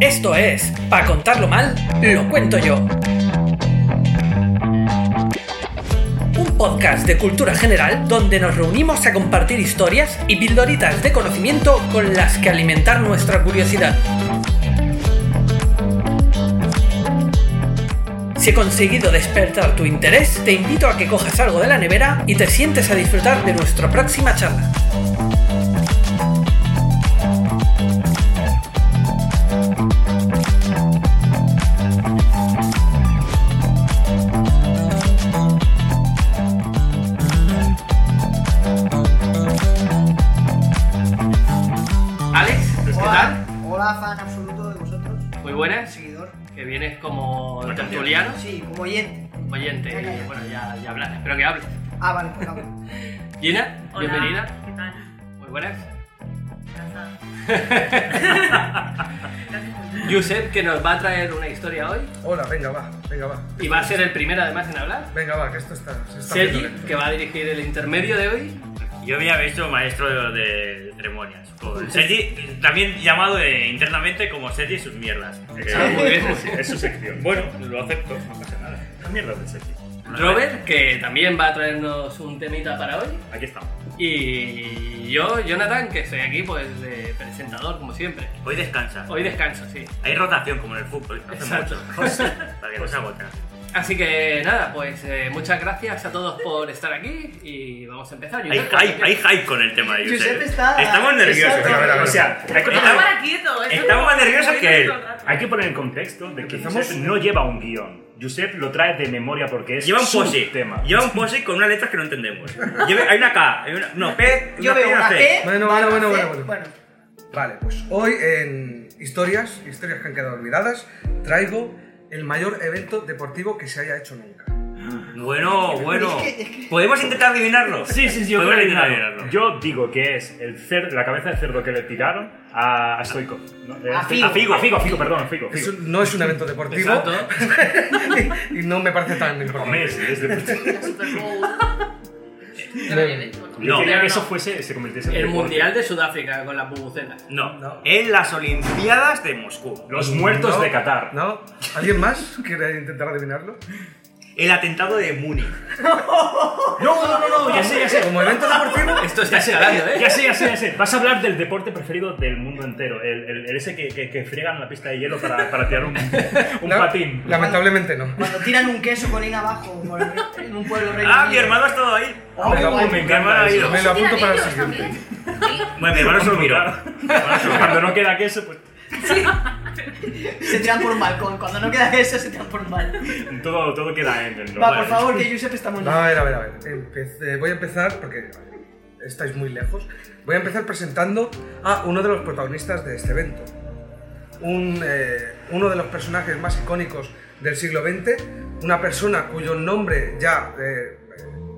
Esto es, para contarlo mal, lo cuento yo. Un podcast de cultura general donde nos reunimos a compartir historias y pildoritas de conocimiento con las que alimentar nuestra curiosidad. Si he conseguido despertar tu interés, te invito a que cojas algo de la nevera y te sientes a disfrutar de nuestra próxima charla. Alex, ¿qué Hola, tal? hola, fan absoluto de vosotros, Muy buenas. seguidor. Que vienes como tertuliano, Sí, como oyente. como oyente. Y bueno, ya, ya hablas. Espero que hables. Ah, vale, pues hablo. Gina, Hola, bienvenida. ¿Qué tal? Muy buenas. Encantada. Josep, que nos va a traer una historia hoy. Hola, venga, va, venga, va. Y va a ser el primero además en hablar. Venga, va, que esto está. Se está Sergi, haciendo lento. que va a dirigir el intermedio de hoy. Yo me había hecho maestro de, de ceremonias. Con Sergi, también llamado eh, internamente como Sergi y sus mierdas. Eh, Ah, muy bien. Es su sección. Bueno, lo acepto, no pasa nada. Las mierdas del Sergi. Robert, que también va a traernos un temita para hoy. Aquí estamos. Y yo, Jonathan, que estoy aquí pues de presentador, como siempre. Hoy descansa. Hoy descanso, sí. Hay rotación como en el fútbol. No hacen Exacto. muchas cosas. Para que no se agotan. Así que nada, pues eh, muchas gracias a todos por estar aquí y vamos a empezar. Hay Josep, hype, hay hype con el tema de Josep. Josep está- Estamos nerviosos. Exacto. A ver, a ver. O sea, hay que- Está para quieto. eso Estamos no- más nerviosos no que digas él. todo el rato. Hay que poner en contexto de que Empezamos- Josep no lleva un guión. Josep lo trae de memoria porque es Lleva un su pose. tema. Lleva un pose con unas letras que no entendemos. Lleva- hay una K, hay una, no, P, Yo una P, veo una P. Bueno, barra bueno, C, bueno, bueno. Vale, pues hoy en historias, historias que han quedado olvidadas, traigo el mayor evento deportivo que se haya hecho nunca. Bueno, bueno. Es que- es que- ¿Podemos intentar adivinarlo? Sí, sí, sí, yo, Podemos creo que intentar no. adivinarlo. Yo digo que es el cerdo, la cabeza del cerdo que le tiraron a, a Stoico. ¿no? Eh, A Figo. A Figo, a Figo, a Figo, perdón, a Figo. Es Figo. un- no es un evento deportivo Exacto. y no me parece tan Hombre, importante. es- es de- La Super Bowl. No. Yo No. quería No, que no. eso fuese, se convirtiese en El deporte. Mundial de Sudáfrica con las bubucelas. No. No. En las Olimpiadas de Moscú. Los muertos No, de Qatar. ¿No? ¿Alguien más quiere intentar adivinarlo? El atentado de Múnich. No, no, no, no, ya sé, ya sé. Como evento deportivo, Esto está escalando, ¿eh? Ya sé, ya sé, ya sé. Vas a hablar del deporte preferido del mundo entero. El, el- el ese que, que, que friegan en la pista de hielo para, para tirar un, un no, patín. lamentablemente no. Cuando tiran un queso con hina abajo por el- en un pueblo reino. Ah, Unido. mi hermano ha estado ahí. Oh, Me lo- me Mi encanta hermano ha eso. ido. Me lo apunto Tiran para el ellos siguiente. también. Bueno, mi hermano se lo miró. Cuando no queda queso, pues Se tiran por un balcón. Cuando no queda eso, se tiran por un balcón. todo, todo queda en el Va, normal. por favor, que Josep está muy A ver, a ver, a ver. Empece- eh, voy a empezar, porque estáis muy lejos, voy a empezar presentando a uno de los protagonistas de este evento. Un, eh, uno de los personajes más icónicos del siglo XX, una persona cuyo nombre ya eh,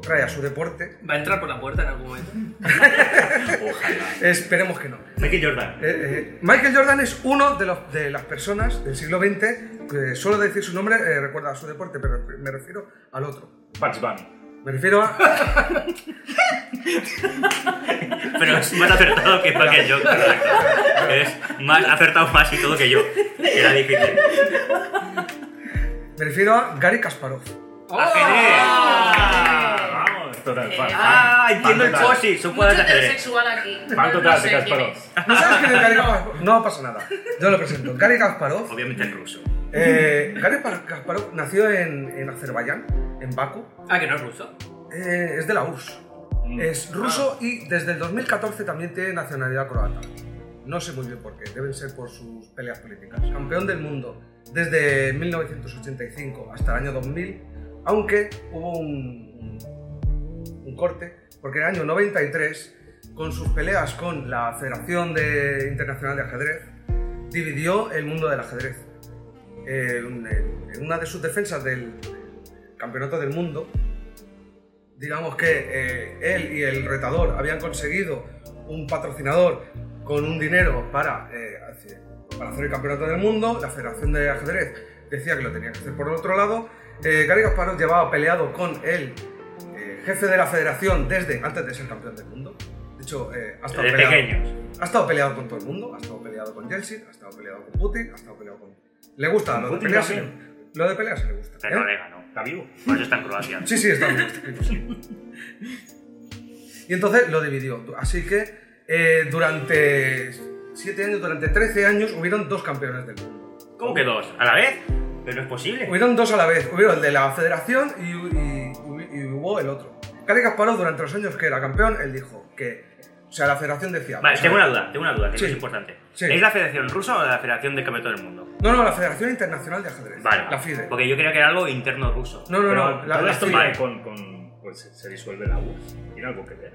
trae a su deporte. Va a entrar por la puerta en algún momento. Ojalá. Esperemos que no. Michael Jordan. Eh, eh, Michael Jordan es uno de, los- de las personas del siglo XX que solo decir su nombre eh, recuerda a su deporte, pero me refiero al otro. Bugs Bunny. Me refiero a... Pero es más acertado que Michael Jordan. Es más acertado más y todo que yo. Era difícil. Me refiero a Gary Kasparov. Oh. Ah, vamos, total. fan, Ah, fan, entiendo el fan total. posi. Son Mucho jugadas de ajedrez. heterosexual aquí. Fan No- total, no sé te caes quién parado. es. ¿No sabes quién es Gary Kasparov? No pasa nada. Yo lo presento. Gary Kasparov. Obviamente en ruso. eh, Gary Pa- Kasparov nació en, en Azerbaiyán, en Bakú. Ah, que no es ruso. Eh, es de la URSS. Es ruso y desde el 2014 también tiene nacionalidad croata. No sé muy bien por qué, deben ser por sus peleas políticas. Campeón del mundo desde 1985 hasta el año 2000, aunque hubo un, un- un corte, porque en el año 93, con sus peleas con la Federación de- Internacional de Ajedrez, dividió el mundo del ajedrez. Eh, un- en- en una de sus defensas del Campeonato del Mundo, digamos que eh, él y el retador habían conseguido un patrocinador con un dinero para, eh, hacer, para hacer el campeonato del mundo, la Federación de Ajedrez decía que lo tenía que hacer por otro lado, eh, Gary Kasparov llevaba peleado con el eh, jefe de la federación desde antes de ser campeón del mundo, de hecho, eh, ha estado Desde peleado- pequeños. ¿Eh? ha estado peleado con todo el mundo, ha estado peleado peleado con Yeltsin, ha estado peleado con Putin, ha estado peleado con. Le gusta, ¿Con lo de Putin pelearse. también? Lo de pelearse le gusta. Pero ¿eh? no le ganó. Está vivo. Por eso está en Croacia. Sí, sí, está bien. escrito, sí. Y entonces lo dividió. Así que eh, durante 7 años, durante 13 años, hubieron dos campeones del mundo. ¿Cómo que dos? ¿A la vez? Pero no es posible. Hubieron dos a la vez. Hubieron el de la federación y, y- y hubo el otro. Gary Kasparov, durante los años que era campeón, él dijo que... O sea, la federación decía... Vale, "Vamos a tengo ver". una duda, tengo una duda, que Sí. es importante. Sí. ¿Es la Federación Rusa o la Federación del Campeonato del Mundo? No, no, la Federación Internacional de Ajedrez. Vale, La FIDE. porque yo creía que era algo interno ruso. No, no, Pero no. La, todo la esto FIDE. vale, con, con, pues se- se disuelve la URSS. Tiene algo que ver.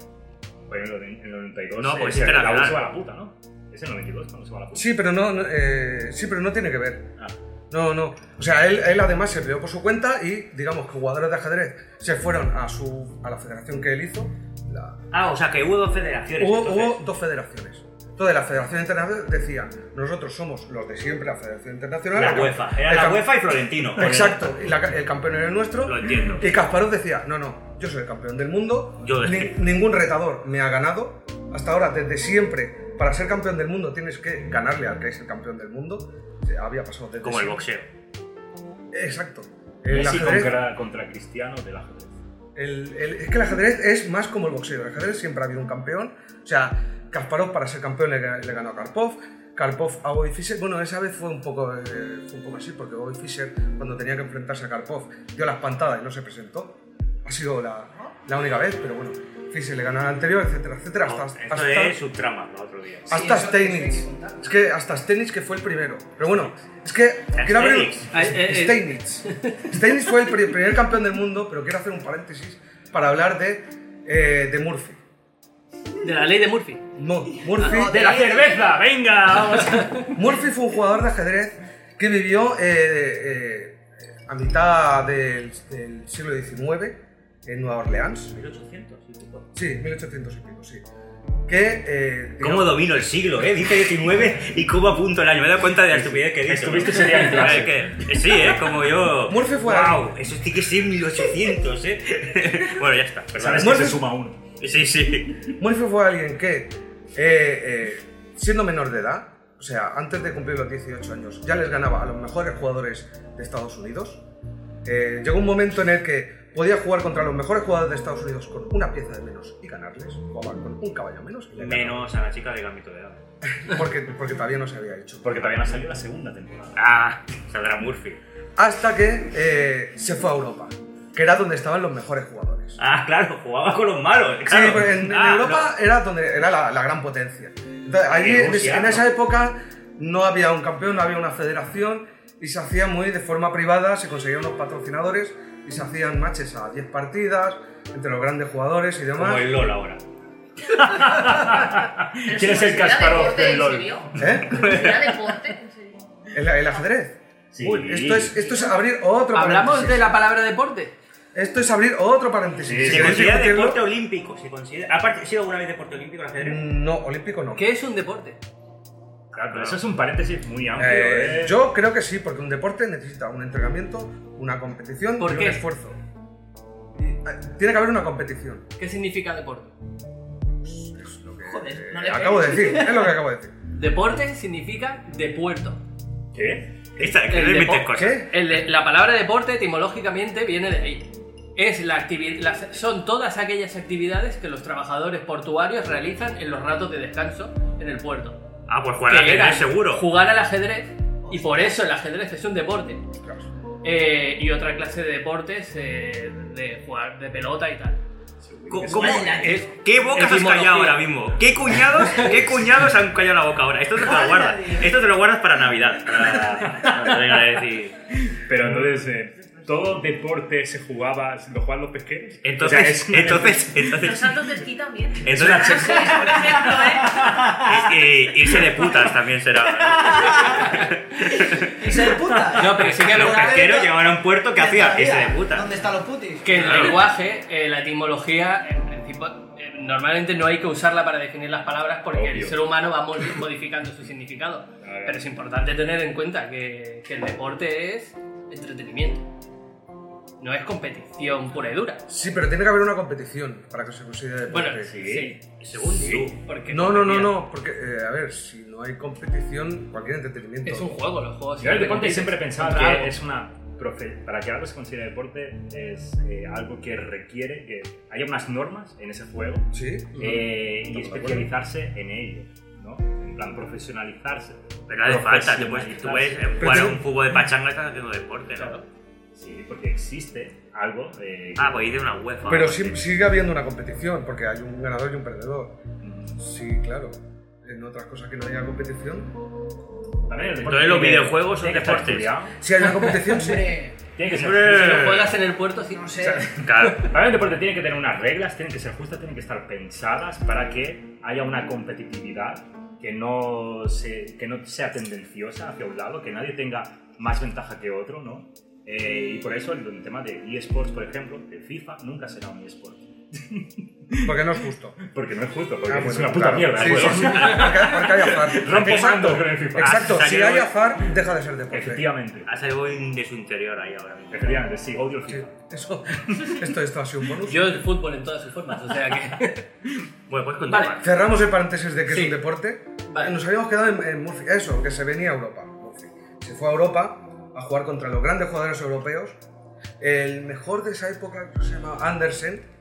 Pues en el- en el 92 No, pues eh, es la internacional. URSS se va a la puta, ¿no? Es el 92 cuando se va a la puta. Sí, pero no, no, eh, sí, pero no tiene que ver. Ah. No, no. O sea, él, él además se peleó por su cuenta y digamos que jugadores de ajedrez se fueron a su a la federación que él hizo. La- Ah, o sea que hubo dos federaciones. hubo, entonces. hubo dos federaciones. Entonces la Federación Internacional decía, nosotros somos los de siempre, la Federación Internacional. La el cam- UEFA. Era el la cam- UEFA y Florentino. con el- Exacto, y la ca- el campeón era el nuestro. Lo entiendo. Y Kasparov decía, no, no, yo soy el campeón del mundo, Yo ni- decido". ningún retador me ha ganado, hasta ahora, desde siempre, para ser campeón del mundo tienes que ganarle al que es el campeón del mundo, Se- había pasado desde Como el siempre. boxeo. Exacto. El Messi ajedrez- contra, contra Cristiano del ajedrez. el- el- es que el ajedrez es más como el boxeo, el ajedrez siempre ha habido un campeón, o sea, Kasparov para ser campeón le, ga- le ganó a Karpov, Karpov a Bobby Fischer, bueno, esa vez fue un poco, eh, fue un poco así, porque Bobby Fischer cuando tenía que enfrentarse a Karpov dio la espantada y no se presentó, ha sido la, la única vez, pero bueno, Fischer le ganó al anterior, etcétera, etcétera, No, hasta... Ah, esto hasta- es su trama para otro día. Sí, hasta eso Steinitz. hay que contarlo. Es que hasta Steinitz que fue el primero. Pero bueno, es que quiero abrir Steinitz. Ah, eh, eh. Steinitz. Steinitz fue el pri- primer campeón del mundo, pero quiero hacer un paréntesis para hablar de eh, de Murphy. De la ley de Murphy. No, Murphy. No, ¡De la cerveza! ¡Venga! Vamos. Murphy fue un jugador de ajedrez que vivió eh, eh, a mitad del, del siglo XIX en Nueva Orleans. 1800, sí, tipo. Sí, 1800 y pico, sí. Que eh, ¿Cómo digamos- domino el siglo, eh? Dice 19 y cómo apunto el año. Me he dado cuenta de la estupidez que dice. Estuviste ese día en clase. que- sí, eh, como yo. Murphy fue ¡Wow! Eso tiene que ser 1800, eh. bueno, ya está. perdón. Sabes que Muerte. se suma uno. Sí, sí. Murphy fue alguien que, eh, eh, siendo menor de edad, o sea, antes de cumplir los 18 años, ya les ganaba a los mejores jugadores de Estados Unidos. Eh, llegó un momento en el que podía jugar contra los mejores jugadores de Estados Unidos con una pieza de menos y ganarles. Jugaba con un caballo menos. y le ganaba. Menos a la chica de Gambito de Dama. Porque, porque todavía no se había hecho. Porque también ha salido la segunda temporada. Ah, saldrá Murphy. Hasta que eh, se fue a Europa, que era donde estaban los mejores jugadores. Ah, claro, jugaba con los malos. Sí, claro. pues en, en Ah, Europa era donde era la, la gran potencia. Entonces, allí, En en, es- Rusia, en ¿no? esa época no había un campeón, no había una federación y se hacía muy de forma privada, se conseguían unos patrocinadores y se hacían matches a 10 partidas entre los grandes jugadores y no, demás. como el LOL ahora. Pero ¿Quién si es el era Kasparov deporte, del ¿en LOL? serio? ¿Eh? Si era deporte, ¿en serio? El, el ajedrez. Sí. Uy, esto, es, esto es abrir otro Hablamos de paréntesis. la palabra deporte. Esto es abrir otro paréntesis. Si Se queréis considera discutirlo- deporte olímpico. Se considera... ¿Ha part- sido alguna vez deporte olímpico el ajedrez? No, olímpico no. ¿Qué es un deporte? Claro, pero eso es un paréntesis muy amplio. Eh, ¿eh? yo creo que sí, porque un deporte necesita un entrenamiento, una competición ¿Por y qué? un esfuerzo. Y, eh, Tiene que haber una competición. ¿Qué significa deporte? Es lo que Joder, no eh, le acabo de decir. Es lo que acabo de decir. Deporte significa de puerto. ¿Qué? Esta, que El no inventes deporte. cosas. ¿Qué? El de- la palabra deporte etimológicamente viene de ahí. Es la activi- las- son todas aquellas actividades que los trabajadores portuarios realizan en los ratos de descanso en el puerto. Ah, pues jugar al Que ajedrez era seguro. Jugar al ajedrez y por eso el ajedrez es un deporte. Eh, y otra clase de deportes eh, de jugar de pelota y tal. Co- Es ¿Cómo? un adelanto. eh, ¿Qué bocas has Etimología. callado ahora mismo? ¿Qué cuñados, ¿Qué cuñados han callado la boca ahora? Esto te lo Madre guardas. mía. Esto te lo guardas para Navidad. Para, para venir a decir. Pero entonces, eh, ¿todo deporte se jugaba, lo jugaban los pesqueros? Entonces, O sea, es- entonces, Los entonces, santos de esquí también. entonces, Por ejemplo, ¿eh? eh, irse de putas también será. Ese es el puta. No, pero sí que Los Pero pesqueros llegaban a un puerto que hacía irse de putas. ¿Dónde están los putis? Que en Claro. lenguaje, eh, la etimología, en principio, eh, normalmente no hay que usarla para definir las palabras porque el Obvio. ser humano va modi- modificando su significado. Claro. Pero es importante tener en cuenta que, que el deporte es entretenimiento. No es competición pura y dura. Sí, pero tiene que haber una competición para que se considere deporte. Bueno, sí. Según tú. Porque No, no, no, mira, no, porque, eh, a ver, si no hay competición, cualquier entretenimiento. Es un juego, los juegos. Yo en el deporte compites siempre he pensado contra que algo. es una. profe- Para que algo se considere deporte es eh, algo que requiere que haya unas normas en ese juego Sí. eh, y Estamos de acuerdo. especializarse en ello, ¿no? En plan, profesionalizarse. Pero hace falta, te puedes, tú puedes eh, jugar Pero- un fútbol de pachanga y estás haciendo deporte, ¿no? Claro. Sí, porque existe algo. eh, Ah, pues hice una UEFA. Pero sí- sigue habiendo una competición, porque hay un ganador y un perdedor. Sí, claro. En otras cosas que no haya competición. también el deporte Entonces los tiene- videojuegos son tiene que estar deportes. estudiado, Si hay una competición, sí. Hombre, Tiene que ser Si Hombre. lo juegas en el puerto, sí. no sé. Claro. Para el deporte tiene que tener unas reglas, tienen que ser justas, tienen que estar pensadas para que haya una competitividad que no, se- que no sea tendenciosa hacia un lado, que nadie tenga más ventaja que otro, ¿no? Eh, y por eso el, el tema de eSports, por ejemplo, de FIFA, nunca será un eSport. Porque no es justo. Porque no es justo, porque Ah, es bueno, una puta claro. mierda. Sí, el juego. sí, sí, porque, porque hay azar. Rompe Exacto. mandos con el FIFA. Exacto. Ah, Si salió- hay azar, deja de ser deporte. Efectivamente. Hace algo de su interior ahí ahora mismo. Efectivamente, sí, odio el Sí, FIFA. eso. Esto, esto ha sido un bonus. Yo el fútbol en todas sus formas, o sea que. Bueno, pues puedes continuar. Vale. Cerramos el paréntesis de que Sí. es un deporte. Vale. Nos habíamos quedado en, en Murphy. Eso, que se venía a Europa. Murphy. Se fue a Europa a jugar contra los grandes jugadores europeos. El mejor de esa época creo que se llama Andersen.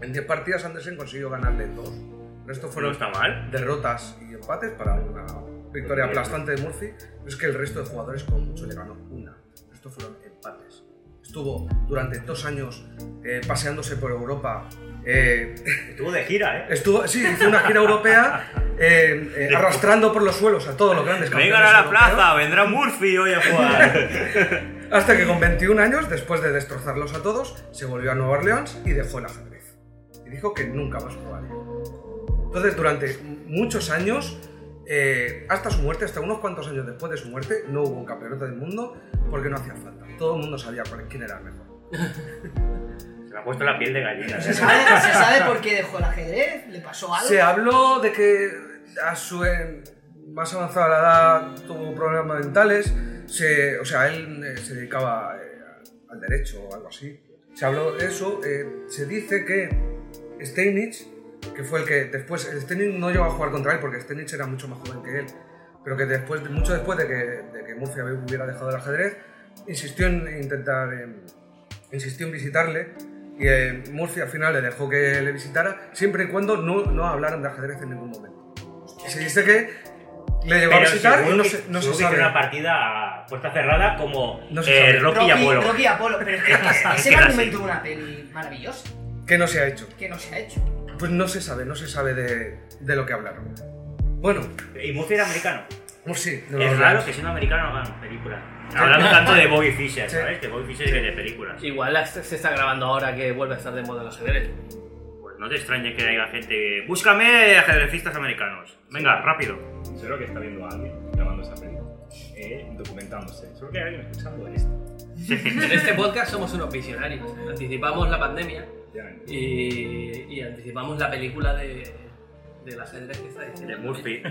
En 10 partidas Andersen consiguió ganarle en dos. El resto No fueron está mal. derrotas y empates para una victoria aplastante de Murphy. Pero es que el resto de jugadores con mucho le ganó una. Esto fueron empates. Estuvo durante dos años eh, paseándose por Europa eh, Estuvo de gira, ¿eh? Estuvo, sí, hizo una gira europea eh, eh, arrastrando por los suelos a todos los grandes campeones Vengan a la europeos, plaza, vendrá Murphy hoy a jugar. Hasta que con 21 años, después de destrozarlos a todos, se volvió a Nueva Orleans y dejó el ajedrez. Y dijo que nunca más jugaría. Entonces, durante muchos años, eh, hasta su muerte, hasta unos cuantos años después de su muerte, no hubo un campeonato del mundo porque no hacía falta. Todo el mundo sabía cuál- quién era el mejor. Se me ha puesto la piel de gallina. ¿eh? ¿Se sabe, se sabe por qué dejó el ajedrez? ¿Le pasó algo? Se habló de que a su eh, más avanzada edad tuvo problemas mentales. Se, o sea, él eh, se dedicaba eh, al derecho o algo así. Se habló de eso. eh, se dice que Steinitz, que fue el que después. Steinitz no llegó a jugar contra él porque Steinitz era mucho más joven que él. Pero que después, mucho después de que, de que Murphy hubiera dejado el ajedrez, insistió en intentar. em, insistió en visitarle y eh, Murphy al final le dejó que le visitara siempre y cuando no, no hablaran de ajedrez en ningún momento. Se dice que le llegó a visitar y no se, no se sabe. una partida a puerta cerrada como No se sabe. eh, Rocky y Apolo. Rocky y Apolo, pero es que es el Queda argumento de una peli maravillosa Que no se ha hecho. que no se ha hecho. Pues no se sabe, no se sabe de, de lo que hablaron. Bueno, Y Murphy era americano. Murphy, no lo Es hablamos. raro que siendo americano no hagan películas. Hablamos tanto de Bobby Fischer, Sí. ¿sabes? Que Bobby Fischer es de películas. Igual la- se está grabando ahora que vuelve a estar de moda el ajedrez. Pues no te extrañe que haya gente que... Búscame ajedrecistas americanos. Venga, rápido. Seguro que está viendo a alguien grabando esa película, eh, documentándose. Seguro que hay alguien escuchando esto. En este podcast somos unos visionarios. Anticipamos la pandemia obviamente. y, y anticipamos la película de, del ajedrez que está diciendo. De Murphy.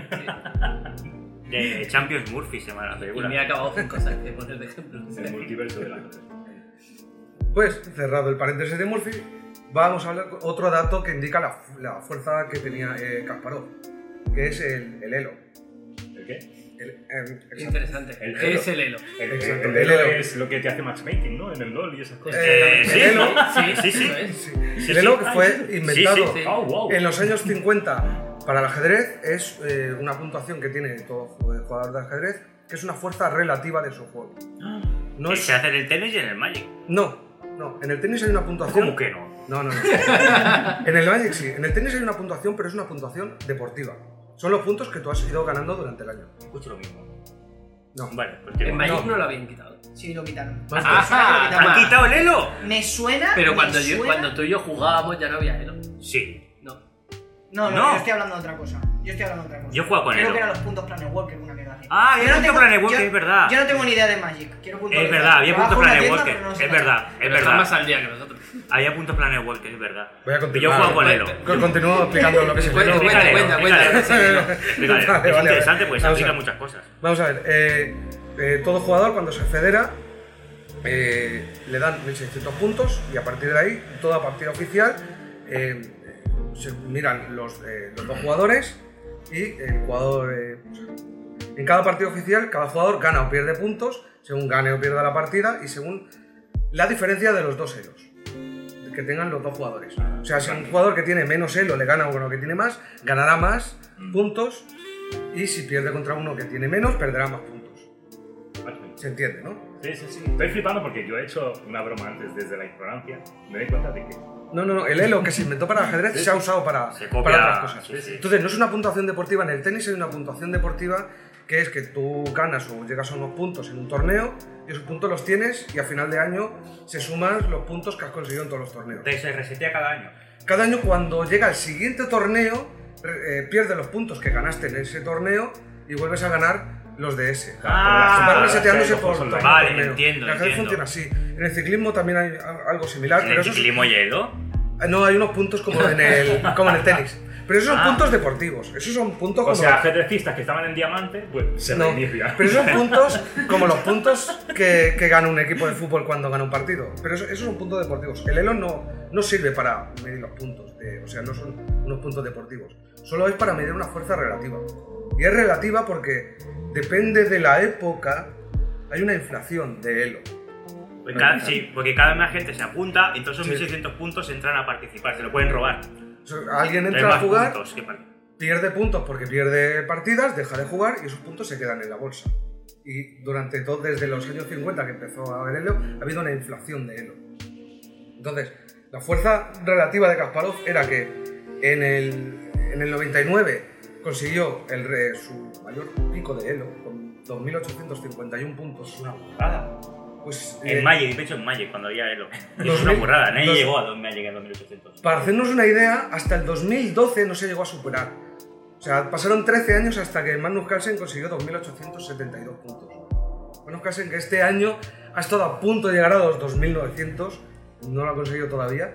Sí. De Champions Murphy se llama la Y película. me he acabado con cosas que poner de ejemplo. El multiverso de la noche. Pues cerrado el paréntesis de Murphy, vamos a hablar con otro dato que indica la, la fuerza que tenía eh, Kasparov, que es el, el elo. ¿El qué? El- el- Interesante. El ¿Qué es el Elo? El, Exacto. el- el El elo elo. es lo que te hace matchmaking, ¿no? En el LOL y esas cosas. Eh, sí, el elo, sí, sí, sí. eso es. Sí, el elo sí. que fue inventado sí. Oh, wow. En los años 50, para el ajedrez, es eh, una puntuación que tiene todo ju- jugador de ajedrez, que es una fuerza relativa de su juego. No Que es. Se hace en el tenis y en el Magic. No, no. En el tenis hay una puntuación. ¿Cómo que no? No, no, no. en el Magic sí. En el tenis hay una puntuación, pero es una puntuación deportiva. Son los puntos que tú has ido ganando durante el año. Escucho lo mismo. No. Vale, En continúa. Magic No. no lo habían quitado. Sí, lo quitaron. Ah, Ajá, toma. ¿Han quitado el elo? Me suena. Pero me cuando, yo, suena- cuando tú y yo jugábamos ya no había ¿eh? Elo. Sí. No. No, no, No. yo estoy hablando de otra cosa. Yo estoy hablando de otra cosa. Yo juego con Creo Elo. que eran los puntos Planet Walker, una mierda. así. Ah, Yo era un tengo- Planet Walker, yo- es verdad. Yo no tengo ni idea de Magic. Quiero puntos Es de- verdad, había Trabajo en una puntos Planet tienda, Walker. pero no sé Es nada. verdad, es Pero están más verdad. al día que nosotros. Había puntos Planet Walker, es verdad. Voy a Yo continuar. juego con Elo. Co- Continúo explicando lo que se Cuenta, llama- cuenta, cuenta, Explícale, cuenta, explícale. explícale. Explícale. Vale, Es vale, interesante vale. porque Vamos se a aplica ver. muchas cosas. Vamos a ver, eh, eh, todo jugador cuando se federa eh, le dan 1.600 puntos y a partir de ahí, toda partida oficial, eh, se miran los, eh, los dos jugadores y el jugador... eh, en cada partido oficial, cada jugador gana o pierde puntos, según gane o pierda la partida y según la diferencia de los dos elos que tengan los dos jugadores. O sea, si un jugador que tiene menos elo le gana a uno que tiene más, ganará más puntos y si pierde contra uno que tiene menos, perderá más puntos. Vale. ¿Se entiende, no? Sí, sí, sí. Estoy flipando porque yo he hecho una broma antes desde la ignorancia. Me doy cuenta de que. No, no, no, el elo que se inventó para el ajedrez se ha usado para, Se copia- para otras cosas. sí, sí. Entonces, no es una puntuación deportiva, en el tenis hay una puntuación deportiva que es que tú ganas o llegas a unos puntos en un torneo y esos puntos los tienes y a final de año se suman los puntos que has conseguido en todos los torneos. Te- Se resetea cada año. Cada año cuando llega el siguiente torneo, re- eh, pierdes los puntos que ganaste en ese torneo y vuelves a ganar los de ese. Ah, van reseteándose por Son torneo. las- Vale, torneo. entiendo, El ajedrez funciona entiendo. así. En el ciclismo también hay a- algo similar, ¿En Ah, pero el eso es- ciclismo hielo? no hay unos puntos como en el, como en el tenis. Pero esos son Ah. puntos deportivos, esos son puntos O como... sea, ajedrecistas que estaban en diamante, pues se No, reinicia. pero esos son puntos como los puntos que, que gana un equipo de fútbol cuando gana un partido. Pero eso- esos son puntos deportivos. El elo no, no sirve para medir los puntos, de- o sea, no son unos puntos deportivos. Solo es para medir una fuerza relativa. Y es relativa porque depende de la época, hay una inflación de elo. Pues cada- sí, porque cada vez más gente se apunta, entonces Sí. esos 1.600 puntos entran a participar, se lo pueden robar. O sea, alguien Hay entra más a jugar, puntos que par- pierde puntos porque pierde partidas, deja de jugar y esos puntos se quedan en la bolsa. Y durante todo, desde los años 50 que empezó a haber Elo, ha habido una inflación de Elo. Entonces, la fuerza relativa de Kasparov era que en el, en el 99 consiguió el, re- su mayor pico de Elo, con 2.851 puntos. Una burrada. Pues, eh, En Magic, de hecho en Magic, cuando había Elo. Y eso es una 2000, burrada, nadie dos- llegó a dos- Magic en 2800. Para hacernos una idea, hasta el 2012 no se llegó a superar. O sea, pasaron 13 años hasta que Magnus Carlsen consiguió 2.872 puntos. Magnus Carlsen, que este año ha estado a punto de llegar a los 2.900, no lo ha conseguido todavía.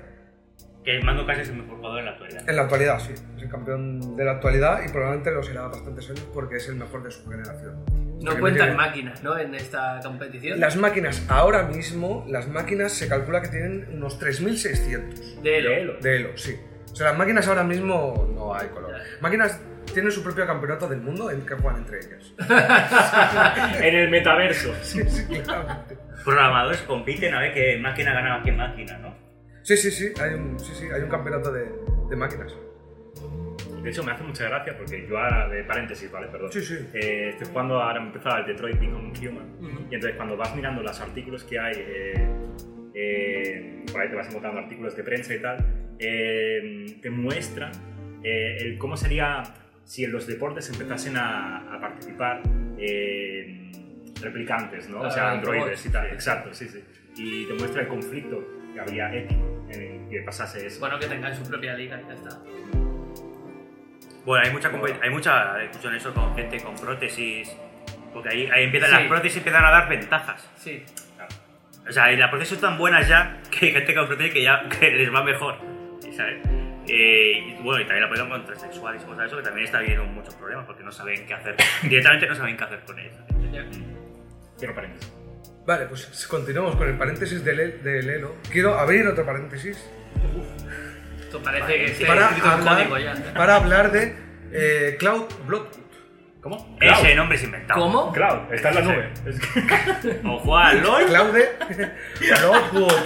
Que Mando Casi es el mejor jugador en la actualidad. En la actualidad, sí. Es el campeón de la actualidad y probablemente lo será bastantes años porque es el mejor de su generación. Hasta que No cuentan llegue- máquinas, ¿no? En esta competición. Las máquinas, ahora mismo, las máquinas se calcula que tienen unos 3.600. De Elo. De Elo, sí. O sea, las máquinas ahora mismo no hay color. Máquinas tienen su propio campeonato del mundo en que juegan entre ellas. En el metaverso. Sí, sí, claramente. Programadores compiten a ver qué máquina ganaba qué máquina, ¿no? Sí, sí, sí, hay un, sí, sí, hay un campeonato de, de máquinas. De hecho, me hace mucha gracia porque yo ahora, de paréntesis, ¿vale? Perdón. Sí, sí. Eh, estoy jugando ahora, me empezaba el Detroit Become Human. Y entonces, cuando vas mirando los artículos que hay, eh, eh, por ahí te vas encontrando artículos de prensa y tal, eh, te muestran eh, el cómo sería si en los deportes empezasen a, a participar eh, replicantes, ¿no? o sea, Ah, androides robots, y tal. Exacto, sí, sí. Y te muestra el conflicto que habría ético en el que pasase eso. Bueno, que tengan su propia liga y ya está. Bueno, hay mucha, compe- hay mucha discusión en eso con gente con prótesis. Porque ahí, ahí empiezan, Sí. las prótesis empiezan a dar ventajas. Sí. O sea, y las prótesis son tan buenas ya que hay gente con prótesis que ya que les va mejor. ¿sabes? Eh, y bueno, y también la problema con transexuales y cosas de eso, que también está viendo muchos problemas porque no saben qué hacer. Directamente no saben qué hacer con ellos. Cierro paréntesis. Vale, pues continuamos con el paréntesis del, E- del Elo. Quiero abrir otro paréntesis Esto parece Vale, que sí, esté para, escrito en código ya. hablar, para hablar de eh, Cloud Blockwood. ¿Cómo? Ese nombre es inventado. ¿Cómo? Cloud, está en la nube. Es que- O Juan LOL. Claude Blockwood.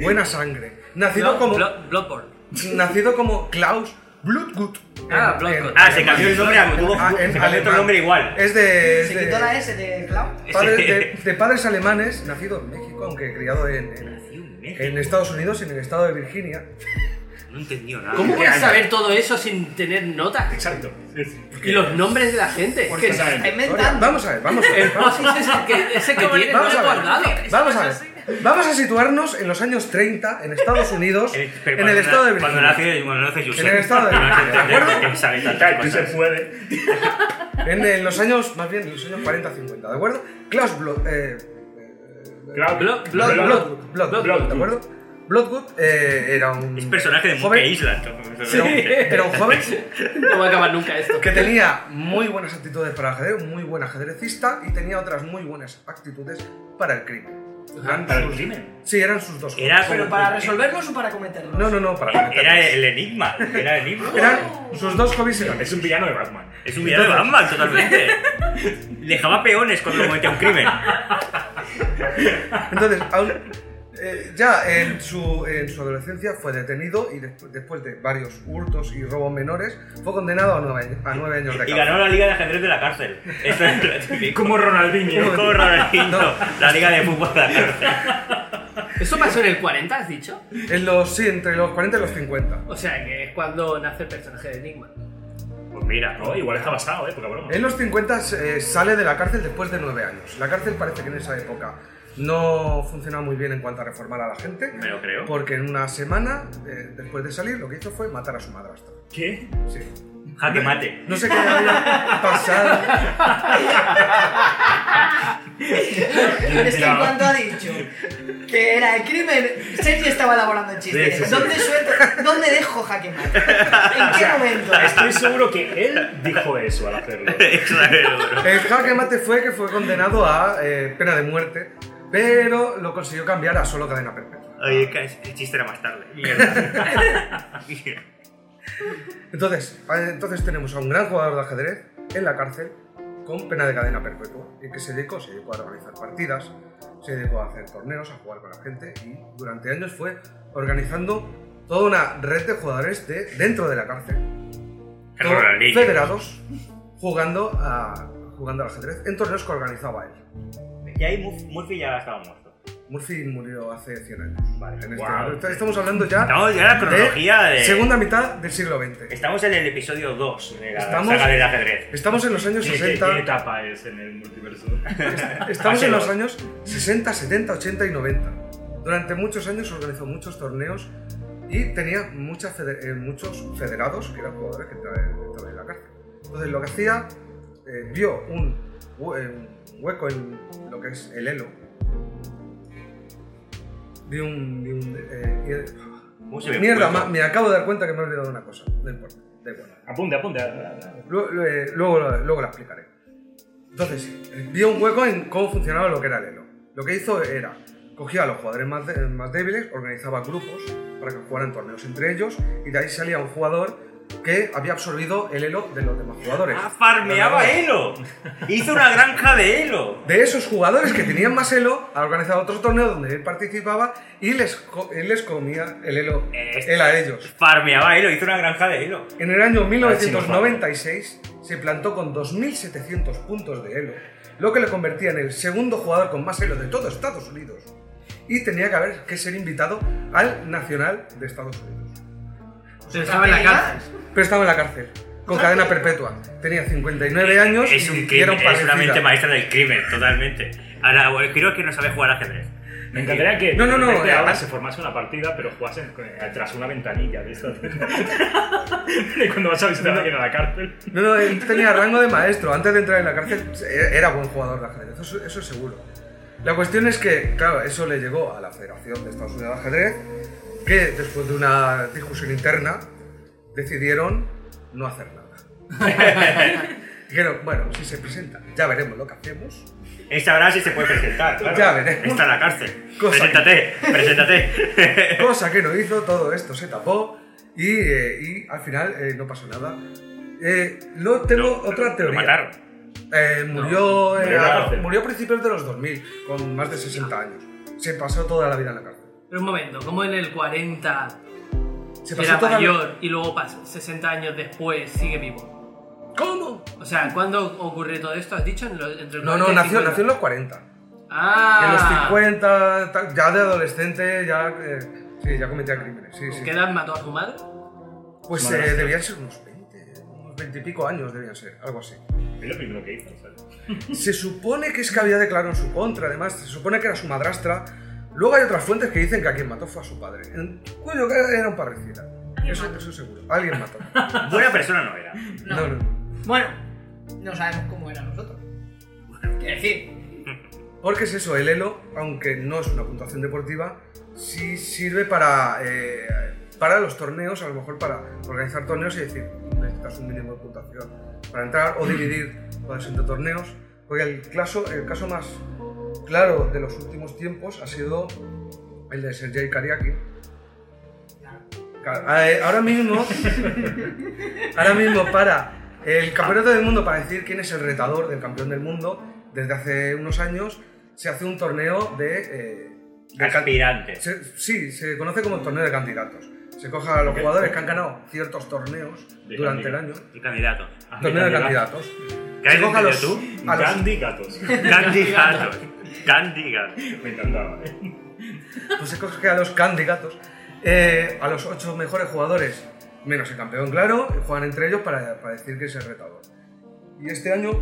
Buena sangre. Nacido Blo- como, Blo- Bloodborne. nacido como Klaus Bloodgood. Ah, En- Bloodgood. en- Ah, se cambió el nombre a tuvo Ah, en Se cambió otro alemán. nombre igual. Es de. es Se de- quitó la E. S de Cloud. padre- de, de padres alemanes, nacido en México, aunque criado en, en- Nació en México. en Estados Unidos, en el estado de Virginia. No entendió nada. ¿Cómo ¿Qué puedes año? saber todo eso sin tener notas? Exacto. Sí, sí. Y los nombres de la gente. Es que Porque saben. Está Ahora, inventando. vamos a ver, vamos a el ver. Vamos a Moses es el que, ese que Qué tiene, no lo bonito. Vamos he a ver. guardado. Eso Vamos a no ver. es Vamos a situarnos en los años 30 en Estados Unidos, El- pero en cuando el na- estado de Cuando Virginia. nace, cuando nace Yusef. En el estado de Virginia, ¿de acuerdo? Que sabe tantas Claro, tú se cosas. puede. En, en los años, más bien, en los años 40-50, ¿de acuerdo? Klaus Blo- eh, Claro, Blo- Blood, Blood- Blood- Bloodwood, Bloodwood, Bloodwood. ¿de acuerdo? Bloodwood eh, era un. Es personaje de Monkey joven, Island. era un- era un joven No va a acabar nunca esto. que tenía muy buenas actitudes para el ajedrez, muy buen ajedrecista y tenía otras muy buenas actitudes para el crimen. Eran Para el sus- crimen. Sí, eran sus dos. Era cosas. ¿Pero para resolverlos o para cometerlos? No, no, no, para Era conectarlos. el enigma, era el enigma. Eran sus dos hobbies eran Es un villano de Batman. Es un villano de Batman, totalmente. Dejaba peones cuando lo cometía un crimen. Entonces, aún- eh, ya en su, en su adolescencia fue detenido y despu- después de varios hurtos y robos menores fue condenado a nueve, a nueve años de Y cárcel. ganó la Liga de Ajedrez de la cárcel. Eso es lo típico. Como Ronaldinho. Como Ronaldinho, No. la Liga de Fútbol de la cárcel. ¿Eso pasó en el 40, has dicho? En los, sí, entre los 40 y los 50. O sea, que es cuando nace el personaje de Enigma. Pues mira, No, igual está basado, ¿eh? Porque broma. En los 50 eh, sale de la cárcel después de nueve años. La cárcel parece que en esa época no funcionaba muy bien en cuanto a reformar a la gente. Me lo creo. Porque en una semana, eh, después de salir, lo que hizo fue matar a su madrastra. ¿Qué? Sí. Jaque mate. No sé qué le había pasado. Es que en cuanto ha dicho que era el crimen, Sergi estaba elaborando el chiste. Sí, sí, sí. ¿Dónde suelto? ¿Dónde dejo jaque mate? ¿En qué momento? Estoy seguro que él dijo eso al hacerlo. Exacto. El jaque mate fue que fue condenado a eh, pena de muerte, pero lo consiguió cambiar a solo cadena perpetua. Oye, que el chiste era más tarde. Mierda. Mierda. Entonces, eh, entonces tenemos a un gran jugador de ajedrez en la cárcel con pena de cadena perpetua. ¿Y que se dedicó? Se dedicó a organizar partidas, se dedicó a hacer torneos, a jugar con la gente y durante años fue organizando toda una red de jugadores de, dentro de la cárcel. El Todos Ronaldinho. Federados jugando, a, jugando al ajedrez en torneos que organizaba él. Y ahí Mur- Murphy ya estaba muerto. Murphy murió hace 100 años. Vale. En este Wow. momento. Estamos hablando ya Estamos ya en la cronología de. segunda mitad del siglo XX. Estamos en el episodio 2 de la Estamos- saga del ajedrez. Estamos en los años ¿Qué, qué, qué 60, etapa es en el multiverso? estamos en Paseo. los años 60, 70, 80 y 90. Durante muchos años organizó muchos torneos y tenía muchas fede- eh, muchos federados que eran jugadores que entraban entraban en la cárcel. Entonces lo que hacía, eh, vio un, hue- eh, un hueco en lo que es el elo. Vio un... vio un, eh, ¿Cómo se eh, ve? mierda, Muerto. ma- me acabo de dar cuenta que me he olvidado una cosa. No importa, da igual. Apunte, apunte. Lu- lu- eh, Luego, luego la explicaré. Entonces, eh, vio un hueco en cómo funcionaba lo que era el Elo. Lo que hizo era, cogía a los jugadores más, de- más débiles, organizaba grupos para que jugaran torneos entre ellos y de ahí salía un jugador que había absorbido el Elo de los demás jugadores. Ah, farmeaba Ganador. Elo. Hizo una granja de Elo. De esos jugadores que tenían más Elo, ha organizado otro torneo donde él participaba y les, co- él les comía el Elo Este- él a ellos. Farmeaba Elo, hizo una granja de Elo. En el año si nos vamos. 1996 se plantó con 2.700 puntos de Elo, lo que le convertía en el segundo jugador con más Elo de todo Estados Unidos. Y tenía que, haber, que ser invitado al Nacional de Estados Unidos. Pero estaba en la cárcel. Pero estaba en la cárcel, con cadena perpetua. Tenía 59 años Ah. Es y un era crimen, un es una mente parricida. maestra del crimen, totalmente. Ahora, bueno, creo que no sabe jugar ajedrez. Me encantaría que No, no, no, desde eh, ahora ah. se formase una partida, pero jugasen eh, tras una ventanilla de estas. De cuando vas a visitar a alguien a la cárcel. No, no, él tenía rango de maestro. Antes de entrar en la cárcel eh, era buen jugador de ajedrez, eso, eso es seguro. La cuestión es que, claro, eso le llegó a la Federación de Estados Unidos de Ajedrez, que después de una discusión interna decidieron no hacer nada. Dijeron, bueno, si se presenta, ya veremos lo que hacemos. Él sabrá si se puede presentar. claro. Ya veremos. Está en la cárcel. Cosa- Preséntate, preséntate. Cosa que no hizo, todo esto se tapó y, eh, y al final eh, no pasó nada. Eh, luego tengo Lo- otra Lo teoría. mataron. Eh, murió, eh, murió en la a- cárcel. murió a principios de los 2000, con más de 60 años. Se pasó toda la vida en la cárcel. Pero un momento, ¿cómo en el 40 Se pasó era toda la- mayor y luego pasa 60 años después sigue vivo? ¿Cómo? O sea, ¿cuándo ocurrió todo esto? ¿Has dicho? En lo- entre el No, no, 40 y nació, 50. nació en los 40. Ah, En los 50, tal, ya de adolescente, ya, eh, sí, ya cometía crímenes. Sí, sí. ¿Qué edad mató a su madre? Pues Madre eh, mía. debían ser unos 20, unos 20 y pico años, debían ser, algo así. Es lo primero que hizo, ¿sabes? Se supone que es que había declarado en su contra, además, se supone que era su madrastra. Luego hay otras fuentes que dicen que a quien mató fue a su padre. En cuyo caso era un parricida. Alguien Eso, mató. eso seguro. Alguien mató. Buena persona no era. No, no, no. Bueno, no sabemos cómo era nosotros. Quiero decir, Porque es eso, el Elo, aunque no es una puntuación deportiva, sí sirve para, eh, para los torneos, a lo mejor para organizar torneos y decir, necesitas un mínimo de puntuación pues, para entrar o dividir cuando entre torneos. Porque el caso, el caso más claro de los últimos tiempos ha sido el de Sergei Kariaki. Claro, eh, Ahora mismo, ahora mismo para el campeonato del mundo, para decir quién es el retador del campeón del mundo, desde hace unos años se hace un torneo de... eh, de can- Aspirantes. se- sí, se conoce como el torneo de candidatos. Se coge a los Ok. jugadores que han ganado ciertos torneos De durante el año. candidatos. Y candidatos. Torneo de candidatos. ¿Qué has Se coge a entendido los, tú? a los- Candy gatos. Candidatos. Candidatos. Me encantaba. ¿eh? pues se coge a los candidatos, eh, a los ocho mejores jugadores, menos el campeón, claro, y juegan entre ellos para, para decir que es el retador. Y este año,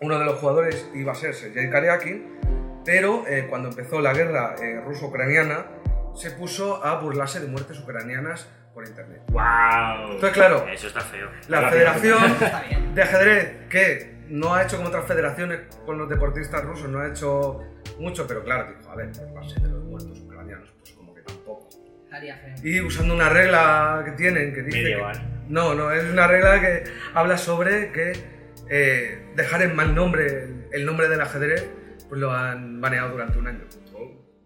uno de los jugadores iba a ser Sergei Kariakin, pero eh, cuando empezó la guerra eh, ruso-ucraniana, se puso a burlarse de muertes ucranianas por internet. ¡Wow! Entonces, claro, Eso está feo. la Federación de Ajedrez, que no ha hecho como otras federaciones con los deportistas rusos, no ha hecho mucho, pero claro, dijo, a ver, por base de los muertos ucranianos, pues como que tampoco. Estaría feo. Y usando una regla que tienen, que dice... que- Medieval. no, no, es una regla que habla sobre que eh, dejar en mal nombre el- el nombre del ajedrez, pues lo han baneado durante un año.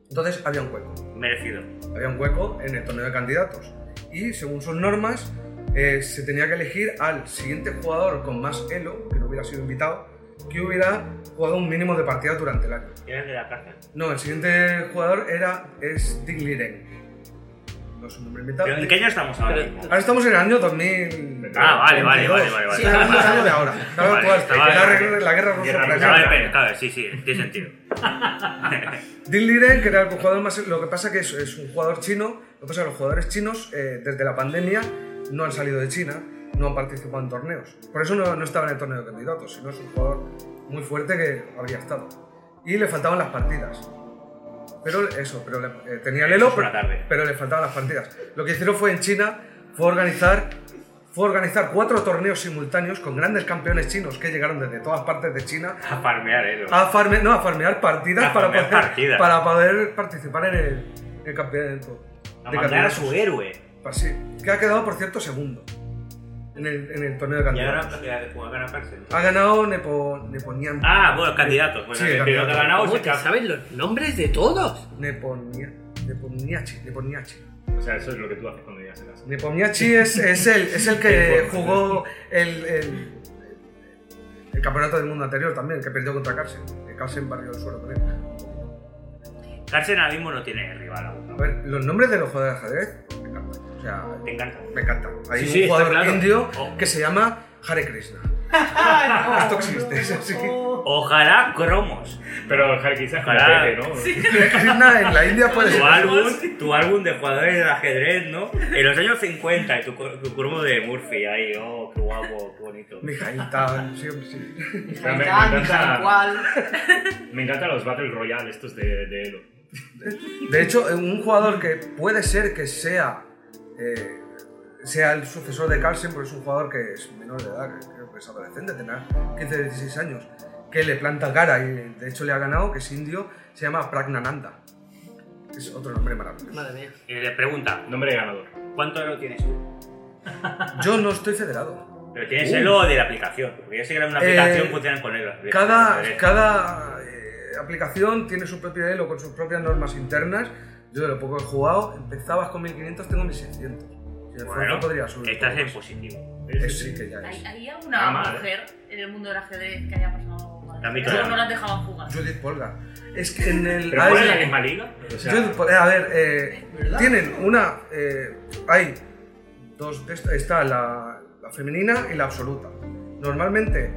Entonces había un hueco Merecido. había un hueco en el torneo de candidatos. Y según sus normas, eh, se tenía que elegir al siguiente jugador con más elo, que no hubiera sido invitado, que hubiera jugado un mínimo de partidas durante el año. Eres de la cárcel. No, el siguiente jugador era es Digliren. No es un nombre invitado. ¿Pero en qué año estamos ahora mismo? Ahora estamos en el año 2000. Ah, vale, vale, vale, vale, vale. Sí, en el mismo año de ahora. Claro, Vale, pues, vale, la, vale. guerra- la guerra rusa. Guerra Vale, rusa. ucraniana. vale, claro, sí, sí, tiene sentido. Dean Liren, que era el jugador más. Lo que pasa que es, es un jugador chino. Lo que pasa que los jugadores chinos, eh, desde la pandemia, no han salido de China, no han participado en torneos. Por eso no, no estaba en el torneo de candidatos, sino es un jugador muy fuerte que habría estado. Y le faltaban las partidas. Pero eso, pero le- eh, tenía el Eso elo, es pero, una tarde. pero le faltaban las partidas. Lo que hicieron fue en China, fue organizar, fue organizar cuatro torneos simultáneos con grandes campeones chinos que llegaron desde todas partes de China A farmear, eh. a farme- no, a farmear partidas, A para, farmear poder, partidas. para poder participar en el, el campeonato. A de mandar a campeonatos. su héroe. Pues sí, que ha quedado, por cierto, segundo en el, en el torneo de Y ahora campeonatos. eh, jugar a la cárcel. Ha ganado Nepo, Neponian. Ah, bueno, candidatos. pues, Bueno, Sí, el primero que ha candidatos. ganado es ¿Cómo el te campeón. sabes los nombres de todos? Neponia- Neponiachi, Neponiachi. O sea, eso es lo que tú haces cuando llegas a casa. Nepomniachtchi es, es el, es el que El fuerte. jugó el, el- el campeonato del mundo anterior también, que perdió contra Carlsen. Que Carlsen barrió el suelo con él. Cárcel ahora mismo no tiene rival A aún. ¿no? ver, los nombres de los jugadores de ajedrez me encantan. O sea, Te encanta. Me encanta. Hay Sí, un sí, está jugador claro. indio Oh. que se llama Hare Krishna. Esto existe, eso sí. Ojalá cromos. Pero Harry quizás con Ojalá. Pepe, ¿no? Sí. Hare Krishna en la India puede Tu ser. álbum, tu álbum de jugadores de ajedrez, ¿no? En los años 50, y tu, cor- tu cromo de Murphy ahí, oh, qué guapo, qué bonito. Mijail Tal, siempre sí. Pero me- me Tal, encanta- tal cual. Me encantan los Battle Royale estos de, de Elo. De hecho, un jugador que puede ser que sea, eh, sea el sucesor de Carlsen, porque es un jugador que es menor de edad, que creo que es adolescente, tendrá 15, 16 años, que le planta cara y de hecho le ha ganado, que es indio, se llama Pragnananda. Es otro nombre maravilloso. Madre mía. Y le pregunta, Nombre de ganador. ¿cuánto oro tienes tú? Yo no estoy federado. Pero tienes el oro de la aplicación, porque yo sé que en una Eh, aplicación funcionan con elo. Cada, Eh, cada eh, aplicación tiene su propio elo con sus propias normas internas. Yo de lo poco que he jugado, empezabas con 1500, tengo 1600. Si de fuerza Bueno, podría subir. estás en un poco positivo. ¿eh? más. Eh, sí que ya ¿Hay, es. hay Ah, alguna vale. mujer en el mundo del ajedrez que haya pasado algo mal? También, Eso claro. no las dejaban jugar. Judith Polgar. Es que en el. ¿Pero hay- cuál es la misma liga? O sea, Judith Polgar- a ver, eh, ¿Verdad? tienen una. eh, hay dos. de esta- Está la, la femenina y la absoluta. Normalmente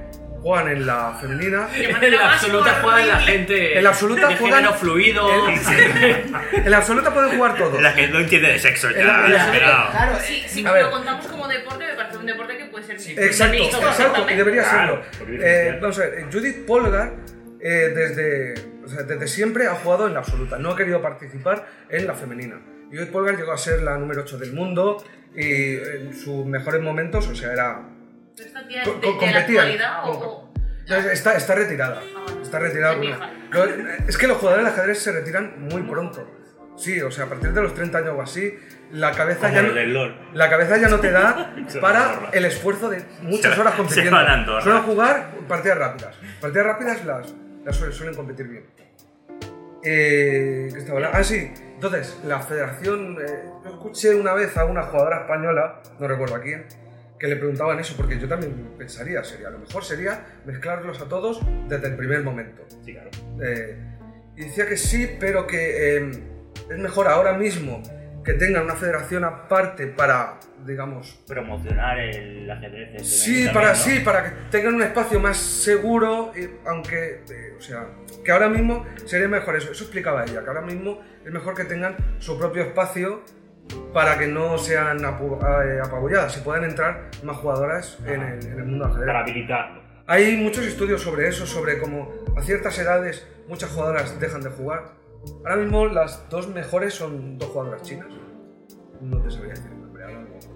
juegan en la femenina. Que En la mandabas absoluta por juega de la horrible. gente. En la absoluta de juegan- género fluido. El- En la absoluta pueden jugar todos. La que no entiende de sexo En la- ya, en la- esperado. Claro, Si, eh, si A ver. lo contamos como deporte, me parece un deporte que puede ser Exacto, visto exacto, y perfectamente. debería Claro, serlo. porque es Eh, cristiano. vamos a ver, eh, Judith Polgar eh, desde, o sea, desde siempre ha jugado en la absoluta, no ha querido participar en la femenina. Judith Polgar llegó a ser la número 8 del mundo y en sus mejores momentos, o sea, era... Pero esta tía es co- de, co- de la competían. actualidad o, Ah, Co- o- no, Está, está retirada, está retirada. Es mi bueno. hija. Lo- es que los jugadores de ajedrez se retiran muy pronto. Sí, o sea, a partir de los 30 años o así, la cabeza Como ya... lo no- del LOL. la cabeza ya no te da Se va a para Andorra. el esfuerzo de muchas Se horas va- se va compitiendo. a Andorra. Suelen jugar partidas rápidas. Partidas rápidas las, las suelen, suelen competir bien. Eh, ¿qué estaba hablando? ah, sí. Entonces, la federación... eh, yo escuché una vez a una jugadora española, no recuerdo a quién, que le preguntaban eso, porque yo también pensaría, sería, lo mejor sería mezclarlos a todos desde el primer momento. Sí, claro. Eh, y decía que sí, pero que eh, es mejor ahora mismo que tengan una federación aparte para, digamos, Promocionar el ajedrez. el Sí, también, para ¿no? sí, para que tengan un espacio más seguro, eh, aunque, eh, o sea, que ahora mismo sería mejor eso. Eso explicaba ella, que ahora mismo es mejor que tengan su propio espacio para que no sean apu- a- eh, apabulladas y puedan entrar más jugadoras en el, en el mundo ajedrez. Para habilitarlo. Hay muchos estudios sobre eso, sobre cómo a ciertas edades muchas jugadoras dejan de jugar. Ahora mismo las dos mejores son dos jugadoras chinas. No te sabría decir el nombre, ahora no me acuerdo.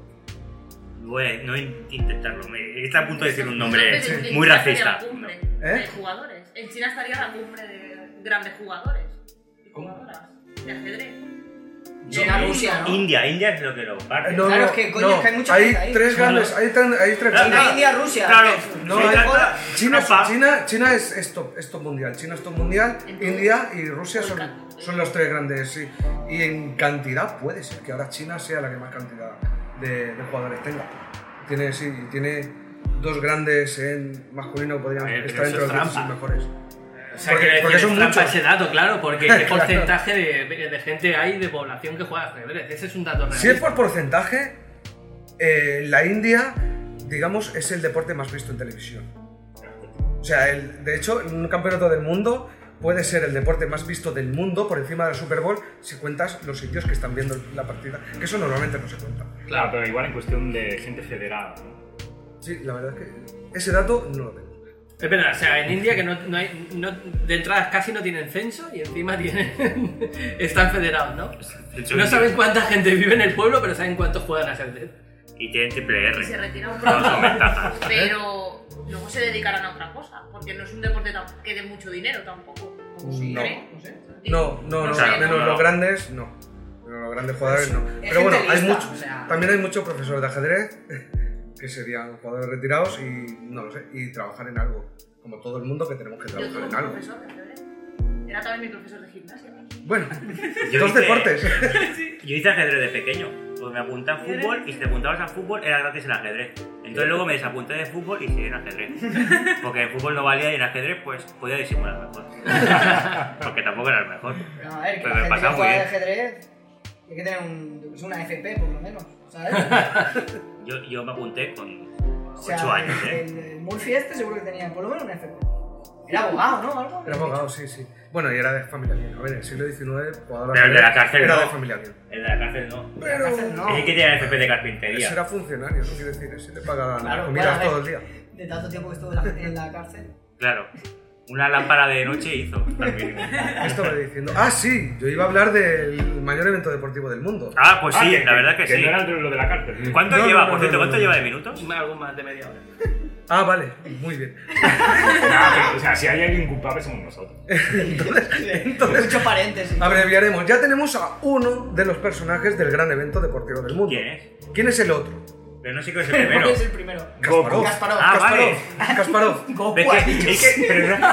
Bueno, no in- intentarlo. Me- Está a punto de decir un nombre Entonces, en China muy racista. estaría la cumbre ¿Eh? De jugadores. En China estaría la cumbre de grandes jugadores. y ¿Cómo? Jugadoras. De ajedrez. Será Rusia, ¿no? India, India es lo que lo parte. No, Claro, no, es que, coño, no. es que hay mucha hay gente ahí. tres grandes, hay, tres- hay tres Claro, grandes. claro. India, Rusia. Ah, Claro, que- No, me hay- encanta. China, Ropa. China, China es esto, esto mundial. China es top mundial, Entonces, India y Rusia por son, cantidad. son los tres grandes. sí. Y en cantidad puede ser que ahora China sea la que más cantidad de, de jugadores tenga. Tiene, sí, tiene dos grandes en masculino que podrían A ver, pero estar eso entre es los 16 trampa. mejores. O sea, Porque- que porque porque son muchos. ese dato, claro, porque qué Claro. porcentaje de, de gente hay de población que juega ajedrez. Ese es un dato real. Si es por porcentaje, eh, la India, digamos, es el deporte más visto en televisión. O sea, el- de hecho, en un campeonato del mundo puede ser el deporte más visto del mundo por encima del Super Bowl si cuentas los sitios que están viendo la partida, que eso normalmente no se cuenta. Claro, pero igual en cuestión de gente federada. ¿no? Sí, la verdad es que ese dato no lo tengo. Es verdad, o sea, en India que no, no hay. No, de entradas casi no tienen censo y encima tienen. están federados, ¿no? No saben cuánta gente vive en el pueblo, pero saben cuántos juegan a ajedrez. Y tienen triple Y se R. retira un No son pronto. ventajas. pero luego se dedicarán a otra cosa. Porque no es un deporte tam- que dé mucho dinero tampoco. como se No. cree, no sé. No, no, no, O sea, al menos no. los grandes no. Menos los grandes jugadores no. Es Pero bueno, gente hay lista, mucho, o sea. también hay muchos profesores de ajedrez que serían jugadores retirados y no lo sé, y trabajar en algo. Como todo el mundo que tenemos que Yo trabajar tuve un en algo. profesor de ajedrez. Era también mi profesor de gimnasia. Bueno, Yo dos hice- deportes. Yo hice ajedrez de pequeño. Pues me apunté a fútbol y si te apuntabas a fútbol era gratis el ajedrez. Entonces luego me desapunté de fútbol y seguí en ajedrez. Porque en fútbol no valía y en ajedrez pues podía disimular mejor. Porque tampoco era el mejor. No, a ver, que Pero la me gente que pasaba muy juega de bien. ajedrez hay que tener un, yo qué sé, una FP por lo menos, ¿sabes? Yo, yo me apunté con O 8 años, ¿eh? el, el Murphy este seguro que tenía por lo menos una FP. Era abogado, ¿no? Algo. Era abogado, sí, sí. Bueno, y era de familia bien. A ver, en el siglo XIX, jugador Pero el de la cárcel era no. de familia bien. El de la cárcel no. Pero cárcel no. Es el que tiene el FP de ese carpintería. era funcionario, no quiero decir, ese te pagaba Claro, las comidas bueno, a todo el ver. día. De tanto tiempo que estuvo en la, en la cárcel. Claro. Una lámpara de noche hizo. también. ¿Qué estaba diciendo? Ah, sí, yo iba a hablar del mayor evento deportivo del mundo. Ah, pues sí, Ah, la verdad que, sí. no era lo de la cárcel. ¿Cuánto No, no, lleva, no, por no, cierto? no, ¿Cuánto no. lleva de minutos? Algo más de media hora. Ah, vale, muy bien. Nah, pero, Ah, o sea, si hay alguien culpable somos nosotros. Entonces, Mucho paréntesis. Ah, abreviaremos. Ya tenemos a uno de los personajes del gran evento deportivo del mundo. ¿Quién es? ¿Quién es el otro? Pero no sé qué es el ¿Cuál primero. es el primero? Kasparov. Kasparov. Ah, Kasparov. Kasparov. Goku, Ve has que- dicho. es que- pero no-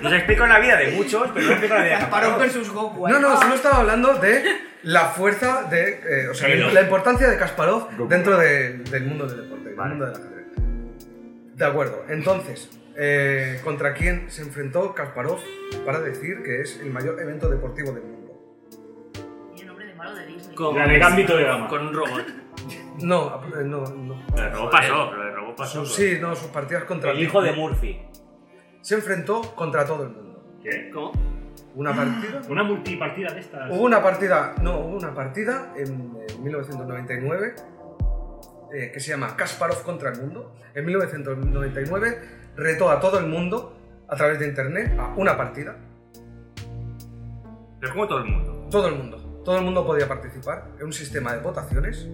Nos explico la vida de muchos, pero no explico la vida de Kasparov versus Goku. ahí. No, no, solo estaba hablando de la fuerza de. eh, o sea, Pero- la importancia de Kasparov Goku. dentro del- del mundo del deporte, del Vale. mundo del ajedrez. De acuerdo, entonces, eh, ¿contra quién se enfrentó Kasparov para decir que es el mayor evento deportivo del mundo? Y el nombre de malo de Disney. Con, La de Gambito de Dama. con un robot. No, eh, no, no. El robot pasó, pero el robot pasó. Sus- sí, no, sus partidas contra. El hijo de Murphy. Se enfrentó contra todo el mundo. ¿Qué? ¿Cómo? Una partida. Una multipartida de estas. Uh, Hubo una partida, no, hubo una partida en eh, 1999 eh, que se llama Kasparov contra el mundo. En 1999 retó a todo el mundo a través de internet a una partida. Pero como todo el mundo. Todo el mundo. Todo el mundo podía participar en un sistema de votaciones.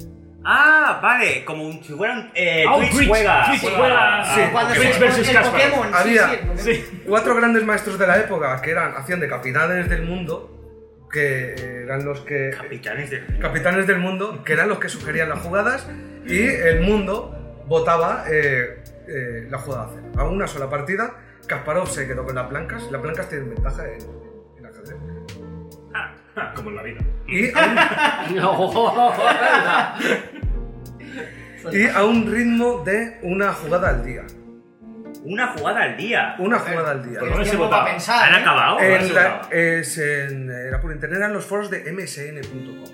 Ah, vale, como un- si fueran eh, Ah, un Twitch Twitch, juegas. Twitch Juegas. juegas. Sí. Cuando Twitch se- versus el Kasparov. Pokémon. sí, Había- sí, el Pokémon. Cuatro grandes maestros de la época que eran, hacían de capitanes del mundo, que eh, eran los que... Capitanes del capitanes del mundo, que eran los que sugerían las jugadas, y el mundo votaba eh, eh, la jugada a hacer. A una sola partida, Kasparov se quedó con las blancas. Las blancas tienen ventaja en, en ajedrez. Ah, Como en la vida. Y a un- No, verdad. y a un ritmo de una jugada al día. Una jugada al día. Una jugada al día. Por lo menos se tiempo para votaba. pensar. ¿Han ¿eh? acabado? Eh, En la- es en- era por internet, eran los foros de msn.com.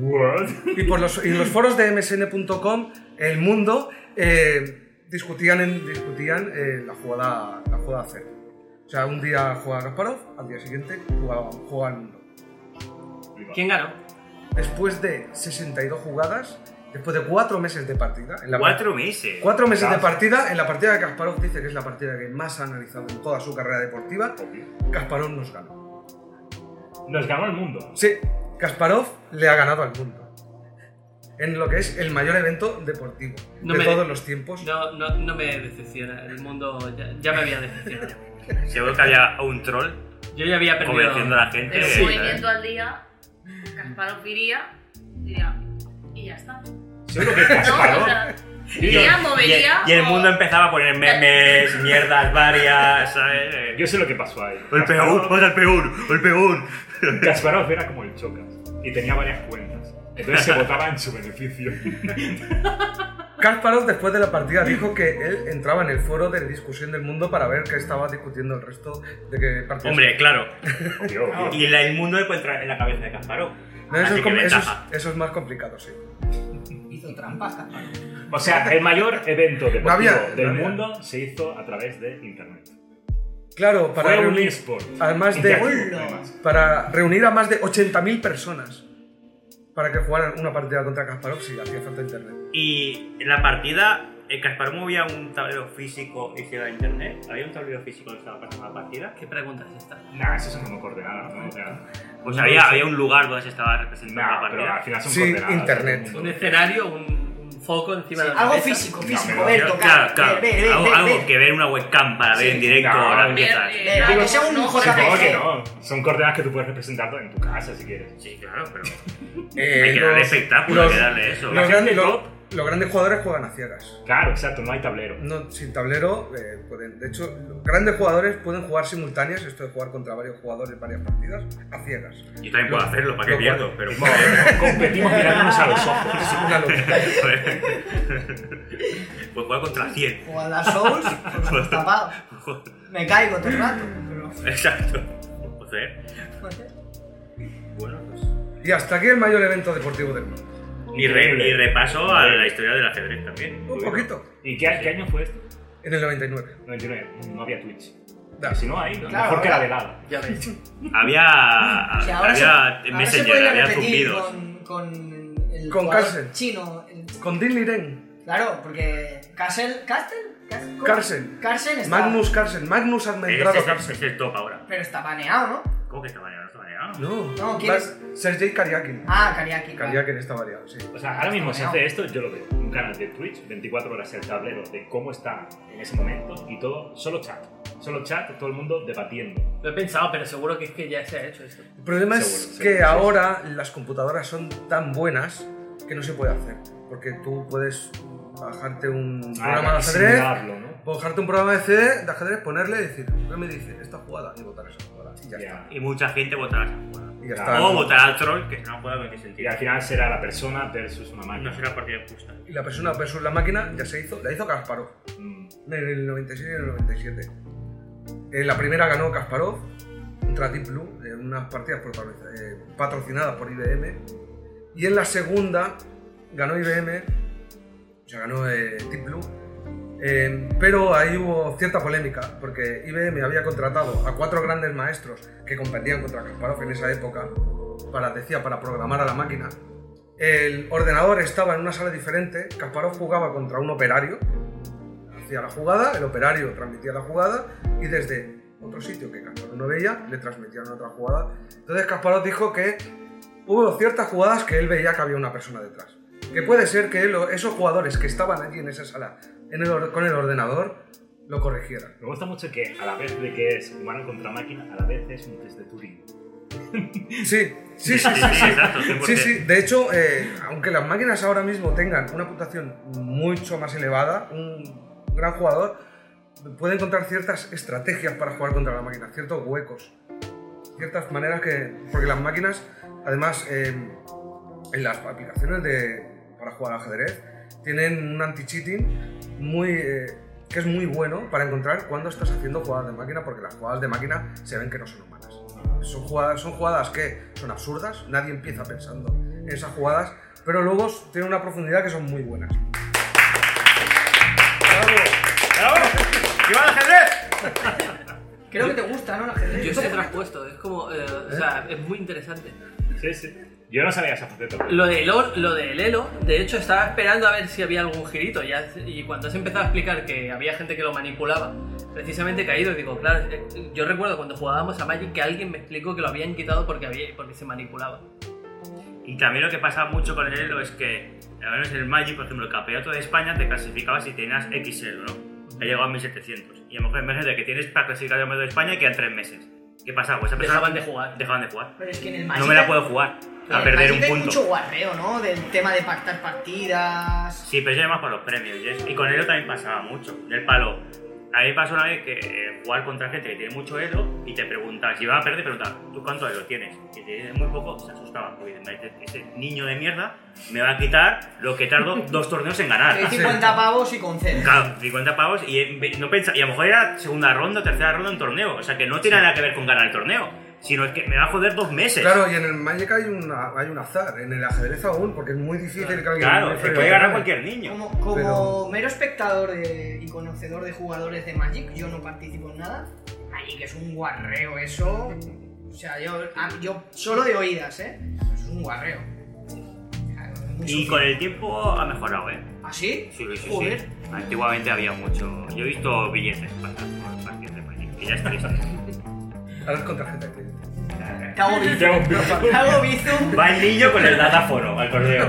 What? Y por los, y los foros de msn.com, el mundo, eh, discutían, en- discutían eh, la jugada la jugada a hacer. O sea, un día juega Kasparov, al día siguiente jugaba- juega el mundo. ¿Quién ganó? Después de 62 jugadas, después de 4 meses de partida, en la Cuatro meses. Cuatro meses Claro. de partida, en la partida que Kasparov dice que es la partida que más ha analizado en toda su carrera deportiva, Kasparov nos ganó. Nos ganó el mundo. Sí, Kasparov le ha ganado al mundo. En lo que es el mayor evento deportivo No de me- todos los tiempos. No, no, no me decepciona. El mundo ya, ya me había decepcionado. Seguro que había un troll Yo ya había perdido. convenciendo a la gente. Pero un ¿sabes? movimiento al día, Kasparov iría, diría, y ya está. ¿No? Seguro que O Kasparov. sea, iría, movería. y el o- mundo empezaba a poner memes, mierdas varias, ¿sabes? Eh, Yo sé lo que pasó ahí. El peor, Kasparov- mata el peor, el peor. Kasparov era como el Chocas y tenía varias cuentas. Entonces se votaba en su beneficio. Kasparov, después de la partida, dijo que él entraba en el foro de discusión del mundo para ver qué estaba discutiendo el resto de que partidos. Hombre, claro. Obvio, obvio. Y la- el mundo encuentra en la cabeza de Kasparov. No, eso, Así es que com- eso es- ventaja. eso es más complicado, sí. Hizo trampas, Kasparov. O sea, el mayor evento deportivo No había- del no había. mundo se hizo a través de internet. Claro, para Fue un reunir, esport. además de- Interactivo, además. para reunir a más de 80.000 personas para que jugaran una partida contra Kasparov si hacía falta internet. Y en la partida, eh, Kasparov movía un tablero físico y se iba a internet. ¿Había un tablero físico en estaba pasando la partida? ¿Qué pregunta es esta? Nah, eso son como coordenadas, ¿no? O sea, Pues no había, sé. había un lugar donde se estaba representando la Nah, pero al partida. final son Sí, coordenadas. internet. todo el Un mundo. escenario, un, un foco encima de la Algo mesa. físico, pero- físico, ver, Pero, tocar. claro, ver, ver, algo, ver, algo ver. que ver una webcam para ver en directo no, las ver, piezas. eh, Ver, aunque sea un No, Supongo que JPG. no. Son coordenadas que tú puedes representar en tu casa si quieres. Sí, claro, pero Eh, hay que darle los- espectáculo, los- hay que darle eso. Los, gente grandes- los- top. los grandes jugadores juegan a ciegas. Claro, exacto, no hay tablero. No, sin tablero, eh, pueden- de hecho, los grandes jugadores pueden jugar simultáneas, esto de jugar contra varios jugadores varias partidas, a ciegas. Yo también puedo hacerlo, ¿para qué Lo cual- pierdo? Pero Competimos mirándonos a los ojos. Es una locura. pues jugar contra 100. O a las Souls, pues los tapados. Me caigo todo el rato. Pero... Exacto. Pues, eh, bueno, pues. Y hasta aquí el mayor evento deportivo del mundo. Y, re- y repaso a la historia del ajedrez también. Un poquito. ¿Y qué, qué año fue esto? En el 99. 99. No había Twitch. Da. Si no hay, a lo Claro, mejor que la claro. velada. Ya ves. Ah, Había. O sea, había ahora se Messenger, podría había repetir zumbidos. con, con el Con jugador Carlsen. chino. el- Con Dean Liren, claro, porque Castle, Castle, Cas- ¿cómo? Carlsen. Carlsen está, Magnus Carlsen, Magnus Ese Almendrado Es, el- Carlsen. es el top ahora. pero está baneado, ¿no? ¿Cómo que está baneado? No está baneado. No, No, ¿quién Va- es? Sergei Kariakin. Ah, Kariaki. vale. Kariakin está variado, sí. O sea, ahora mismo se hace esto, yo lo veo. Un canal de Twitch, 24 horas el tablero de cómo está en ese momento y todo, solo chat. Solo chat, todo el mundo debatiendo. Lo he pensado, pero seguro que es que ya se ha hecho esto. El problema Seguro, es sí, que sí. ahora las computadoras son tan buenas que no se puede hacer. Porque tú puedes bajarte un Ah, programa de ajedrez, simularlo, ¿no? bajarte un programa de, CD, de ajedrez, ponerle y decir, ¿qué me dice esta jugada? Y votar esa jugada. Y ya Ya. Y mucha gente votará a esa jugada. está. Y ya Ah, está. o votará al troll, que no puede que Y sentido. al final será la persona versus una máquina. No será partida justa. Y la persona versus la máquina ya se hizo, la hizo Kasparov. Mm. En el 96 y en el 97. En la primera ganó Kasparov contra Deep Blue, en unas partidas protagoniza- eh, patrocinadas por IBM. Y en la segunda ganó IBM, o sea, ganó eh, Deep Blue. Eh, pero ahí hubo cierta polémica, porque IBM había contratado a cuatro grandes maestros que competían contra Kasparov en esa época, para, decía, para programar a la máquina. El ordenador estaba en una sala diferente, Kasparov jugaba contra un operario, hacía la jugada, el operario transmitía la jugada y desde otro sitio que Kasparov no veía le transmitían otra jugada. Entonces Kasparov dijo que hubo ciertas jugadas que él veía que había una persona detrás. Que puede ser que lo- esos jugadores que estaban allí en esa sala en el or- con el ordenador lo corrigieran. Me gusta mucho que a la vez de que es humano contra máquina, a la vez es un test de Turing. Sí, sí, sí, sí. sí. exacto, Sí, 100%. sí, de hecho, eh, aunque las máquinas ahora mismo tengan una puntuación mucho más elevada, un- una gran jugador, puede encontrar ciertas estrategias para jugar contra la máquina, ciertos huecos, ciertas maneras que... Porque las máquinas, además, eh, en las aplicaciones de, para jugar al ajedrez, tienen un anti-cheating muy... eh, que es muy bueno para encontrar cuando estás haciendo jugadas de máquina, porque las jugadas de máquina se ven que no son humanas. Son jugadas, son jugadas que son absurdas, nadie empieza pensando en esas jugadas, pero luego tienen una profundidad que son muy buenas. ¡Bravo! ¡Viva el ajedrez! Creo que te gusta, ¿no? La Yo ajedrez. estoy traspuesto, es como. eh, O sea, es muy interesante. Sí, sí. Yo no sabía esa faceta. Lo de Elo, lo del Elo, de hecho estaba esperando a ver si había algún girito ya, y cuando has empezado a explicar que había gente que lo manipulaba, precisamente he caído y digo, claro, eh, yo recuerdo cuando jugábamos a Magic que alguien me explicó que lo habían quitado porque había porque se manipulaba. Y también lo que pasaba mucho con el Elo es que, al menos en el Magic, por ejemplo, el campeonato de España te clasificaba si tenías X Elo, ¿no? He llegado a 1700. Y a lo mejor en vez de que tienes para clasificar el campeonato de España quedan 3 meses. ¿Qué pasaba? Pues esa persona- Dejaban de jugar. eh, Dejaban de jugar. Pero es que en el No Magic me la hay- puedo jugar. en A el perder Magic un hay punto. mucho guarreo, ¿no? Del tema de pactar partidas. Sí, pero yo además por los premios, Jess. Y con Elo también pasaba mucho. Del palo. A mí me pasó una vez que eh, jugar contra gente que tiene mucho Elo y te preguntan, si van a perder, preguntan, ¿tú cuánto Elo tienes? Y te dicen muy poco, se asustaban. Porque dicen, "Vale, este este niño de mierda me va a quitar lo que tardo dos torneos en ganar. Que 50 pavos y con cero. Claro, 50 pavos y, en ve- no pensa, y a lo mejor era segunda ronda, tercera ronda en torneo. O sea que no tiene nada que ver con ganar el torneo, sino es que me va a joder dos meses. Claro, y en el Magic hay, una- hay un azar, en el ajedrez aún, porque es muy difícil que alguien... Claro, gane, se pero- puede ganar cualquier niño. Como, como Pero- mero espectador de- y conocedor de jugadores de Magic, yo no participo en nada. Magic es un guarreo, eso. O sea, yo, a- yo solo de oídas, ¿eh? Es un guarreo. Y con el tiempo ha mejorado, ¿eh? ¿Así? Sí, sí, sí. ¿Ah, Joder. Antiguamente había mucho. Yo he visto billetes para para partidos de Magic, que ya es triste. Ahora es con tarjeta de crédito. Te hago bizum. Te hago bizum. Va el niño con el datáfono al correo.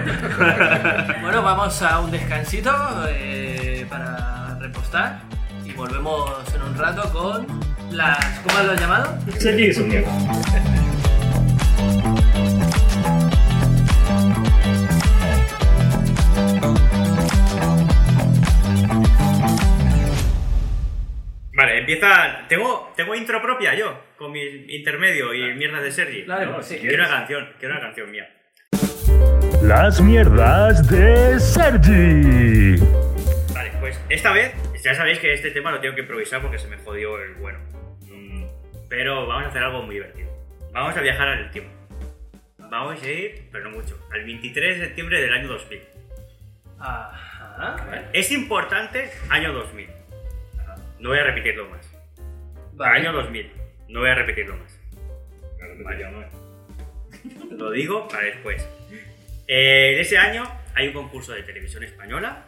Bueno, vamos a un descansito eh, para repostar y volvemos en un rato con las... ¿Cómo lo has llamado? Sí, es un mierda. Vale, empieza. Tengo, tengo intro propia yo, con mi intermedio y mierdas de Sergi. La haremos, No, sí. si Quiero una canción, quiero una canción mía. Las mierdas de Sergi. Vale, pues esta vez, ya sabéis que este tema lo tengo que improvisar porque se me jodió el bueno. Mm, Pero vamos a hacer algo muy divertido. Vamos a viajar al tiempo. Vamos a ir, pero no mucho, al 23 de septiembre del año 2000. Ajá. ¿vale? Es importante año 2000. No voy a repetirlo más. Año Vale. 2000. No voy a repetirlo más. Lo digo para después. Eh, en ese año hay un concurso de televisión española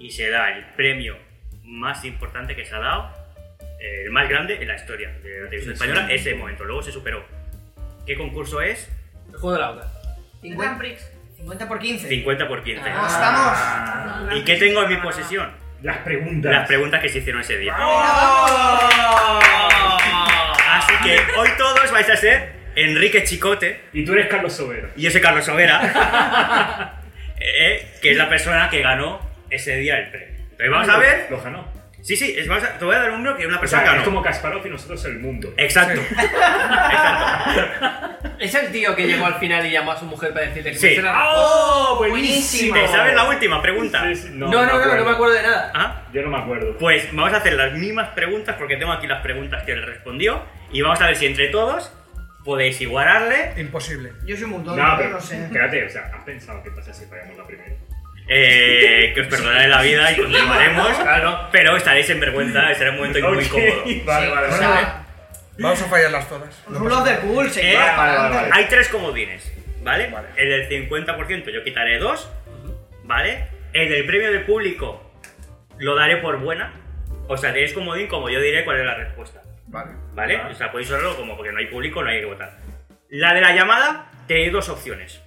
y se da el premio más importante que se ha dado, eh, el más grande en la historia de la televisión española, ese momento. Luego se superó. ¿Qué concurso es? El juego de la boca. 50, 50 por 15. 50 por 15. Vamos, Ah. estamos. ¿Y qué tengo Ah. en mi posesión? Las preguntas. Las preguntas que se hicieron ese día. ¡Oh! Ah, Así que hoy todos vais a ser Enrique Chicote. Y tú eres Carlos Sobero. Y yo soy Carlos Sobera, eh, que es la persona que ganó ese día el premio. Entonces vamos a ver. Lo ganó. Sí, sí, es- vamos a- te voy a dar un número que una O persona sea, es ganó. como Kasparov y nosotros el mundo. Exacto. Es el tío que llegó al final y llamó a su mujer para decirle que Sí. me hiciera la- ¡Oh! buenísimo! ¿Te sabes la última pregunta? Sí, sí, No, no, no, no, me acuerdo de nada. Ajá. Yo no me acuerdo. Pues vamos a hacer las mismas preguntas porque tengo aquí las preguntas que él respondió y vamos a ver si entre todos podéis igualarle. Imposible. Yo soy un montón, No, yo pero no sé. espérate, o sea, ¿has pensado qué pasa si fallamos la primera? eh, que os perdonaré la vida y continuaremos. Claro. Pero estaréis en vergüenza, será un momento muy Ok, cómodo. pues Vale, vale, O vale. sea, Vamos a fallarlas todas. No rule of the cool, Eh, señor. vale, vale, vale. Hay tres comodines, ¿vale? El del 50% yo quitaré dos, ¿vale? El del premio del público lo daré por buena. O sea, tenéis comodín como yo diré cuál es la respuesta, Vale. ¿vale? O sea, podéis usarlo como porque no hay público, no hay que votar. La de la llamada, tenéis dos opciones.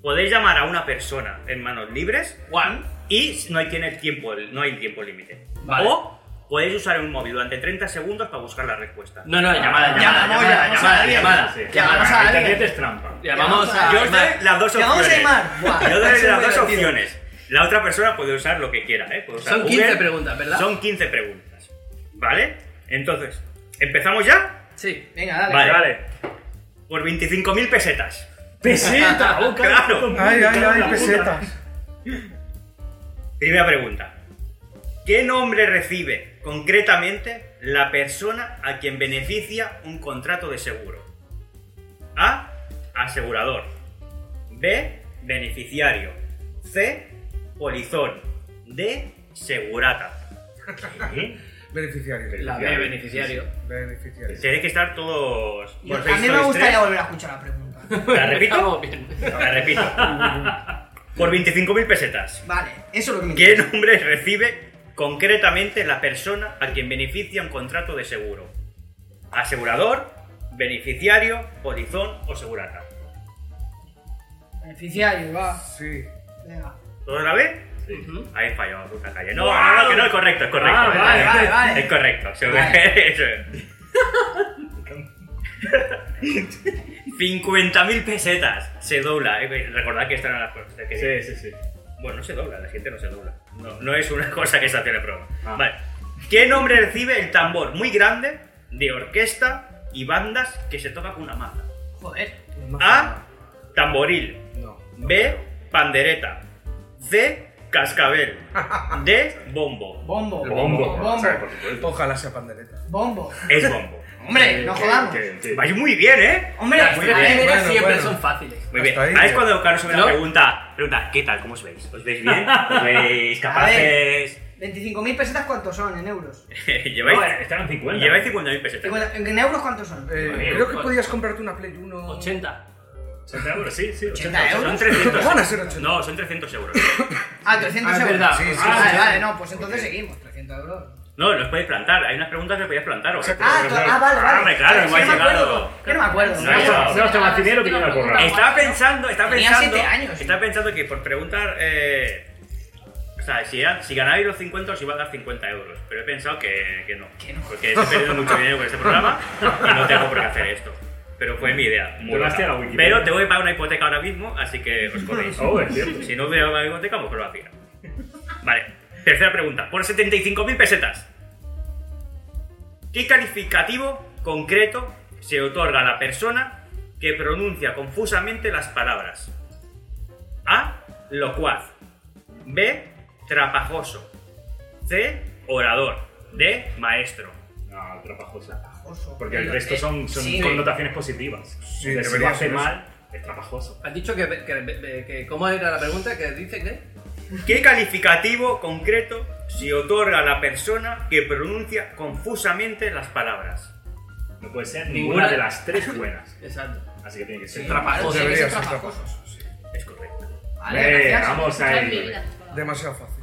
Podéis llamar a una persona en manos libres Juan. y no hay, tiene el tiempo, no hay tiempo límite. Vale. O podéis usar un móvil durante 30 segundos para buscar la respuesta. No, no, llamada, llamada, Llamamos, llamada, llamamos a llamada, alguien. llamada. Sí. Llamamos a Ah, alguien. Internet es trampa. Llamamos Llamamos a a... Yo os doy las Llamamos dos a opciones. Neymar. Buah, Yo os doy eso es las muy dos divertido. opciones. La otra persona puede usar lo que quiera, ¿eh? Puede usar Son Google. 15 preguntas, ¿verdad? Son 15 preguntas. ¿Vale? Entonces, ¿empezamos ya? Sí. Venga, dale. Vale. vale. Por 25.000 pesetas. ¡Peseta! ¡Oh, Claro. carajo! Ay, ay, Claro, la ay, puta. pesetas. Primera pregunta. ¿Qué nombre recibe concretamente la persona a quien beneficia un contrato de seguro? A. Asegurador. B. Beneficiario. C. Polizón. D. Segurata. ¿Eh? Beneficiario. La B, beneficiario. Beneficiario. Tenéis que estar todos... Yo- por seis, a mí me sois gustaría tres. volver a escuchar la pregunta. ¿La repito? Estamos bien. La repito. Por 25.000 pesetas. Vale, eso es lo que me ¿Qué nombre recibe concretamente la persona a quien beneficia un contrato de seguro? ¿Asegurador, beneficiario, polizón o segurata? Beneficiario, va. Sí. Venga. ¿Todos la ven? Sí. Ahí fallado, puta calle. No, no, no, que no, es correcto, es correcto. Ah, vale, es, vale, vale. Es correcto. se ve- Vale. eso es. 50.000 pesetas se dobla. Eh, Recordad que estas eran las cosas que Sí, sí, sí. Bueno, no se dobla, la gente no se dobla. No, no es una cosa que se hace de prueba. Ah. Vale. ¿Qué nombre recibe el tambor muy grande de orquesta y bandas que se toca con una maza? Joder. A. Tamboril. No. B. Pandereta. C. Cascabel. D. Bombo. Bombo. Bombo. Bombo. Por supuesto. Ojalá sea pandereta. Bombo. Es bombo. Hombre, no jodamos. Que- que- Vais muy bien, ¿eh? Hombre, Las muy primeras bien, bueno, siempre bueno. son fáciles. Muy bien. Hasta ahí Ahora es bien. cuando Carlos me ¿No? pregunta, pregunta, ¿qué tal? ¿Cómo os veis? ¿Os veis bien? ¿Os veis capaces? 25.000 pesetas, ¿cuántos son en euros? ¿Lleváis, No, eh, estaban 50. lleváis 50.000 pesetas. Cincuenta- ¿En euros cuántos son? Eh, Amigo, creo que vale. podías comprarte una Play 1. 80. 80 euros, sí, sí. 80 80 euros. Son 300 ¿Cómo van a ser 80? No, son 300 euros. Ah, 300 Ah, es euros. verdad. Sí, sí, Ah, sí. vale, vale, no, pues entonces seguimos. 300 euros. No, los podéis plantar. Hay unas preguntas que podéis plantar. ¿o? Ah, to- ah, vale, vale. Hombre, claro, Sí, igual no me llegado. acuerdo. Yo no me acuerdo. No, no, no, Tomacinero que viene al corral. Estaba pensando, estaba Tenía pensando, siete años. estaba pensando que por preguntar, eh, o sea, si, era- si ganabais los 50 os iba a dar 50 euros, pero he pensado que, que no, porque he perdido mucho dinero con este programa y no tengo por qué hacer esto. Pero fue mi idea. muy Te vas buena. a la Wikipedia. pero tengo que pagar una hipoteca ahora mismo, así que os corréis. Oh, es cierto. Si no hubiera una hipoteca, pues lo hacía. Vale, tercera pregunta. Por 75.000 pesetas, ¿qué calificativo concreto se otorga a la persona que pronuncia confusamente las palabras? A. Locuaz. B. Trapajoso. C. Orador. D. Maestro. No, trapajosa. Trapajoso. Porque el resto son, son Sí. connotaciones positivas. Sí, debería si lo hace ser eso. mal, es trapajoso. Has dicho que, que- que- que- ¿Cómo era la pregunta? Que dice que. ¿Qué calificativo concreto se otorga a la persona que pronuncia confusamente las palabras? No puede ser Ninguna. ninguna de las tres buenas. Exacto. Así que tiene que ser. Sí. Claro, Trapajoso. tiene que Debería ser ser trapajoso. trapajoso. sí. Es correcto. Vale, Eh, gracias. vamos a ello. Demasiado fácil.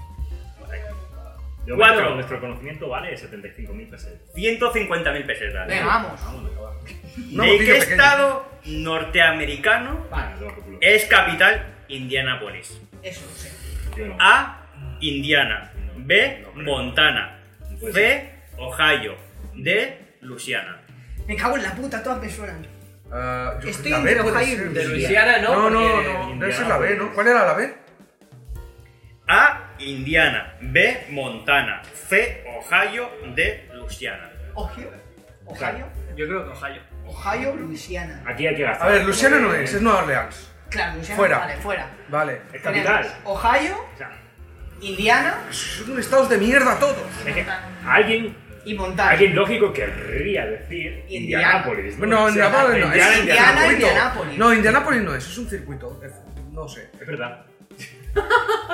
Yo Cuatro. creo que nuestro conocimiento vale 75.000 pesetas. 150.000 pesetas. Venga, vamos. Una ¿De botella qué pequeña. estado norteamericano Vale, toma por culo. es capital Indianápolis? Eso lo sé. Yo no. A. Indiana. No, B. no creo. Montana. Pues C. Ohio. D. Luisiana. Me cago en la puta, todas me suenan. Ah, yo- Estoy la B entre puede Ohio y ser. De Luisiana, ¿no? No, no, Porque- no. Indiana Esa es la B, puede ¿no? ser. ¿Cuál era la B? A. Indiana. B. Montana. C. Ohio. D. Luisiana. Ohio. Ohio. Yo creo que Ohio. Ohio, Luisiana. Aquí hay que A gastar. ver, Luciana no es, es Nueva Orleans. Claro, Luisiana. Fuera. Vale, fuera. Vale. Es capital. Tenemos Ohio, O sea, Indiana Son estados de mierda todos. es que alguien, y Montana. alguien lógico querría decir Indiana. Indianápolis. No, Indiana no es. Indiana, es un Indiana, circuito. Indianápolis. No, Indianápolis no es, es un circuito. es- No sé. Es verdad.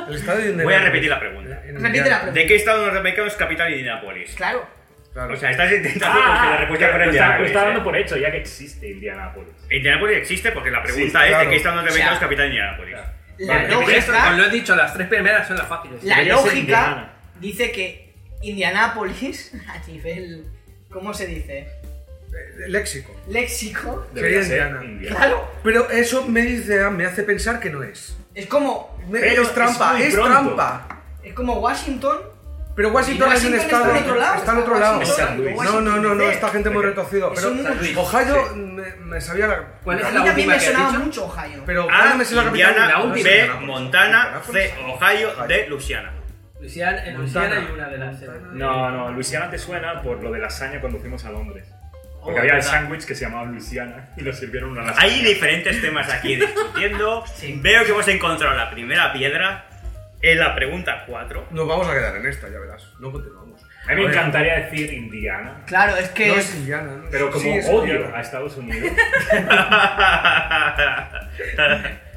El estado de Voy a Indianápolis. repetir la pregunta. En Repite la Indiana. pregunta. ¿De qué estado norteamericano es capital Indianápolis? Claro. Claro. O sea, estás intentando Ah, que la respuesta fuera lo Ah, está, lo Indianápolis. está dando ¿eh? por hecho ya que existe Indianápolis. Indianápolis existe porque la pregunta Sí, es de claro. qué estado norteamericano O es sea, capital Indianápolis. La Vale, Por eso, lógica, os lo he dicho, las tres primeras son las fáciles. la Debería ser lógica Indiana. dice que Indianápolis, a nivel. ¿Cómo se dice? Eh, Léxico. Léxico. Debería ser Indiana. Indiana. Claro. Pero eso me dice, me hace pensar que no es. Es como. Me- Pero es trampa, es muy es, pronto. trampa. Es como Washington, Pero Washington, Y Washington es un estado. está al otro lado, está al otro lado. Washington, San Luis. No, no, no, no, esta gente muy retorcido. Es Pero un San Luis. Ohio me, me sabía la. ¿Cuál A es mí la también última me que has sonaba dicho? mucho Ohio. Pero A, ¿cuándo me sé la capital? La Indiana, última. B, Indianápolis. Montana, C, Indianápolis. Ohio, D, Luciana. Luisiana, en Montana. Luisiana hay una de las. Montana. No, no, Luisiana te suena por lo de lasaña cuando fuimos a Londres. Porque Oh, había el verdad. sándwich que se llamaba Luisiana y lo sirvieron una lasaña. Hay diferentes temas aquí discutiendo. Veo que hemos encontrado la primera piedra en la pregunta 4. Nos vamos a quedar en esta, ya verás. No continuamos. A mí me Joder. encantaría decir Indiana, Claro, es que No es- es Indiana. no es- pero como sí, es odio Indiana. a Estados Unidos.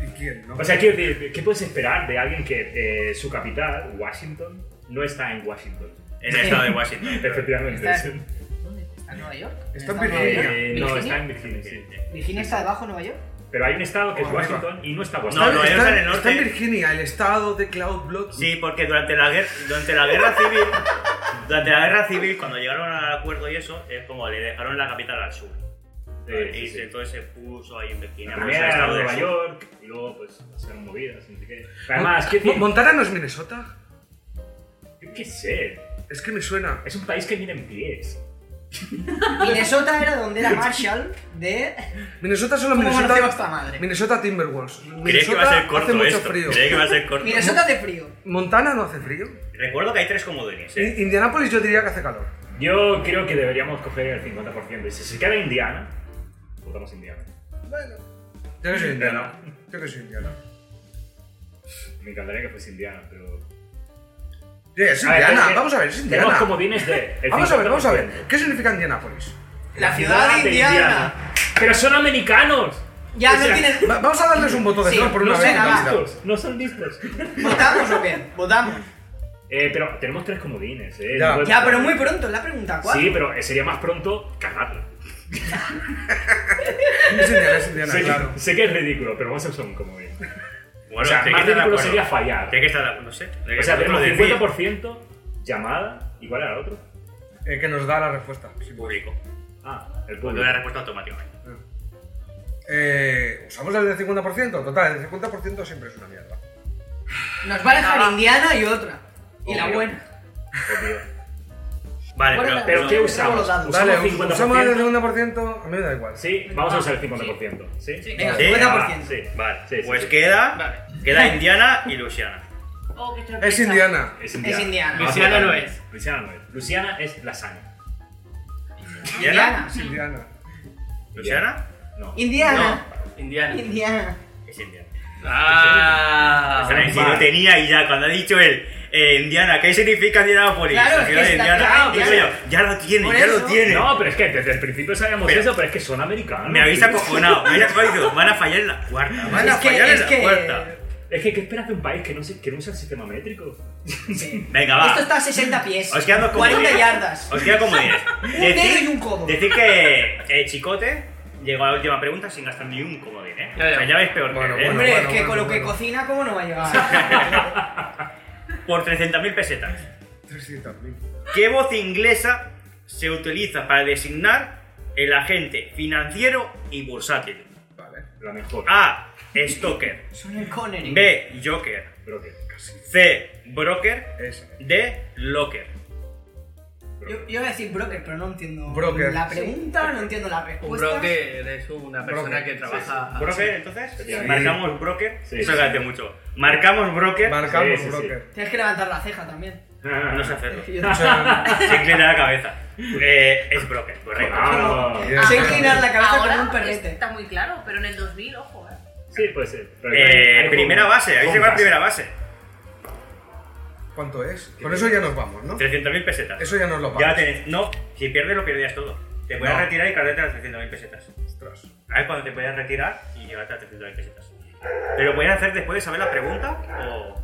¿Y quién? No? Pues, O sea, quiero decir, ¿qué puedes esperar de alguien que eh, su capital, Washington, no está en Washington? En el estado de Washington. Efectivamente. Está- sí. ¿Dónde? ¿Está en Nueva York? Está en ¿Está en Nueva Virginia. York? Eh, no, Virginia. está en Virginia, sí. ¿Virginia está debajo de Nueva York? Pero hay un estado que es Por arriba. Washington y no está No, Washington. no, ellos está, en el norte. está en Virginia, el estado de Cloud Blood. Sí, porque durante la guerra, durante la guerra civil, durante la guerra civil, cuando llegaron al acuerdo y eso, es como le dejaron la capital al sur. Eh, y sí, sí. entonces se puso ahí en Virginia. La pues, el primera era estado del Nueva sur. York y luego pues hicieron movidas, no sé qué. Pero Además, ¿qué Mo- decir? ¿Montana no es Minnesota? Yo qué sé. Es que me suena. Es un país que mide en pies. Minnesota era donde era Marshall de... Minnesota solo ¿Cómo Minnesota. conocemos esta madre? Minnesota Timberwolves. Creí que Minnesota iba a ser hace corto mucho esto. frío. Creí que iba a ser corto. Minnesota de frío. ¿Montana no hace frío? Recuerdo que hay tres comodines. ¿eh? I- Indianápolis yo diría que hace calor. Yo creo que deberíamos coger el 50%. Y si se queda Indiana, votamos Indiana. Bueno. Yo que soy indiana. Yo que soy indiana. Me encantaría que fuese Indiana, pero. Sí, es A ver, indiana, es que vamos a ver, es tenemos indiana. comodines de. el Vamos a ver, 50%. vamos a ver. ¿Qué significa Indianápolis? La ciudad de Indiana. Pero son americanos. Ya O sea, no tienes... Va- vamos a darles un voto de Sí, flor por no una sé vez. en la nada. vida. Listos, No son listos. ¿Votamos o qué? Votamos. Eh, pero tenemos tres comodines, eh. Ya. No puedes- Ya, pero muy pronto, es la pregunta 4. Sí, pero eh, sería más pronto cagarla. Es indiana, es indiana, Sé, claro. sé que es ridículo, pero vamos a usar un comodín. Bueno, o sea, tiene más que estar de ridículo acuerdo. sería fallar. Tiene que estar de acuerdo, no sé. Tiene que O sea, estar de tenemos acuerdo de 50% llamada. ¿Y cuál era el otro? Eh, que nos da la respuesta. cien. público. Ah, el Porque pueblo. la respuesta automáticamente. Eh, ¿Usamos el del 50%? Total, el del 50% siempre es una mierda. Nos va a dejar Indiana y otra. Y la Obvio. buena. Obvio. Vale, Bueno, pero, Pero no- ¿qué no, usamos? no, no, no. ¿Usamos Vale, el 50%? usamos el del 50%, a mí me da igual. Sí, vamos a usar el 50%. Ah, ¿Sí? Sí, venga, Sí, 50%. Ah, sí. Vale, Sí, sí, pues sí. queda, Vale. queda Indiana y Luciana. Oh, qué sorpresa. Es Indiana. Es Es Indiana. Luciana no es. Luciana no es. Luciana es lasaña. Indiana. Es indiana. ¿Luciana? No. Indiana. Indiana. Indiana. Es Indiana. Ah, Ostras, si lo tenía y ya, cuando ha dicho él, eh, Indiana, ¿qué significa Indianapolis? Claro, La es que ciudad de está Indiana. claro, Digo claro. yo, ya lo tiene, Por ya eso. lo tiene. No, pero es que desde el principio sabíamos Pero- eso, pero es que son americanos. Me habéis tío. acojonado, me habéis acojonado. Van a fallar en la cuarta, van Es a que- fallar es en la que- cuarta. Es que, ¿qué esperas de un país que no, se- que no usa el sistema métrico? Sí. Venga, va. Esto está a 60 pies. Os quedan dos 40 comodines. yardas. Os queda como 10. dedo y un codo. Decir que eh, Chicote llegó a la última pregunta sin gastar ni un comodín, ¿eh? Ya, ya. O sea, ya vais peor Bueno, que él, ¿eh? Hombre, bueno, es que bueno, con lo que bueno. cocina, ¿cómo no va a llegar? Por 300.000 pesetas. 300.000. ¿Qué voz inglesa se utiliza para designar el agente financiero y bursátil? Vale. La mejor. A. Stoker. Son el Connery. B. Joker. Creo que casi. C. Broker. Esa. D. Locker. Yo, yo voy a decir broker, pero no entiendo Broker. la pregunta, no entiendo la Un respuesta. broker es una persona Broker, que trabaja. ¿Broker, entonces? Sí. ¿Marcamos broker? Sí. Eso hace mucho. ¿Marcamos broker? Marcamos Sí, sí, sí. broker. Tienes que levantar la ceja también. No sé hacerlo. Yo- O sea, Se inclina la cabeza. Eh, es broker, correcto. Ah, bien. Sé inclinar la cabeza Ahora como un perrete. Está muy claro, pero en el 2000, ojo, eh. sí, puede ser. Pero hay- Eh, hay primera compras. base, ahí se va la Compras. primera base. ¿Cuánto es? Con eso ya nos vamos, ¿no? 300.000 pesetas. Eso ya nos lo Ya la pagamos. tenés. No, si pierdes lo pierdes todo. Te puedes No. retirar y cargarte las 300.000 pesetas. Ostras. A ver cuando te puedes retirar y llevarte las 300.000 pesetas. ¿Pero lo puedes hacer después de saber la pregunta o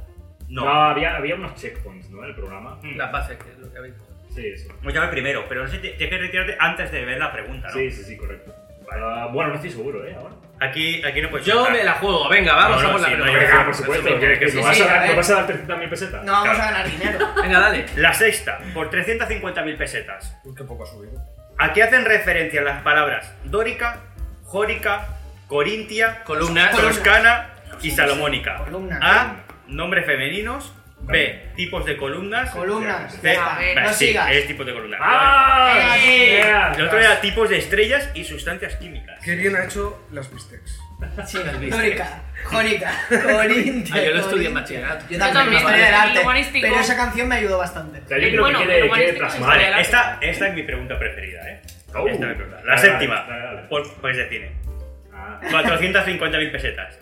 no? No, había, había unos checkpoints, ¿no? En el programa. Mm. Las bases, que es lo que habéis dicho. Sí, eso. Voy a ver primero, pero no sé, te- tienes que retirarte antes de ver la pregunta, ¿no? Sí, sí, sí, correcto. Ah, bueno, no estoy seguro, ¿eh? Ahora. Aquí, aquí no puedes Yo saltar. me la juego, venga, vamos No, no, a por la sí, no, pelota. yo creo Ah, que ¿eh? por eso supuesto, mismo. que, que Sí, nos vas sí, a a dar, ver. nos vas a dar 300.000 pesetas. No vamos Claro. a ganar dinero. Venga, dale. La sexta, por 350.000 pesetas. Uy, qué poco ha subido. ¿A qué hacen referencia las palabras dórica, jórica, corintia, Columnas. toscana y salomónica? Columna. A. Nombres femeninos. B. Tipos de columnas. Columnas. C. Ah, B, no sí, sigas. es tipos de columnas. ¡Ah! Eh, yeah. El otro era tipos de estrellas y sustancias químicas. Qué bien ha hecho las bistecs. Sí, las viste. Jónica, Jónica, Corintia. Ah, yo lo Corintia. estudié en bachillerato. Yo Yo también, también, historia del también, arte, humanístico. Pero esa canción me ayudó bastante. O sea, yo creo Bueno, que pero quiere, quiere humanístico plasmar. Vale, Vale, esta, esta es mi pregunta preferida, ¿eh? Oh. Esta es mi pregunta. La Dale, séptima. dale, dale, dale. Por, pues de cine. Ah. 450.000 pesetas.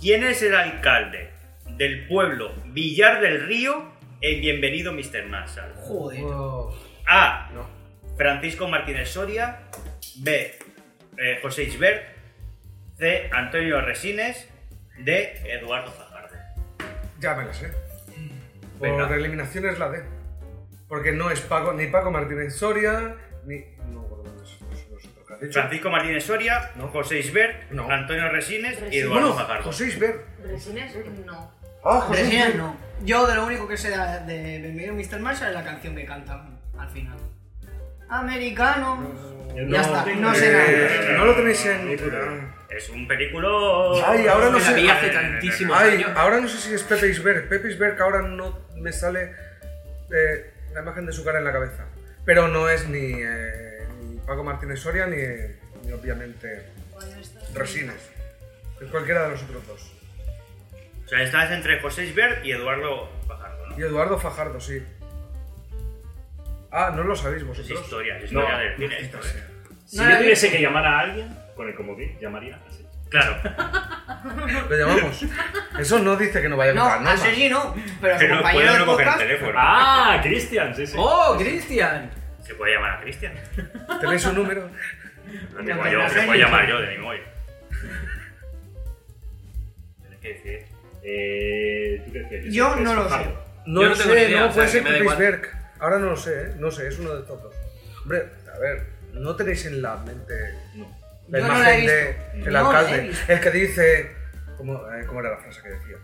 ¿Quién es el alcalde del pueblo Villar del Río en Bienvenido Mr. Marshall? Joder. A. No. Francisco Martínez Soria. B. eh, José Isbert. C. Antonio Resines. D. Eduardo Fajardo. Ya me la sé. Por Venga. eliminación es la D. Porque no es Paco, ni Paco Martínez Soria, ni. No, por lo menos, no sé lo que has dicho. Francisco Martínez Soria, No. José Isbert, No. Antonio Resines y Eduardo Bueno, Fajardo. José Isbert. ¿Resines? No. Ah, José Resines Isbert. no. Yo de lo único que sé de, de Bienvenido Mr. Marshall es la canción que canta al final. Americano. ya está, no sé nada. Eh, no lo tenéis en. Es un película. Ay, ahora no La vi sé. hace tantísimos Ay, años. ahora no sé si es Pepe Isbert. Pepe Isbert, ahora no me sale eh, la imagen de su cara en la cabeza. Pero no es ni, eh, ni Paco Martínez Soria, ni, ni obviamente Resines. Es cualquiera de los otros dos. O sea, estás entre José Isbert y Eduardo Fajardo, ¿no? Y Eduardo Fajardo, sí. Ah, no lo sabéis Es vosotros. historia, es historia No. del cine. esto, ¿eh? Si No, no, yo no. tuviese que llamar a alguien con el comodín, llamaría a Sergio. Claro, Lo llamamos. Eso no dice que no vaya a No, comprar a nada. Sergi no, pero a su pero puedes compañero no de coger el podcast. teléfono. ¡Ah! ¡Cristian! Sí, sí. ¡Oh, Cristian! Se puede llamar a Cristian. Tenéis un número. No No, tengo pero yo, no se sé puede ni llamar yo de mi móvil. Tienes que decir. Eh, ¿Tú qué decías? Yo ¿Qué no es lo Fajardo? sé. No Yo lo no tengo ni sé, idea, no o sea, puede que ser me da Pepe igual. Isberg. Ahora no lo sé, ¿eh? No sé, es uno de estos dos. Hombre, a ver, no tenéis en la mente la Yo no imagen la he de visto. el No la he alcalde. visto. El que dice. ¿cómo, eh, cómo era la frase que decía?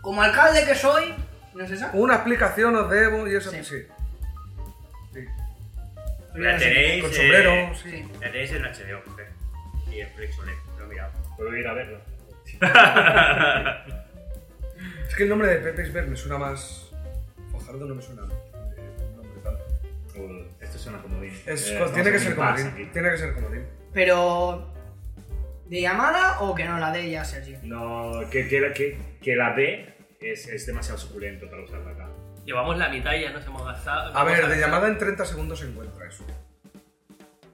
Como alcalde que soy, ¿no es esa? Una explicación os debo y eso sí. Sí. sí. Sí. La tenéis. Con eh, sombrero, sí. Sí. La tenéis en HBO, mujer. Y en Flexolé, lo he mirado. Puedo ir a verlo. Es que el nombre de Pepe Isberg me suena más. Fajardo no me suena. eh, un nombre tanto. Uh, esto suena comodín. Es- tiene Eh, que vamos a ser ver qué pasa comodín. aquí. Tiene que ser comodín. Pero. ¿De llamada o que no la de ella, Sergi? No, que, que, la- que, que la D es, es demasiado suculento para usarla acá. Llevamos la mitad y ya nos hemos gastado. A ver, de Vamos a- llamada en 30 segundos se encuentra eso.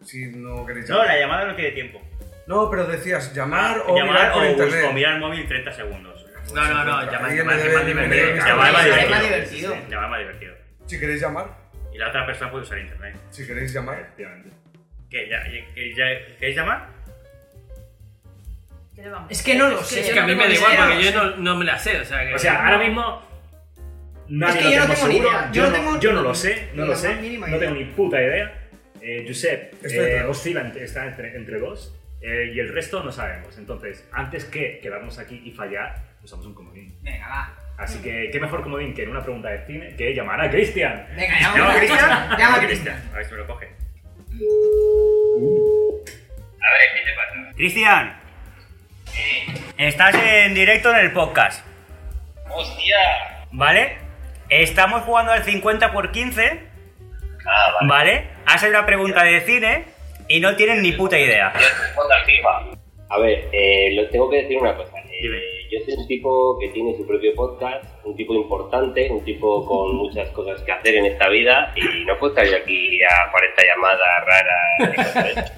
Si no queréis No, llamar. la llamada no tiene tiempo. No, pero decías llamar o llamar mirar por o, internet. o mirar el móvil 30 segundos. No, no, no, llamar, Ahí llamar, me que más debe- me divertido. debe- Llamar Llamar más divertido. más divertido. Sí, sí, Llamar más divertido. Si queréis llamar, Y la otra persona puede usar internet. si queréis llamar. Efectivamente. ¿Qué, ya, que ya, ¿Queréis llamar? ¿Qué le vamos? Es que no lo sé. Es que a mí me da igual porque yo no, no me la sé. O sea, que O sea, ahora mismo. Nadie Es que lo yo no tenemos tengo ni seguro. idea. Yo, Yo no, no tengo yo no lo sé, no ni lo la sé. más mínima No idea. tengo ni puta idea. Eh, Josep Estoy eh, claro. oscila entre- está entre, entre dos eh, y el resto no sabemos. Entonces, antes que quedarnos aquí y fallar, usamos un comodín. Venga, va. Así que, ¿qué mejor comodín que en una pregunta de cine que llamar a Cristian? Venga, llama ¿Llama a Cristian? Llama a a Cristian. A ver si me lo coge. A ver, ¿qué te pasa? Cristian. Estás en directo en el podcast, ¡Hostia! ¿vale? Estamos jugando al 50 por 15, Ah, vale. ¿vale? Has hecho una pregunta de cine y no tienen ni puta idea. Yo te respondo al FIFA. A ver, eh, lo tengo que decir una cosa. Eh, Dime. yo soy un tipo que tiene su propio podcast, un tipo importante, un tipo con muchas cosas que hacer en esta vida y no puedo estar yo aquí a 40 llamadas raras. y cosas de esas.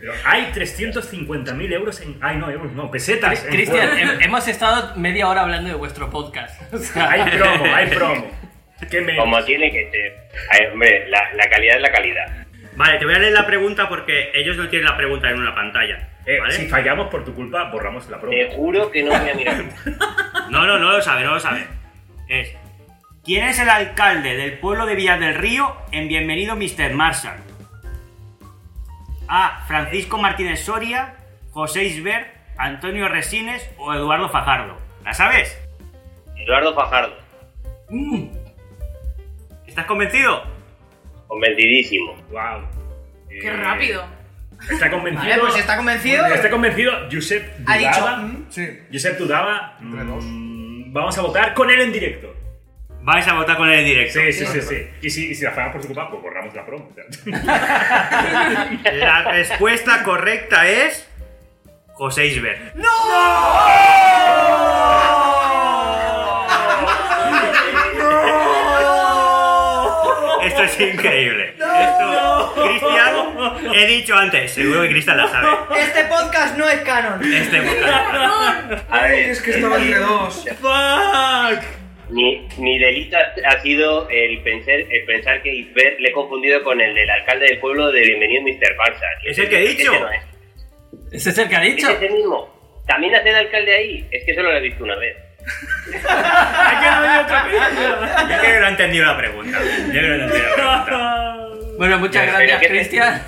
Pero hay 350.000 euros en. Ay, no, euros, no, pesetas. en Cristian, juego. hem- hemos estado media hora hablando de vuestro podcast. O sea, hay promo, hay promo. ¿Qué me.? Como tiene que ser. Ay, hombre, la, la calidad es la calidad. Vale, te voy a leer la pregunta porque ellos no tienen la pregunta en una pantalla, Eh, ¿vale? Si fallamos por tu culpa, borramos la promo. Te juro que no voy a mirar. No, no, no lo sabe, no lo sabe. Es. ¿Quién es el alcalde del pueblo de Villar del Río en Bienvenido Mr. Marshall? A. Francisco Martínez Soria, José Isbert, Antonio Resines o Eduardo Fajardo. ¿La sabes? Eduardo Fajardo, ¿Estás convencido? convencidísimo. Wow. Qué rápido. Eh, Está convencido. Vale, pues está convencido. Está convencido. Josep Ha dicho. dudaba. mm, Sí. Josep dudaba. Entre dos. Mm, Vamos a votar con él en directo. Vais a votar con él en directo. Sí, sí, sí, sí. Y si, y si la falla por su culpa, pues borramos la promo. La respuesta correcta es. José Isbert. ¡No! Esto es increíble. Esto, Cristian, he dicho antes, seguro que Cristian la sabe. Este podcast no es canon. Este A ver, Es que estaba entre dos. ¡Fuck! Mi, mi delito ha ha sido el pensar, el pensar que Isbert le he confundido con el del alcalde del pueblo de Bienvenido Mr. Balsa. ¿Es el que he dicho? Ese este no es. ¿Ese es el que ha dicho? Es ese mismo. También hace de alcalde ahí. Es que solo lo he visto una vez. Ya que no he entendido la pregunta. Yo creo que no he entendido la pregunta. Bueno, muchas Ya, gracias, pero que- Cristian.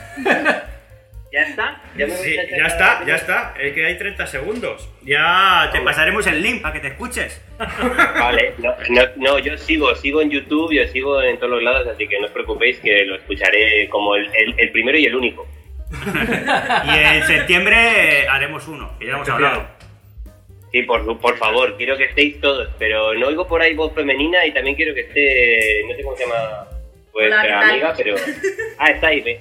¿Ya está? ¿Ya, me voy Sí, a sacar ya está, la- ya está. Es que hay 30 segundos. Ya te pasaremos el link para que te escuches. Vale, no, no, no, yo sigo, sigo en YouTube, yo sigo en todos los lados, así que no os preocupéis que lo escucharé como el, el- el primero y el único. Y en septiembre eh, haremos uno, que ya hemos hablado. Sí, por, su- por favor, quiero que estéis todos, pero no oigo por ahí voz femenina y también quiero que esté, no sé cómo se llama vuestra Hola, ¿qué tal? amiga, pero... Ah, está ahí, ve.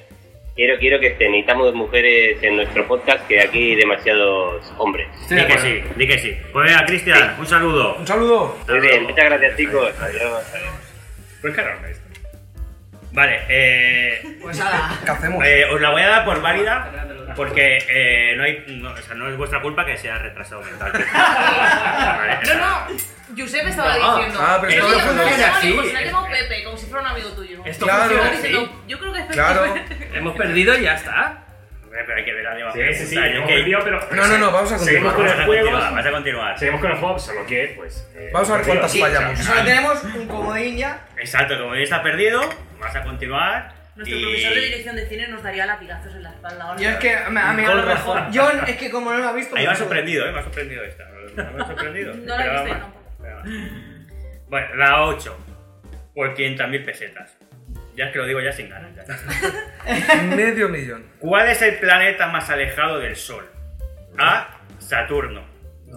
Quiero, quiero que estén, necesitamos mujeres en nuestro podcast, que aquí hay demasiados hombres. Estoy de Di que acuerdo. sí, di que sí. Pues venga, Cristian, un saludo. Un saludo. Muy bien, muchas gracias chicos, adiós. Pues claro, esto. Vale, eh, Pues nada. ¿Qué hacemos? eh, os la voy a dar por válida porque eh, no, hay, no, o sea, no es vuestra culpa que sea retrasado mental. Vale, No, no. Josep estaba No, diciendo. ah, pero "Oye, esto pues no no funciona tengo así". amigos, no tengo Pepe, como si fuera un amigo tuyo. Esto Claro, Estaba funciona. diciendo, Yo creo que este es Pepe. Claro. Hemos perdido y ya está. Pero hay que ver ¿eh? la demás Sí, sí, sí. pregunta, yo hemos que- perdido, pero. No, no, no, vamos a Seguimos continuar. con Vas el a juego. continuar, vas a continuar. Seguimos con el juego, solo que, pues. eh, Vamos a ver cuántas Sí, fallamos. Solo tenemos un comodín ya. Exacto, como ya está perdido, vas a continuar. Nuestro y- profesor de dirección de cine nos daría latigazos en la espalda ahora. Yo es que me a mí Con ahora- razón. Yo es que como no lo ha visto. Ahí me ha pues, sorprendido, eh, me ha sorprendido esta. Me ha sorprendido. No la he Esperaba visto yo más. tampoco. Esperaba más. Bueno, la 8. Por 500.000 pesetas. Ya es que lo digo ya sin ganas. ya. Medio millón. ¿Cuál es el planeta más alejado del Sol? A. Saturno.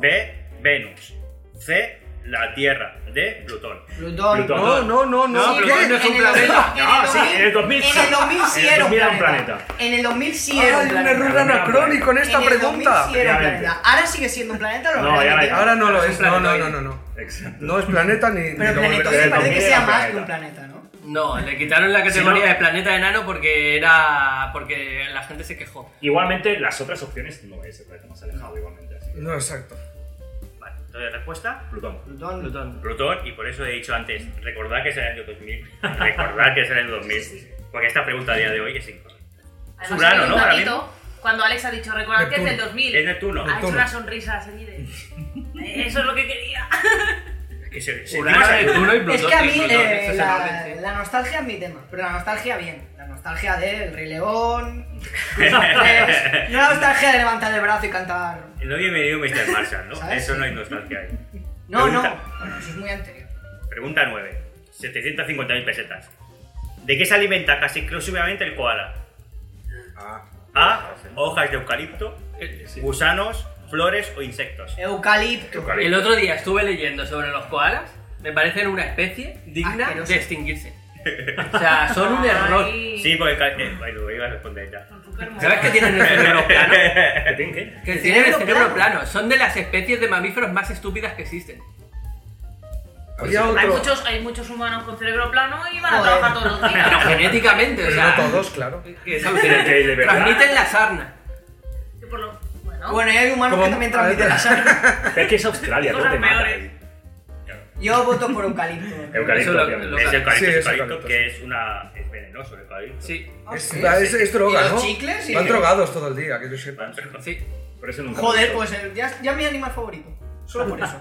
B. Venus. C. La Tierra. D. Plutón. Plutón. Plutón. No, no, no, no. No, pero ¿qué? no en el dos- No, sí, en el 2000 En el 2000 sí En el era un 2000 era un planeta. planeta. En el 2000 sí era Hay un un planeta. error anacrónico en esta En el 2000 pregunta. sí era un Claramente. planeta. Ahora sigue siendo un planeta, lo No, ya realmente- la- Ahora no lo es. No, no, no, planetoide. no, no. Exacto. No es planeta ni. ni Pero lo volveré a planeta en hacer. el parece que 2000 sea era más que un planeta. planeta, ¿no? No, le quitaron la categoría Si no- de planeta enano porque era. porque la gente se quejó. Igualmente, las otras opciones no es el planeta más alejado, igualmente. Así que, No, exacto. Vale, entonces respuesta. Plutón. Plutón. Plutón. Plutón, y por eso he dicho antes, recordad que es el año 2000. recordad que es el año 2000. Porque esta pregunta a día de hoy es incorrecta. Además, Surano, hay un ¿no? Ahora gatito, Cuando Alex ha dicho, recordad que es del Neptuno. 2000. Es Neptuno. Ha hecho Neptuno. una sonrisa así de. "Eh, Eso es lo que quería. Es que se, se- Urano, Neptuno y Plutón. Es que a mí Plutón, eh, ese es el la, orden, sí. la nostalgia es mi tema, pero la nostalgia bien. La nostalgia del Rey León. eh, no la nostalgia de levantar el brazo y cantar. No bienvenido Mr. Marshall, ¿no? ¿Sabes? Eso no hay nostalgia ahí. No, no. Pregunta. Bueno, eso es muy anterior. Pregunta 9. 750.000 pesetas. ¿De qué se alimenta casi exclusivamente el koala? A. Hojas de eucalipto, gusanos, flores o insectos. Eucalipto. El otro día estuve leyendo sobre los koalas. Me parecen una especie digna Asqueroso. de extinguirse. O sea, son un error. Ay, Sí, porque... ca- eh, Ay, lo iba a responder ya. son supermonos. ¿Sabes que tienen el cerebro plano? ¿Qué tienen que? Que ¿El tienen el cerebro cerebro plano? plano. Son de las especies de mamíferos más estúpidas que existen. Había Hay otro. muchos, hay muchos humanos con cerebro plano y van a Joder. trabajar todos los Pero días. genéticamente, o Pero no sea. todos, claro. que es Que de alucinante. verdad. Transmiten la sarna. Que por lo- Bueno, Bueno, y hay humanos Como- que también a transmiten ver, la sangre. Es que es Australia, todo Cosas te mata. peores. ahí. Yo voto por eucalipto. Eucalipto, Eso lo- obviamente. lo- Es eucalipto, Sí, es es eucalipto, eucalipto, que es una... Es venenoso el eucalipto. Sí, Es, Sí, es, es droga, ¿Y los ¿no? chicles? Sí. Van drogados todo el día, que yo sepa. sí. Por eso nunca. Joder, pues el- ya, ya mi animal favorito. Solo por eso.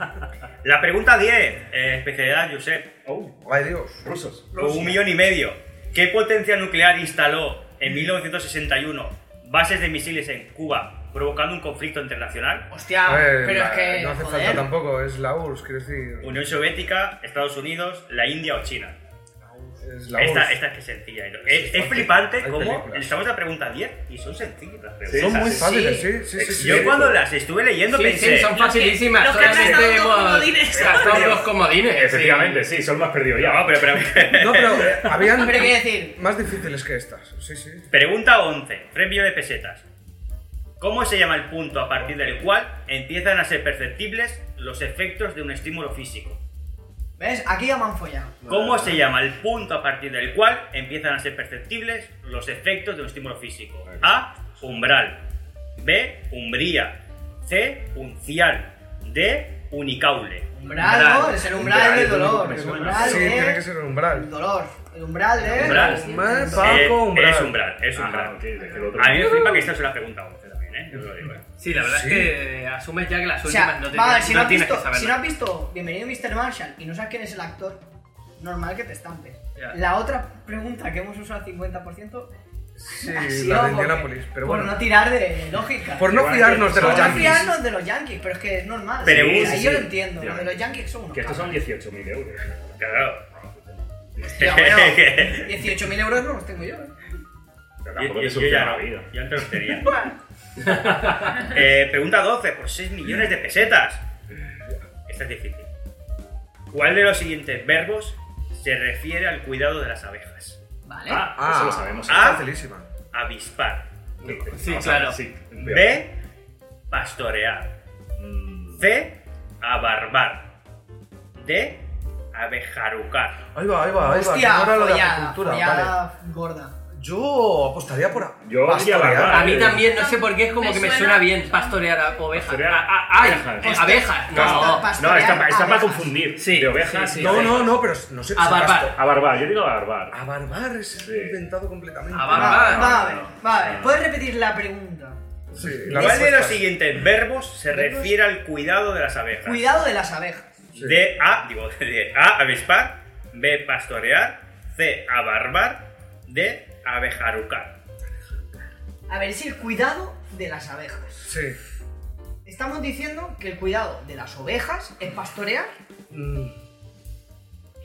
La pregunta 10. eh, especialidad, Josep. Oh, Ay, Dios. rusos. O un millón y medio. ¿Qué potencia nuclear instaló en 1961 bases de misiles en Cuba, provocando un conflicto internacional? Hostia, A ver, pero es la- que. no hace joder. falta tampoco, es la URSS, quiero decir. Unión Soviética, Estados Unidos, la India o China. es la Esta, voz. esta es que es sencilla. y no- Es Es, es fácil. flipante Hay como películas. estamos la pregunta 10 y son sencillas las preguntas. Son muy sí, fáciles, sí, Eh, sí, sí. sí, Yo sí. cuando las estuve leyendo Sí, pensé, sí, son facilísimas. los que han solamente gastado dos hemos comodines. gastado dos comodines, sí. Efectivamente, sí, son más perdidos no, ya. pero, pero- No, pero eh, habían Pero quiero decir, más difíciles que estas. Sí, sí. pregunta 11, 3 millones de pesetas. ¿Cómo se llama el punto a partir del cual empiezan a ser perceptibles los efectos de un estímulo físico? ¿ves? Aquí ya me han follado. ¿Cómo se llama el punto a partir del cual empiezan a ser perceptibles los efectos de un estímulo físico? A. Umbral. B. Umbría. C. Uncial. D. Unicaule. Umbral, ¿no? Es el umbral del dolor. El umbral Sí, de- tiene que ser un El umbral. dolor. El umbral de... Umbral. Más Eh, Paco, umbral. Es umbral, es umbral. Ajá, Ah, ok, de que el otro- Ah, A mí me flipa que esta es una pregunta 11 también, ¿eh? Yo lo digo, ¿eh? Sí, la verdad Sí. es que asumes ya que las O últimas sea, no, te, vamos a ver, si no, has tienes visto, que saberlo. si no has visto Bienvenido Mr. Marshall y no sabes quién es el actor, normal que te estampe. Ya. La otra pregunta que hemos usado al 50% Sí, ha sido la de porque- Indianapolis. Pero por bueno. no tirar de lógica. Por no Igual, fiarnos de Por los no Yankees. fiarnos de los Yankees, pero es que es normal. Pero sí, sí, ahí sí, yo sí. lo entiendo, lo de los Yankees son unos Que estos son cabrones. 18.000 euros. Claro. Ya, bueno, 18.000 euros no los tengo yo. ¿eh? Yo, Pero tampoco yo- te yo soluciona ya la no, vida. yo antes los tenía. Eh, pregunta 12, por 6 millones de pesetas. Esta es difícil. ¿Cuál de los siguientes verbos se refiere al cuidado de las abejas? Vale. Ah, Ah. eso lo sabemos. Ah. Facilísima. Avispar. Sí, Sí, vamos a ver, claro. sí. B. Pastorear. Mm, C. Abarbar. D. Abejarucar. Ahí va, ahí va, ahí va. que Hostia, no era lo de follada, apicultura, vale. follada gorda. Yo apostaría por. a- Yo pastorear. diría barbar. eh. A mí también, no sé por qué, es como Me que me suena- suena bien pastorear a ovejas. Pastorear A- a- a- abejas. eh, abejas, no. Pasto- No, está, pastorear está para abejas. confundir. Sí, de ovejas. sí, sí. No, no, no, pero no sé. A si barbar. gasto. A barbar, yo digo a barbar. A barbar es Sí. inventado completamente. A Va, barbar. va, no, va, a ver, no, va, a ver, no. ¿Puedes repetir la pregunta? Sí, la ¿Cuál de respuesta los es- siguientes verbos se refiere al cuidado de las abejas? Cuidado de las abejas. D. A. Digo, D. A. Avispar. B. Pastorear. C. Abarbar. D. Abejarucar. A ver, es el cuidado de las abejas. Sí. Estamos diciendo que el cuidado de las ovejas es pastorear. Mm,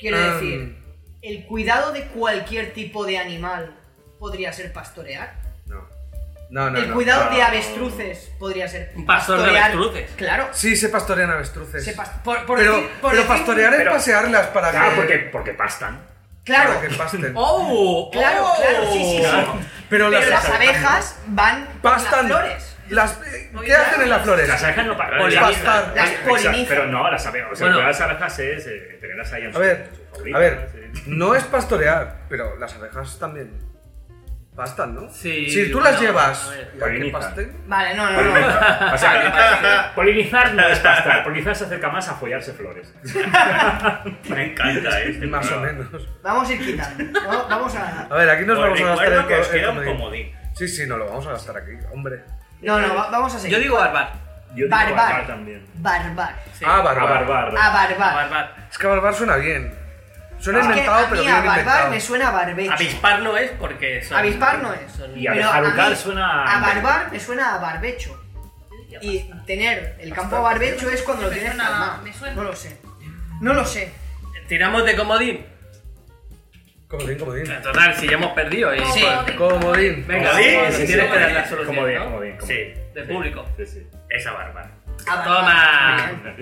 Quiero Ah. decir, el cuidado de cualquier tipo de animal podría ser pastorear. No. No, no, el no. cuidado de Ah. avestruces podría ser Un pastor de pastorear. avestruces. Claro. Sí, se pastorean avestruces. se pas- por, por Pues, pero decir- por pero decir- pastorear es pero- pasearlas para Ah, que. porque, porque pastan. Claro, Para que pasten. ¡Oh! claro, oh. claro, sí, sí, sí. pero Pero las, las abejas van por pastan. las flores. Las- eh, ¿Qué hacen en las flores? Las abejas no pastan. Polinizan. Las polinizan. Pero no, las abejas. O sea, Bueno. cuidar las abejas es eh, tenerlas ahí en A ver, su favorita, a ver, sí. no es pastorear, pero las abejas también pastan, ¿no? Sí, Si tú bueno, las llevas a ver. a que Polinizan. pasten, Vale, no, no, no. Polinizar. O sea, polinizar no es pastar. Polinizar se acerca más a follarse flores. Me encanta este. más o Ah. programa. menos. Vamos a ir quitando. Vamos, vamos A a. ver, aquí nos Os vamos a gastar el, recuerdo que co- os el queda un comodín. comodín. Sí, sí, no lo vamos a gastar aquí, hombre. No, no, va- vamos a seguir. Yo digo barbar. Yo digo Barbar. barbar también. barbar. Sí. Ah, A barbar. barbar. A barbar. barbar. Es que barbar suena bien. Suena Es que inventado, a pero mí bien a barbar inventado. me suena a barbecho. Avispar no es porque son... Avispar no es. son- Y a Pero a bejarucar mí, suena. A barbar me suena a barbecho. Y tener el campo a barbecho es cuando lo Me tienes suena- calmado. me suena. No lo sé. No lo sé. Tiramos de comodín. Comodín, comodín. En total, si ya hemos perdido. y- Sí. Comodín. Venga, Comodín, si sí, sí, tienes sí. que dar la solución, Como bien, ¿no? como bien. como Sí, bien. De público. Sí, sí. esa barba. A barbar. Toma.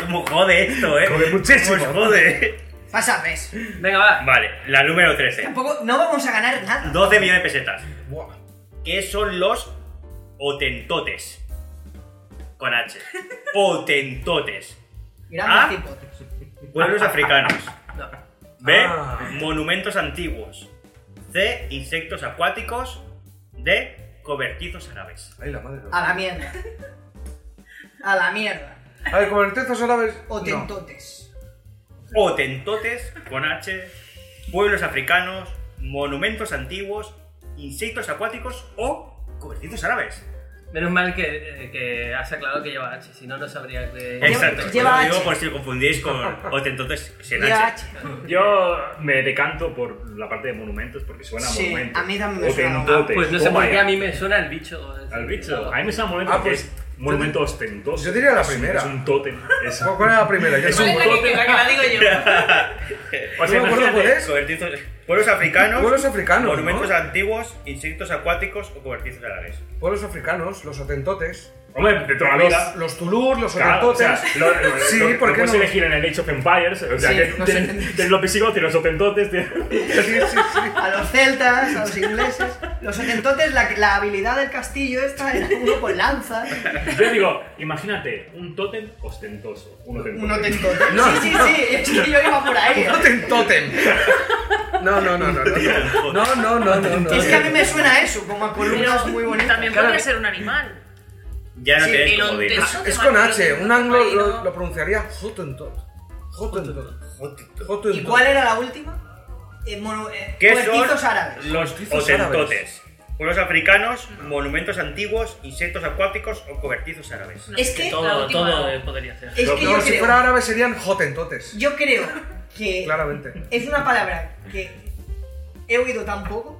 ¿Cómo jode esto, eh? Jode muchísimo. Pues jode. Pasa, ves. Venga, va. Vale, la número 13. Tampoco, no vamos a ganar nada. 12 millones de pesetas. Buah. ¿Qué son los otentotes? Con H. Otentotes. Ah. Gran hipótesis. Pueblos africanos. No. B. Ah. Monumentos antiguos. C. Insectos acuáticos. D. Cobertizos árabes. Ay, la madre. A la mierda. A la mierda. A ver, como el texto árabes. O No. tentotes. Otentotes con H. Pueblos africanos. Monumentos antiguos. Insectos acuáticos o cobertizos árabes. Menos mal que, eh, que has aclarado que lleva H, si no, no sabría que... Exacto. lleva Lo digo H. por si lo confundís con otentotes sin Ya, H. ch- Yo me decanto por la parte de monumentos porque suena a Sí, monumento. a mí también me O suena. tentotes, Pues no sé toma por qué ya. a mí me suena el bicho. Al bicho. A mí me suena monumento Ah, porque pues es monumento ostentoso. yo diría la Es un- primera. Es un tótem. Es, ¿Cuál era la primera? Yo Es no un pues me ¿Cuál es la acuerdo. que, la que la digo yo? o sea, no me acuerdo cuál imagínate, es. Cobertizos- Pueblos africanos, Pueblos africanos, monumentos ¿no? antiguos, insectos acuáticos o cobertizos alares. Pueblos africanos, los otentotes, Hombre, de toda la los, vida. los Tulur, los Claro, o otentotes. sea, lo, lo- sí, lo- lo ¿por qué puedes no? elegir en el Age of Empires. O sea, Sí, que no sé. tienes, tienes los visigodos, tienes los otentotes. tienes- Sí, sí, sí. A los celtas, a los ingleses. Los entonces la, la habilidad del castillo esta pues era uno con lanzas. Yo digo, imagínate, un tótem ostentoso. Un otentote. Un otentote. No, sí, sí, no. sí, es que yo iba por ahí. Un otentótem. No, no, no, no, no. No, no, no, no, no. Es que a mí me suena a eso, como a columnas muy bonitas. También Claro. podría ser un animal. Ya no Sí, tenéis El comodín. onteso, que Es va con a ser H, un un anglo lo, marino. lo pronunciaría Hottentot. Hottentot. Hottentot. ¿Y cuál era la última? Eh, mono- eh, ¿Qué cobertizos son árabes. los Cobertizos otentotes? Pueblos africanos, monumentos antiguos, insectos acuáticos o cobertizos árabes. No, Es que, la Todo, última- todo eh, podría ser. es que yo No, si fuera creo, árabe serían Hottentotes. yo creo que Claramente. es una palabra que he oído tan poco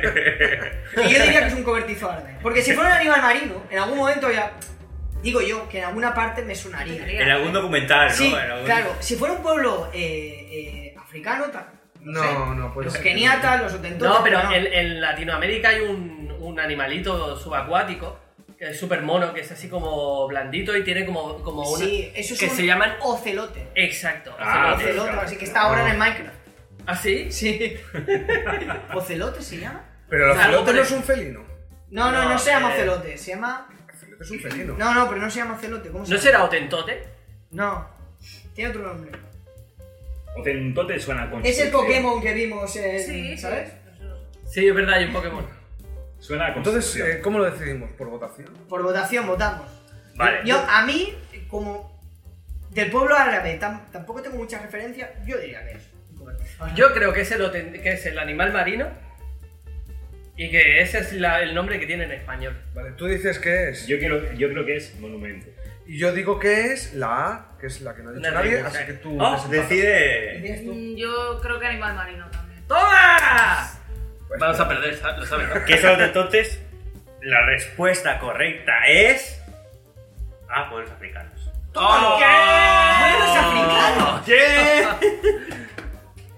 que yo diría que es un cobertizo árabe. Porque si fuera un animal marino, en algún momento ya. Digo yo que en alguna parte me sonaría. En algún documental, ¿no? Sí, En algún- claro. Si fuera un pueblo eh, eh, africano, tal. No, no, puede Los ser. keniatas, los otentotes. No, pero en, en Latinoamérica hay un, un animalito subacuático que es súper mono, que es así como blandito y tiene como, como una. Sí, eso es que un se llaman. ocelote. Exacto. Ah, ocelote. ocelote, claro. así que está ahora en el Minecraft. ¿Ah, sí? Sí. ¿Ocelote se llama? Pero el Algo ocelote no parecido. es un felino. No, no, no, No, se llama eh. ocelote, se llama. El ocelote es un felino. No, no, pero no se llama ocelote. ¿Cómo se ¿No llama? será otentote? No, tiene otro nombre. Otentote suena con Es el sucio. Pokémon que vimos en. Sí, ¿Sabes? ¿sabes? Sí, es verdad, hay un Pokémon. Suena a Entonces, construcción. eh, ¿cómo lo decidimos? ¿Por votación? Por votación votamos. Vale. Yo, a mí, como. Del pueblo árabe tam- tampoco tengo muchas referencias, yo diría que es. un cobertizo árabe. Yo creo que es el, oten- que es el animal marino y que ese es la- el nombre que tiene en español. Vale, tú dices que es. yo, quiero, yo creo que es monumento. Y yo digo que es la A, que es la que no ha dicho Una nadie, regla, así sí. que tú. Oh, decide. ¿Dirías tú? Mm, Yo creo que animal marino también. ¡Toma! Pues Vamos a perder, sa- lo sabes. ¿no? ¿Qué son los otentotes? La respuesta correcta es. Ah, pueblos africanos. ¡Oh! ¡Pueblos africanos! ¿Qué?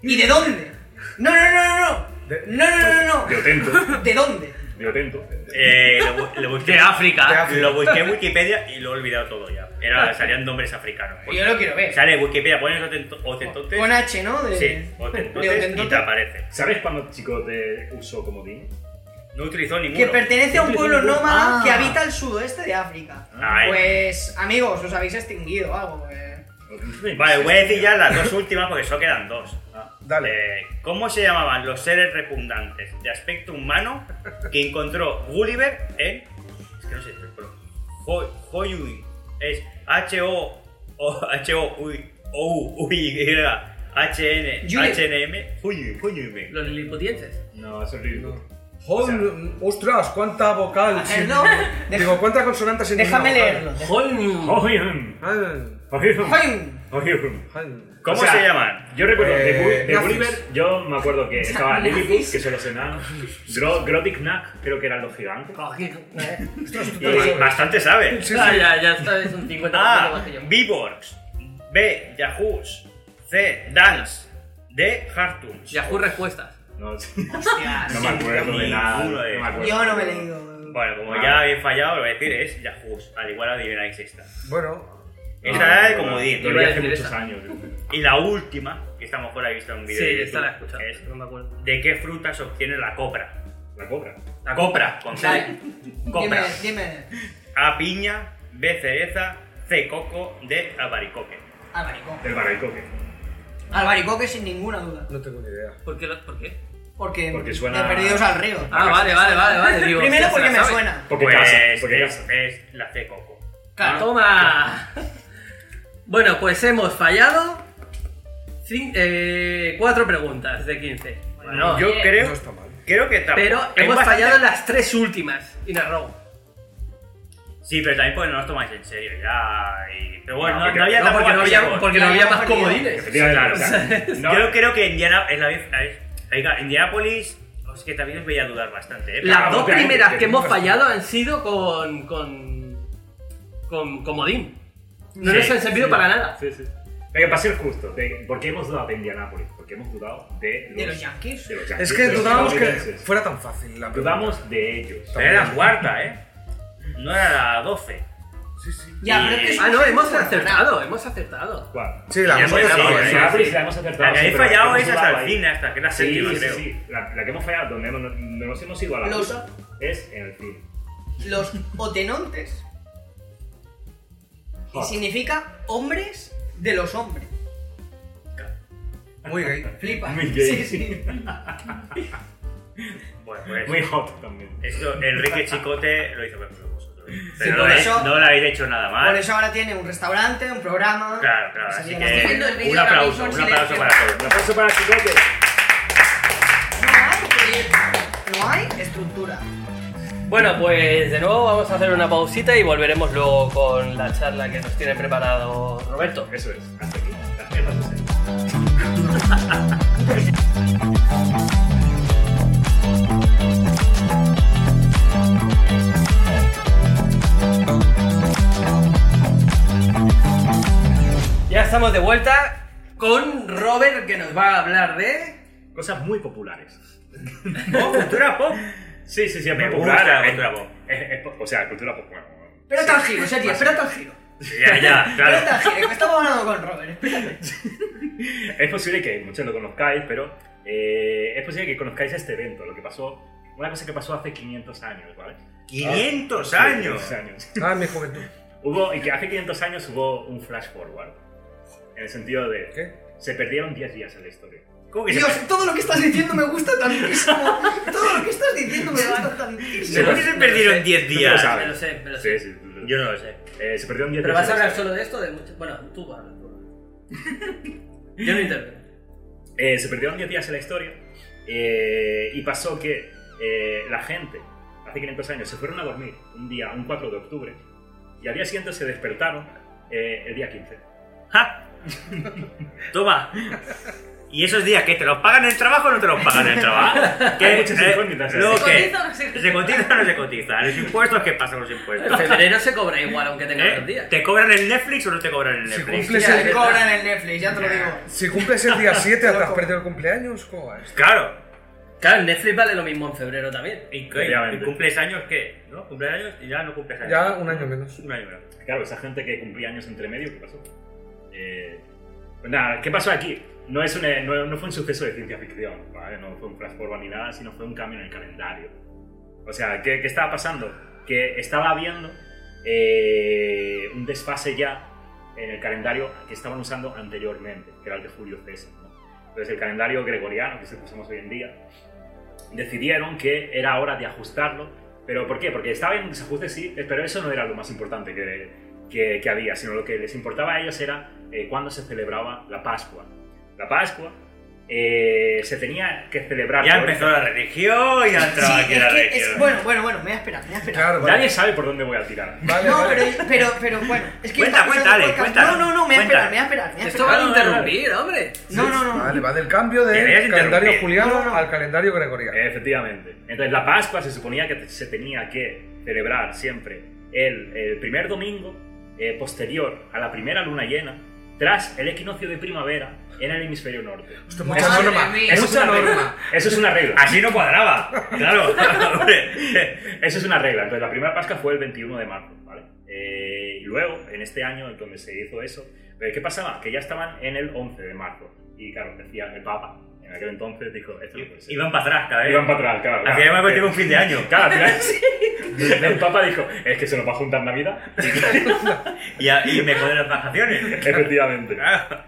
¿Y de dónde? No, no, no, no, no. De- No, no, no, De no, Otento. no. ¿De dónde? De Otento. Eh, lo, bu- lo busqué, De África. De África. lo busqué en Wikipedia y lo he olvidado todo ya. Era, salían nombres africanos. Pues yo lo quiero ver. Sale en Wikipedia, pones otento- otentotes. Con H, ¿no? De... Sí, de otentotes y te otentotes. aparece. ¿Sabes cuándo Chicote usó comodín? No utilizó ninguno. Que pertenece a un pueblo nómada Ah. que habita el sudoeste de África. Ay. Pues, amigos, os habéis extinguido o algo. eh. porque- Vale, voy a decir ya las dos últimas porque solo quedan dos. Dale. Eh, ¿Cómo se llamaban los seres repugnantes de aspecto humano que encontró Gulliver en. Es que no sé, pero. Ho- Hoyui. Es H-O. o- H-O-U-U-Y. H-N. Yuri. H-N-M. Hoyui. Hoyui. Los liliputienses. No, eso es ridículo. Hol- ostras, cuánta vocal. Hacerlo. Ah, Deja- Digo, cuánta consonante sin Déjame ninguna leerlo. ¡Jolm! Oyeum, vocal? oyeum, ¡Join! oyeum. Ah, ah. ¿Cómo O sea, se llaman? Yo recuerdo de, Gu- Eh, de nazis. Gulliver, yo me acuerdo que estaba Lilliput, que son los enanos, Gro- Grodignac, creo que eran los gigantes, Y bastante saben. Ah, ya, ya está, es un 50% A. más que yo. Viborgs. B. Yahoos. C. Dance. D. Hartums. Yahoo respuestas. No, no me acuerdo de nada. No me acuerdo. Yo no me he leído. Bueno, como Ah. ya habéis fallado, lo que voy a decir es Yahoos. Al igual adivináis esta. Bueno, Esta era de comodín. Ah, Yo Yo lo voy a hace decir muchos esa. años. Y la última, que esta a lo mejor la habéis visto en un Sí, vídeo. de esta la he YouTube, escuchado, es, pero no me acuerdo. ¿De qué fruta se obtiene la copra? La cobra. La copra, con C. Vale. Dime, Copra. dime. A piña, B cereza, C coco, D albaricoque. Albaricoque. Del barraicoque. Albaricoque sin ninguna duda. no tengo ni idea. ¿Por qué? lo- ¿Por qué? Porque, Porque suena- de perdidos al río. Ah, vale, vale, vale, vale. digo, Primero hostia, porque se la me sabe. suena. Porque pues casa. Porque es, casa. es la C coco. Claro. ¡Toma! Bueno, pues hemos fallado cin- eh, cuatro preguntas de 15. Bueno, Yo bien. creo, No está mal. creo que tampoco. pero hay hemos bastante- fallado en las tres últimas in a row. Sí, pero también porque no los tomáis en serio ya. y- Pero bueno, No, no, porque- no había No, porque tampoco no aquí había, sabor. porque no Ya, había ya más hemos fallado. comodines. Efectivamente, O sea, no, Yo creo que Indiana, es la vez. Oiga, Indianapolis, es que también os voy a dudar bastante, ¿eh? Las Claro, dos claro, primeras que que hemos nunca- fallado han sido con, con con comodín. No Sí, nos han servido sí. para nada. Sí, sí. Venga, para ser justo, de- ¿por qué hemos dudado de Indianápolis? Porque hemos dudado de los, De los Yankees. de los Yankees, Es que de los dudábamos que estadounidenses. fuera tan fácil la pregunta. Dudamos de ellos. Pero era la cuarta, ¿eh? No era la 12. Sí, sí. Ya, pero es que Ah, no, hemos Bueno, acertado, hemos acertado. ¿Cuál? Sí, la Ya hemos hemos ido, acertado, ¿eh? sí. Pues Indianápolis la hemos acertado. La que sí, he pero fallado hemos es dudado hasta el ahí. cine, hasta que era Sí, séptima, sí, creo. sí. La, la que hemos fallado, donde hemos- nos hemos ido a la Los- puta, es en el cine. Los otenontes. que Joder. significa hombres de los hombres. ¿eh? Muy gay. Flipa. Muy Sí, gay. sí. Bueno, pues. Muy hot también. Esto, Enrique Chicote lo hizo mejor que vosotros. Pero por no, lo habéis- eso- no lo habéis hecho nada mal. Por eso ahora tiene un restaurante, un programa. Ah. Claro, claro. Pues Así ya no viendo el que vídeo un ahora aplauso, mismo un en aplauso silencio. para todos. Un aplauso para Chicote. No hay proyecto, no hay estructura. Bueno, pues de nuevo vamos a hacer una pausita y volveremos luego con la charla que nos tiene preparado Roberto. Eso es. Hasta aquí. Las mierdas de ser. Ya estamos de vuelta con Robert que nos va a hablar de... Cosas muy populares. Oh, cultura pop. Sí, sí, sí, es Me muy gusta la popular. cultura pop. Es- es- es- o sea, cultura pop. bueno, Espérate al giro, Sergio, espérate al giro. Ya, ya, Espérate claro. al giro, que estamos hablando con Robert. espérate. Es posible que muchos lo conozcáis, pero eh, es posible que conozcáis este evento, lo que pasó, una cosa que pasó hace 500 años, ¿vale? 500 Ah, años. 500 años. Ah, mi juventud. Hubo, y que hace 500 años hubo un flash forward, en el sentido de ¿Qué? se perdieron 10 días en la historia. ¿Cómo que se- Dios, todo lo que estás diciendo me gusta tantísimo. Todo lo que estás diciendo me gusta tantísimo. ¿Seguro que se perdieron sé. 10 Tú lo días? sabes. Me lo sé, me lo Sí, sé. sí, tú- tú- Yo no lo sé. eh, se perdieron 10 ¿Pero vas a días. en la hablar historia. solo de esto? de mucho... Bueno, tú hablas. tú. Yo no intervengo. Eh, se perdieron 10 días en la historia eh, y pasó que eh, la gente, hace 500 años, se fueron a dormir un día, un 4 de octubre, y al día siguiente se despertaron eh, el día 15. ¡Ja! Toma. ¿Y esos días que te los pagan en el trabajo o no te los pagan en el trabajo? Hay muchas incógnitas, ¿eh? luego ¿Se que- cotiza o no se ¿Se cotiza o no se cotiza? ¿Los impuestos? ¿Qué pasa con los En impuestos? febrero se cobra igual aunque tenga ¿Eh? dos días. ¿Te cobran el Netflix o no te cobran el Si Netflix? cumples Ya, el, Te cobran el Netflix, ya te lo digo. si cumples el día 7, ¿te has Loco. perdido el cumpleaños? ¿Cómo va esto? Claro. Claro, Netflix vale lo mismo en febrero también. ¿Y, qué? Obviamente. ¿Y cumples años qué? ¿No? ¿Cumples años y ya no cumples años? Ya un año menos. Un año menos. Claro, esa gente que cumplía años entre medio, ¿qué pasó? Eh, pues nada, ¿qué pasó aquí? No, es una- no, no fue un suceso de ciencia ficción, ¿vale? no fue un flash forward ni nada, sino fue un cambio en el calendario. O sea, ¿qué, qué estaba pasando? Que estaba habiendo eh, un desfase ya en el calendario que estaban usando anteriormente, que era el de Julio César. ¿no? Entonces, el calendario gregoriano que se usamos hoy en día, decidieron que era hora de ajustarlo. ¿Pero por qué? Porque estaba en desajuste, sí, pero eso no era lo más importante que, que, que había, sino lo que les importaba a ellos era eh, cuándo se celebraba la Pascua. La Pascua eh, se tenía que celebrar. Ya por- empezó la religión, ya Sí, entraba aquí es la que es- religión. bueno, bueno, bueno, me voy a esperar, me voy a esperar. Claro, Nadie vale. sabe por dónde voy a tirar. Vale, No, vale. pero, pero, pero bueno, es que Cuenta, está pasando cuenta, Ale, por- cuenta. No, no, no, me voy a Cuenta. esperar, me voy a esperar, me voy a Esto esperar. va a interrumpir, hombre. No, no, no. Vale, va del cambio Deberías del calendario interrumpir. juliano No, no, no. al calendario Eh, gregoriano. Efectivamente. Entonces, la Pascua se suponía que se tenía que celebrar siempre el, el primer domingo eh, posterior a la primera luna llena, tras el equinoccio de primavera en el hemisferio norte. Esto es mucha Madre norma. Es mía. Eso es mucha una regla. norma. Eso es una regla. Así no cuadraba. Claro. hombre. Eso es una regla. Entonces, la primera Pascua fue el 21 de marzo, ¿vale? Eh, y luego, en este año, en donde se hizo eso, eh, ¿qué pasaba? Que ya estaban en el 11 de marzo. Y claro, decía el Papa, en aquel entonces, dijo, esto no puede ser. Iban para atrás, cada vez. Iban para atrás, claro. Al final me contigo un fin de año. Claro, al final- El Papa dijo, es que se nos va a juntar Navidad. Y, a- y me joden las vacaciones. Efectivamente. Claro.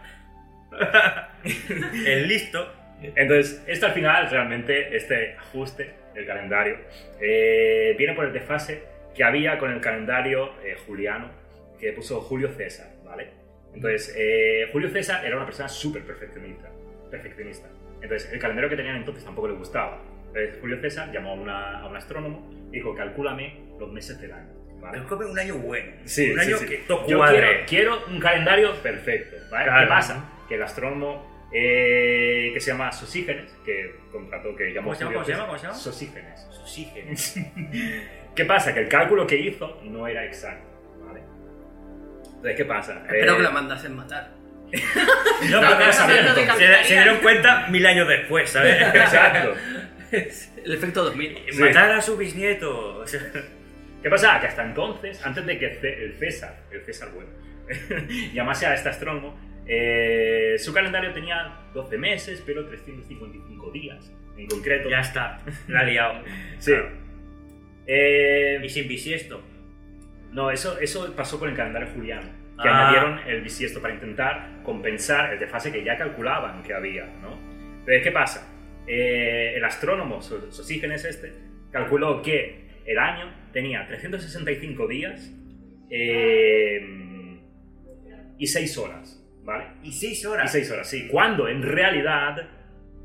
El listo. Entonces, esto al final, realmente, este ajuste del calendario eh, viene por el desfase que había con el calendario eh, juliano que puso Julio César, ¿vale? Entonces, eh, Julio César era una persona súper perfeccionista, perfeccionista. Entonces, el calendario que tenían entonces tampoco le gustaba. Entonces, Julio César llamó a, una- a un astrónomo y dijo, calcúlame los meses del año, ¿vale? Pero come un año bueno. Sí, un sí, año sí. que todo Yo cuadre. quiero, quiero un calendario perfecto. ¿vale? Claro. ¿Qué pasa? Que el astrónomo eh, que se llama Sosígenes, que contrató, que llamó ¿Cómo se llama, Julio cómo se llama, César- cómo se llama? Sosígenes. Sus hijos. ¿Qué pasa? Que el cálculo que hizo no era exacto. ¿vale? Entonces, ¿qué pasa? Espero Eh, que la mandasen matar. No, No, pero pero se, hablando de se- capitalismo. se dieron cuenta mil años después, ¿sabes? Exacto. El efecto 2000. Sí. Matar a su bisnieto. o sea, ¿Qué pasa? Que hasta entonces, antes de que Ce- el César, el César bueno, llamase a este astrónomo, eh, su calendario tenía 12 meses, pero 355 días en concreto. ya está, la ha liado. Sí. Eh, Y sin bisiesto. no, eso, eso pasó con el calendario juliano, que Ah. añadieron el bisiesto para intentar compensar el desfase que ya calculaban que había, ¿no? Entonces, ¿qué pasa? Eh, el astrónomo So- Sosígenes este calculó que el año tenía 365 días eh, y 6 horas, ¿vale? Y seis Y horas. 6 horas, sí. Cuando en realidad,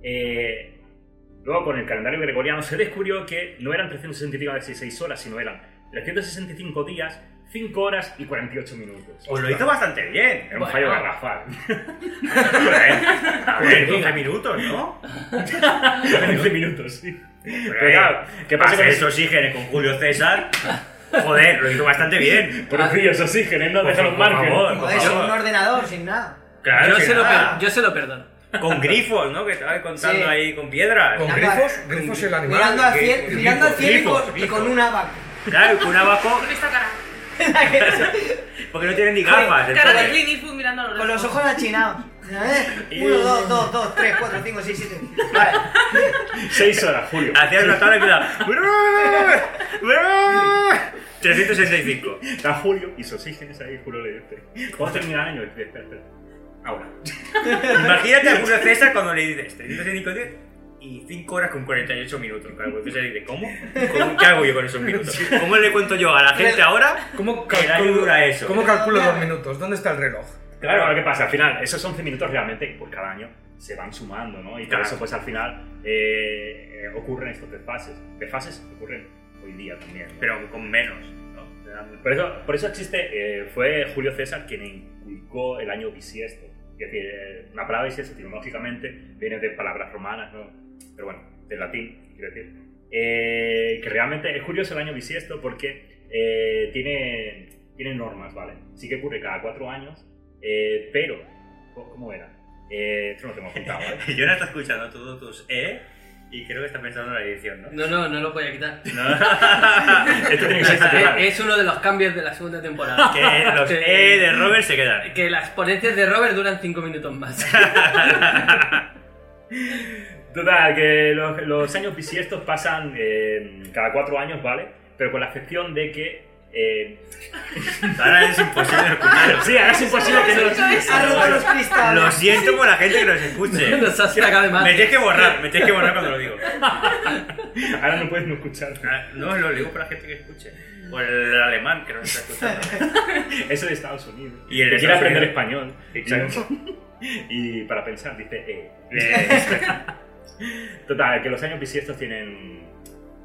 eh, luego con el calendario gregoriano se descubrió que no eran 365 días y 6 horas, sino eran 365 días, 5 horas y 48 minutos. Pues lo hizo bastante bien. Era un fallo Bueno. garrafal. A ver, 15 minutos, ¿no? 15 minutos, sí. Pero eh, claro, ¿qué pasa con Hacer eso? esos oxígenos con Julio César. Joder, lo hizo bastante bien. Por fríos oxígenos, no deja los Por favor, márgenes. por Joder, sin un favor. ordenador, sin nada. Claro, yo, que se lo nada. Ah. per- yo se lo perdono. Con grifos, ¿no? Que estabas contando Sí. ahí con piedras. Con Nada. grifos, grifos el animal. Mirando al que- cielo, mirando al cielo y grifos, con- y grifos. con un abaco. Claro, y con abajo, Con esta cara. porque no tienen ni gafas. Cara de entonces. Clint Eastwood mirando a los Con los lejos. ojos achinados. A ver, 1, 2, 2, 2, 3, 4, 5, 6, 7. Vale. 6 horas, Julio. Hacía una tabla y empezaba. 365. Está Julio y Sosígenes ahí, Julio le dice: ¿Cómo termina el año? Y dice, Espera, espera. Ahora. Imagínate a Julio César cuando le dices 365 días y 5 horas con 48 minutos. Claro, Julio César dice, ¿cómo? ¿Cómo- ¿Qué hago yo con esos minutos? ¿Cómo le cuento yo a la gente ahora ¿Cómo que el año calculo, dura eso? ¿Cómo calculo dos minutos? ¿Dónde está el reloj? Claro, ahora qué pasa, al final, esos 11 minutos realmente, pues cada año se van sumando, ¿no? Y por Claro. eso, pues al final, eh, eh, ocurren estos desfases. Desfases ocurren hoy día también. ¿no? Pero con menos. ¿no? por eso, por eso existe, eh, fue Julio César quien inculcó el año bisiesto. Es decir, eh, una palabra bisiesto etimológicamente viene de palabras romanas, ¿no? Pero bueno, del latín, quiero decir. Eh, que realmente es curioso el año bisiesto porque eh, tiene, tiene normas, ¿vale? Sí que ocurre cada cuatro años, eh, pero, ¿cómo- ¿cómo era? Eh, esto no lo tengo apuntado, ¿vale? Yo no está escuchando todos tus E y creo que está pensando en la edición, ¿no? No, no, no lo voy a quitar. Esto tiene que ser Esa- titular. Es, es uno de los cambios de la segunda temporada. Que los E de Robert se quedan. Que las ponencias de Robert duran 5 minutos más. Total, que los, los años bisiestos pasan eh, cada cuatro años, ¿vale? Pero con la excepción de que... eh, Ahora es imposible escucharlo. sí, ahora es imposible que no... Ha roto los cristales. Lo siento por la gente que nos escuche. Nos has sacado de Me madre. tienes que borrar, me tienes que borrar cuando lo digo. Ahora no puedes no escuchar. Ah, No, lo digo para la gente que escuche. O el alemán que no está escuchando. Eso de Estados Unidos. Y el que de quiere Estados aprender Unidos. español. Exacto. Y, y para pensar, dice... eh, Eh, Total, que los años bisiestos tienen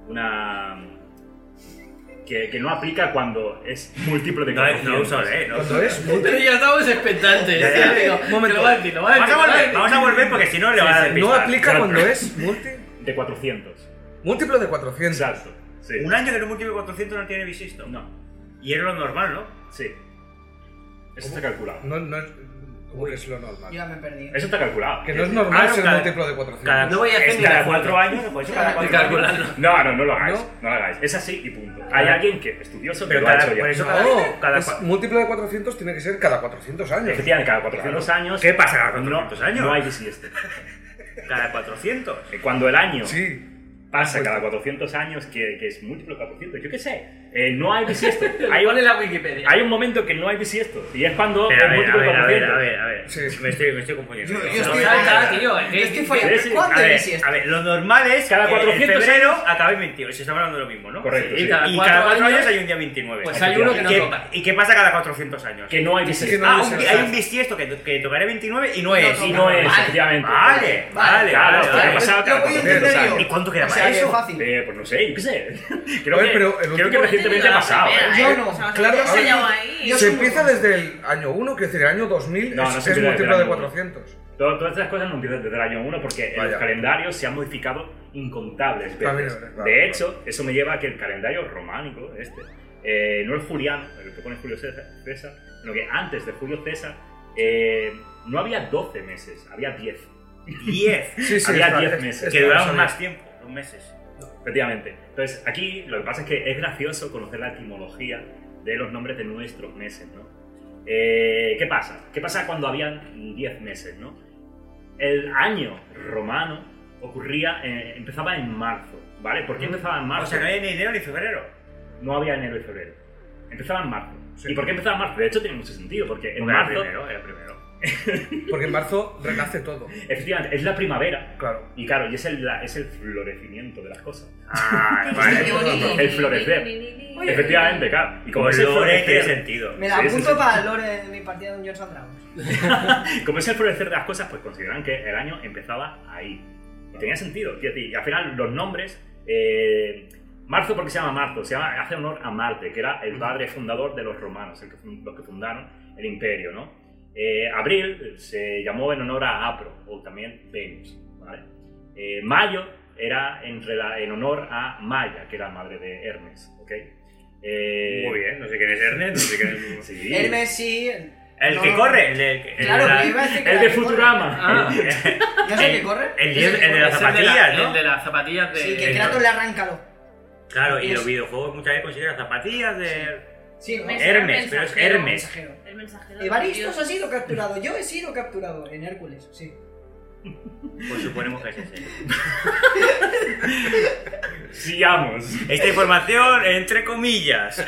una... Que, que no aplica cuando es múltiplo de no, cada es- no uso el E, no uso Cuando el E. es Pero ya estamos expectantes. Ya, ya. Te digo, te Momento. Lo va a decir, lo va a Vamos decir, lo a va a volver, decir. vamos a volver porque si no le va a No despistar. aplica Claro, cuando pero- es multi- de 400. múltiplo de 400. Exacto. Sí. Un año que no multiplica 400 no tiene bisiesto. No, Y es lo normal, ¿no? sí. Eso está calculado. No, no es, como que es lo normal. Yo ya me he perdido. Eso está calculado. Que no es Ah, normal no, ser cada- múltiplo de 400. Cada, No voy a hacer es ni cada la cuatro cuenta. años, pues cada cuatro años. Calcularlo. No, no, no lo hagáis. No. No, lo hagáis. Es así y punto. Hay alguien que estudioso que Ah, Pero lo ha cada- hecho ya. por eso cada- No, cada es cua- múltiplo de 400 tiene que ser cada 400 años. Efectivamente, cada 400 años. ¿Qué pasa cada no- 400 años? No hay bisiesto. Cada 400. Eh, Cuando el año Sí. pasa Pues- cada 400 años, que, que es múltiplo de 400, yo qué sé, eh, no hay bisiesto. Ahí hay, un, pone la Wikipedia. hay un momento que no hay bisiesto. Y es cuando Pero, es múltiplo de 400. a ver. Sí. Me estoy, me estoy confundiendo. Yo- yo No, No estoy- no, falta, tío. Yo Es estoy que fallando. sí, A ¿Cuándo ver, es esto? a ver, lo normal es Cada que en 400 febrero años- acabéis 28, si estamos hablando de lo mismo, ¿no? Correcto. Y sí. cada- Y cuatro cada 4 años años hay un día 29. pues hay uno que no ¿Qué- toca. ¿Y qué pasa cada 400 años? Que no hay Es bisiesto. que no ah, hay un- bisiesto. hay un bisiesto que, que tocaré 29 y no es. y no es, Vale, efectivamente. Vale, vale, Claro, vale. esto vale. que pasa cada Lo voy a 400 entender años. yo. ¿Y cuánto queda O para sea, que eso? es fácil. Eh, pues no sé, yo qué sé. Creo, Oye, que, pero el creo que último- recientemente ha pasado. ¿eh? Yo Yo no. no. O sea, Claro, ya a se ver, lleva ahí. yo Se soy- empieza desde el año 1, quiero decir, el año 2000 No, es, no es se empieza desde el múltiplo año de uno. 400. Todo- todas estas cosas no empiezan desde el año 1 porque Vaya. Ah, el calendario se ha modificado incontables También veces. es verdad, de hecho, eso me lleva a que el calendario románico, este, eh, no el Juliano, el que pone Julio César, César, sino que antes de Julio César eh, no había 12 meses, había 10. 10. Sí, sí, Había está- 10 es- meses, está- que duraban está- más tiempo, dos meses. Efectivamente. Entonces, aquí lo que pasa es que es gracioso conocer la etimología de los nombres de nuestros meses, ¿no? Eh, ¿Qué pasa? ¿Qué pasa cuando habían 10 meses, no? El año romano ocurría, eh, empezaba en marzo, ¿vale? ¿Por qué empezaba en O marzo? sea, no había ni enero ni febrero. no había enero y febrero. Empezaba en marzo. Sí. ¿Y por qué empezaba en marzo? De hecho, tiene mucho sentido, porque en Porque era marzo, ¿eh? primero, era primero. Porque en marzo renace todo. efectivamente, es la primavera. Claro. Y claro, y es el, la- es el florecimiento de las cosas. Ah, vale. El florecer. Efectivamente, claro. Y como es el Colores, tiene florecer, sentido. Me la Sí, sí, apunto sí. para el lore de mi partida de un Johnson Dragons. como es el florecer de las cosas, pues consideran que el año empezaba ahí. Y tenía sentido. quiero decir, Y al final los nombres... eh, marzo porque se llama Marzo, se llama, hace honor a Marte, que era el padre fundador de los romanos, el que fun- los que fundaron el imperio, ¿no? Eh, abril se llamó en honor a Apro, o también Venus, ¿vale? Eh, mayo era en, rela- en honor a Maya, que era madre de Hermes, ¿ok? Eh, Muy bien, no sé quién es Ernest, no sé quién es... Sí. Hermes sí. El que No. corre, el de, el Claro, de la- pero iba a decir que El la de que corre. Futurama. Ah, ¿No es el que corre? el, de- el de es las el de la- zapatillas, ¿no? El de las zapatillas de. Sí, que el- Kratos le arráncalo. Claro, y es- los videojuegos muchas veces consideran zapatillas de... Sí, ¿no? Hermes, Hermes, pero es mensajero. Hermes. Mensajero. El mensajero. de Evaristo Dios. ha sido capturado. Yo he sido capturado en Hércules, sí. Pues suponemos que es ese. Sigamos. Esta información, entre comillas.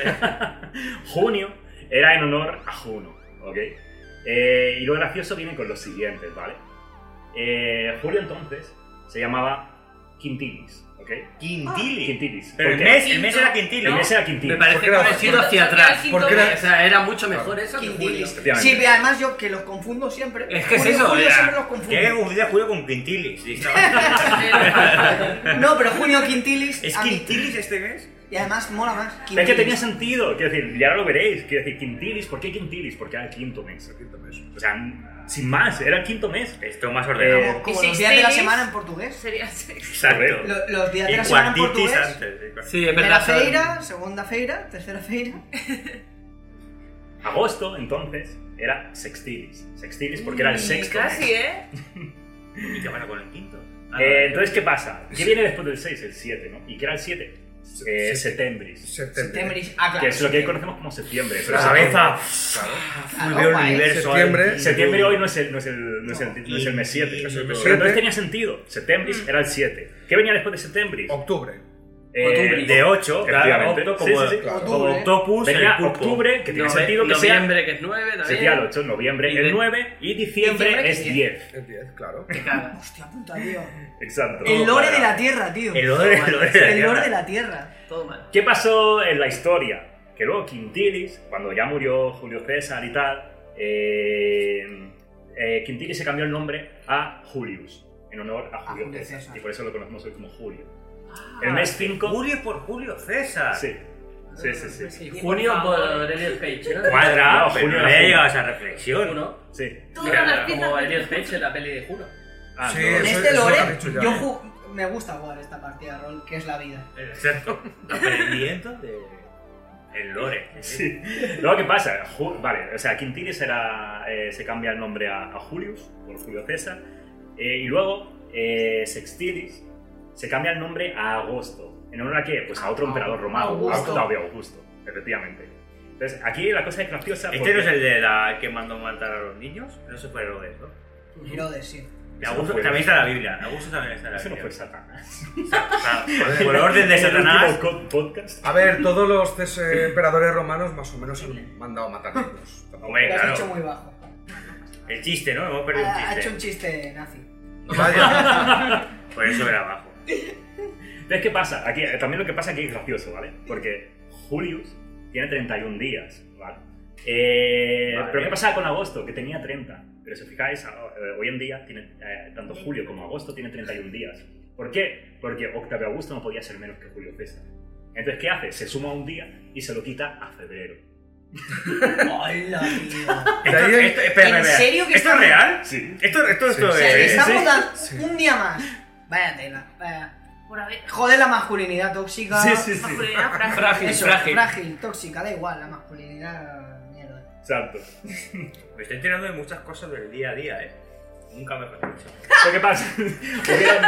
Junio era en honor a Juno, ¿ok? Eh, y lo gracioso viene con los siguientes, ¿vale? Eh, Julio entonces se llamaba Quintilis, ¿ok? Quintili. Quintilis. Ah. Pero el porque mes, el mes era Quintili. El mes era Quintilis. Me parece ¿Por que qué era- hemos ido por- hacia porque atrás. era porque era- O sea, era mucho mejor eso que Julio. Quintilis. Efectivamente. Sí, pero además yo que los confundo siempre. Es que es Julio y eso, Julio ya. siempre los Tiene que confundo. confundir a Julio con Quintilis. sí, estaba- No, pero Junio Quintilis. ¿Es a mí- Quintilis este mes? Y además mola más. Es que Quintilis. tenía sentido, quiero decir, ya lo veréis, quiero decir, Quintilis, ¿por qué Quintilis? Porque era el quinto mes. El quinto mes. O sea, sin más, era el quinto mes. Eh, Esto más ordenado. Como, como Y los días de la Sixtilis. semana en portugués. Sería sexy. Exacto. Lo- los días de la Y semana en cuartitis portugués. antes. y cuart- Sí, es Primera verdad. son- feira, segunda feira, tercera feira. Agosto, entonces, era Sextilis. Sextilis porque era el Mm, sexto mes. Casi, ¿eh? ¿Y qué pasa con el quinto? Ah, Eh, entonces, ¿qué pasa? ¿Qué viene después del 6? El 7, ¿no? ¿Y qué era el 7? Eh, septembris. Septiembre. Tembris. Ah, claro. Que es lo que hoy conocemos como septiembre. pero La septiembre- cabeza. Claro, Veo el Ah, guay. universo. Septiembre. ahí. Septiembre hoy no es el, no es el, no es el, no es el mes 7. Y- Pero y- entonces tenía sentido. Septembris era el 7. ¿Qué venía después de septembris? Octubre. Eh, de 8, claro, Efectivamente. octo Sí, como, sí, sí. Claro. como octopus, Venía el pulpo. octubre, que tiene nove- sentido que sea... noviembre, que es 9, también. Sería el 8, noviembre Y el de- 9 y diciembre diciembre es que es 10. El 10, claro. Te cagas. Hostia puta, tío. Exacto. El lore de la tierra, tío. El orden, el orden de la El lore tierra. de la tierra. Todo mal. ¿Qué pasó en la historia? Que luego Quintilis, cuando ya murió Julio César y tal, eh, eh, Quintilis se cambió el nombre a Julius, en honor a Julio Julio César, Ah, César. Y por eso lo conocemos hoy como Julio. el mes 5... Julio por Julio César. Sí, sí, sí. Ah, pues sí. Y junio por Elliot Page, ¿no? Cuadra, No, pero Julio no era había llegado a Julio. esa reflexión. Juno. sí. Todas las piezas. Como Elliot Page en la peli de Juno. Ah, Sí, no, En Eso- este eso lo lore, han hecho ya. yo ju- me gusta jugar esta partida de rol, que es la vida. Eh, Exacto. Aprendiendo de. El lore. Sí. Luego, ¿qué pasa? Ju- vale, o sea, Quintilis era, eh, se cambia el nombre a, a Julius, por Julio César. Eh, y luego, eh, Sextilis se cambia el nombre a Agosto. ¿En honor a qué? Pues a otro emperador romano, Augusto. Octavio Augusto, efectivamente. Entonces, aquí la cosa es graciosa Este porque- no es el de la que mandó matar a los niños. No se fue lo de eso. Herodes, sí. eh, De Eso Augusto fue- también está en la Biblia. Augusto también está en la Ese no Biblia. fue Satanás. Ah, por- Por orden de En el último Satanás. co- podcast. A ver, todos los ces- eh, emperadores romanos más o menos han mandado a matar a todos. Hombre, Lo has claro. hecho muy bajo. El chiste, ¿no? Hemos perdido un Ha, ha hecho un chiste. chiste nazi. Vaya. Por eso era abajo. ¿Ves qué pasa? Aquí, eh, también lo que pasa aquí es gracioso, ¿vale? Porque Julius tiene 31 días, ¿vale? Eh, Vale. Pero ¿qué pasaba con agosto? Que tenía 30. Pero si os fijáis, a- eh, hoy en día tiene, eh, tanto julio como agosto tiene 31 días. ¿Por qué? Porque Octavio Augusto no podía ser menos que Julio César. Entonces, ¿qué hace? Se suma un día y se lo quita a febrero. ¡Hola, tío! Ah, Esto, ahí- esto- espera, ¿En espera. serio que ¿Esto es estamos- real? Sí. Esto, esto, esto O sea, que es. estamos a sí. un día más. Vaya tela, vaya. Por haber. eh, Joder, la masculinidad tóxica. Sí, sí, sí. Masculinidad frágil. Frágil, Eso, frágil. frágil, tóxica, da igual, la masculinidad. Mierda. Exacto. Me estoy enterando de muchas cosas del día a día, eh. Nunca me he dicho. Lo que pasa. hubieron,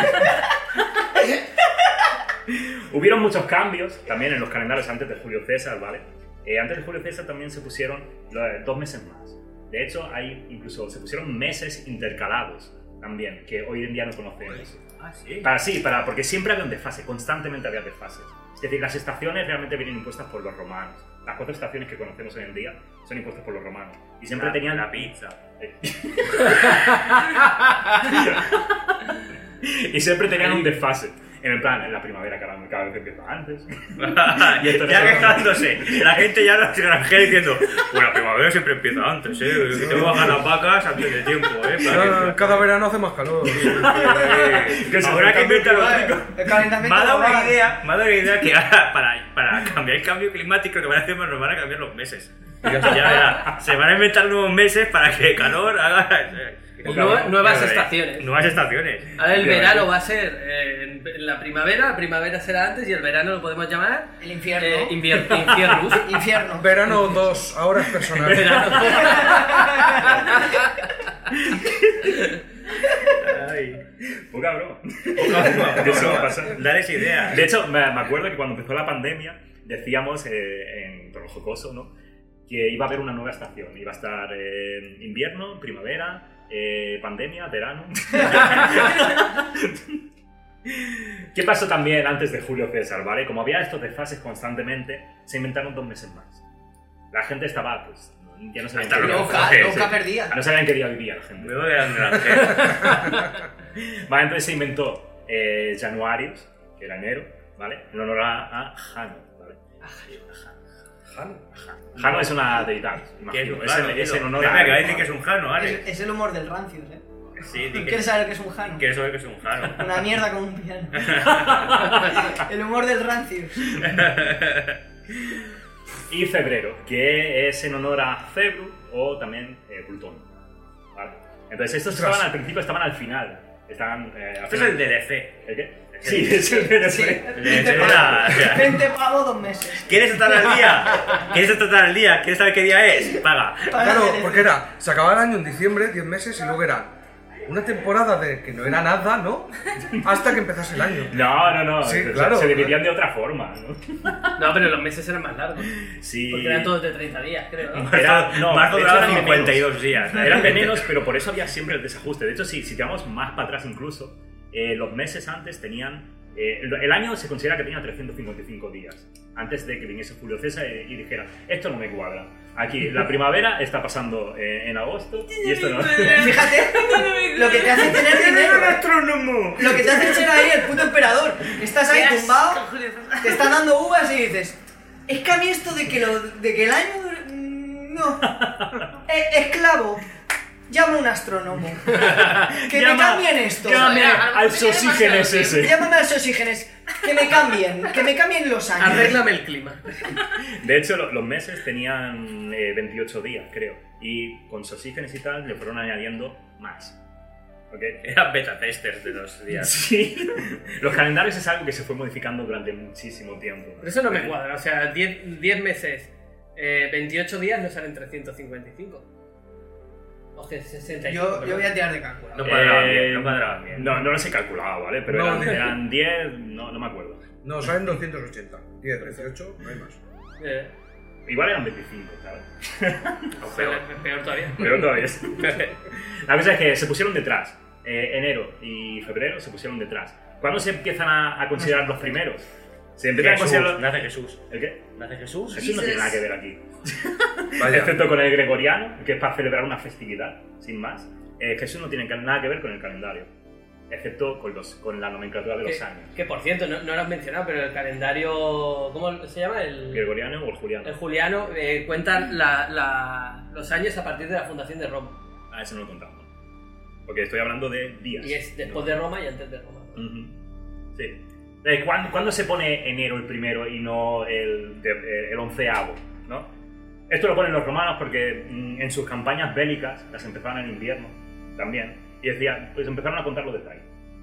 hubieron muchos cambios también en los calendarios antes de Julio César, ¿vale? Eh, antes de Julio César también se pusieron eh, dos meses más. De hecho, hay incluso se pusieron meses intercalados también, que hoy en día no conocemos. Ah, sí. Para sí, para, porque siempre había un desfase, constantemente había desfases. Es decir, las estaciones realmente vienen impuestas por los romanos. Las cuatro estaciones que conocemos hoy en día son impuestas por los romanos. Y siempre La- tenían Eh, la pizza. y siempre tenían un desfase. En el plan, en la primavera cada, cada vez empieza antes. ya Y esto no se- quejándose. La gente ya las granjea diciendo, bueno, la primavera siempre empieza antes, eh. Si tengo que bajar las vacas antes de tiempo, eh. para No, no, que- Cada verano hace más calor. que se habrá que inventar algo. El calentamiento Me ha dado una global. idea, me ha dado una idea que ahora, para, para cambiar el cambio climático lo que van a hacer nos van a cambiar los meses. Ya verá, se van a inventar nuevos meses para que el calor haga. Nueva- nuevas Ya veré. estaciones. Nuevas estaciones. Ahora el Ya veré. verano va a ser eh, en- en la primavera, la primavera será antes y el verano lo podemos llamar El infierno. eh, invier- infiernus. Infierno. Verano 2, ahora es personal. Verano. Ay, Poca broma. Eso Eso va va a a pasar. pasar. Dales ideas. De hecho, me, me acuerdo que cuando empezó la pandemia decíamos eh, en Rojo Jocoso, ¿no? Que iba a haber una nueva estación. Iba a estar eh, invierno, primavera, eh, pandemia, verano. ¿Qué pasó también antes de Julio César, vale? Como había estos desfases constantemente, se inventaron dos meses más. La gente estaba, pues, ya no sabía Hasta en qué día- loca, Sí, loca sí. perdida. No sabían qué día vivía la gente. Luego eran granjeros. Vale, entonces se inventó eh, Januarius, que era enero, ¿vale? En honor a, a Jano, ¿vale? Jano. Jano es una deidad, Que es imagino. un Es, en- jano. es en tío. honor Venga, a... que va a decir que es un jano, Es, Alex. es el humor del rancios, eh. Sí, di que ¿Quieres saber qué es un jano? quieres saber que es un jano. Una mierda con un piano. el humor del rancios. Y febrero, que es en honor a Cebru o también eh, Plutón, ¿vale? Entonces estos Ostras. estaban al principio, estaban al final. Estaban... eh, al Este es final. el DLC. ¿El qué? Sí, es el de Sí. El DLC era- o sea, 20 pavos, dos meses. ¿Quieres estar al día? ¿Quieres estar al día? ¿Quieres saber qué día es? Paga. Claro, porque era, se acababa el año en diciembre, 10 meses, y luego era una temporada de que no era nada, ¿no? Hasta que empezase el año. No, no, no. Sí, o sea, claro. Se dividían de otra forma, ¿no? No, pero los meses eran más largos. Sí. Porque eran todos de 30 días, creo. ¿no? Era- no, Marzo de hecho duraba eran 52 días. Eran de menos, pero por eso había siempre el desajuste. De hecho, si, si te vamos más para atrás incluso, eh, los meses antes tenían... eh, el- el año se considera que tenía 355 días, antes de que viniese Julio César eh, y, dijera, esto no me cuadra. Aquí, la primavera está pasando eh, en agosto y esto no... Fíjate lo que te hace tener dinero. astrónomo! Lo que te hace ser ahí el puto emperador. Estás ahí Eras- tumbado, te están dando uvas y dices: Es que a mí esto de que, lo, de que el año. dure- mm, No. E- esclavo. Llama a un astrónomo. Que me Llama- cambien esto. Ah, Llámame Joder, a lo al mejor tenía sosígenes demasiado ese. Llámame a los oxígenes. Que me cambien. Que me cambien los años. Arréglame el clima. De hecho, lo- los meses tenían eh, 28 días, creo. Y con Sosígenes y tal le fueron añadiendo más. ¿Ok? Eran beta testers de los días. Sí. Los calendarios es algo que se fue modificando durante muchísimo tiempo. Eh, Pero eso no me cuadra. O sea, 10, 10 meses, eh, 28 días no salen 355. O sea, 65. Yo, yo perdón. voy a tirar de cálculo. No cuadraban bien, no cuadraban bien. No, no los he calculado, ¿vale? Pero No. eran, eran 10, no, no me acuerdo. No, salen 280. 10, 18, no hay más. Eh, Igual eran 25, ¿sabes? peor, peor todavía. Pero todavía es. La cosa es que se pusieron detrás. Eh, enero y febrero se pusieron detrás. ¿Cuándo se empiezan a, a considerar los primeros? Se empiezan a Jesús, considerar los... nace Jesús. ¿El qué? Nace Jesús. Jesús no tiene nada que ver aquí. Vaya. Excepto con el gregoriano, que es para celebrar una festividad, sin más. Eh, Jesús no tiene ca- nada que ver con el calendario, excepto con, los, con la nomenclatura de los Que, años. que, por cierto, no, no lo has mencionado, pero el calendario. ¿Cómo se llama? El, Gregoriano o el juliano. el juliano eh, cuenta la- la- los años a partir de la fundación de Roma. Ah, eso no lo contamos. Porque estoy hablando de días. Y es después de Roma y antes de Roma. Ujú. Sí. Eh, ¿cuán- ¿Cuándo se pone enero el primero y no el, de- eh, el onceavo? ¿no? Esto lo ponen los romanos porque mm, en sus campañas bélicas las empezaban en invierno también. Y decían, pues empezaron a contarlo desde ahí.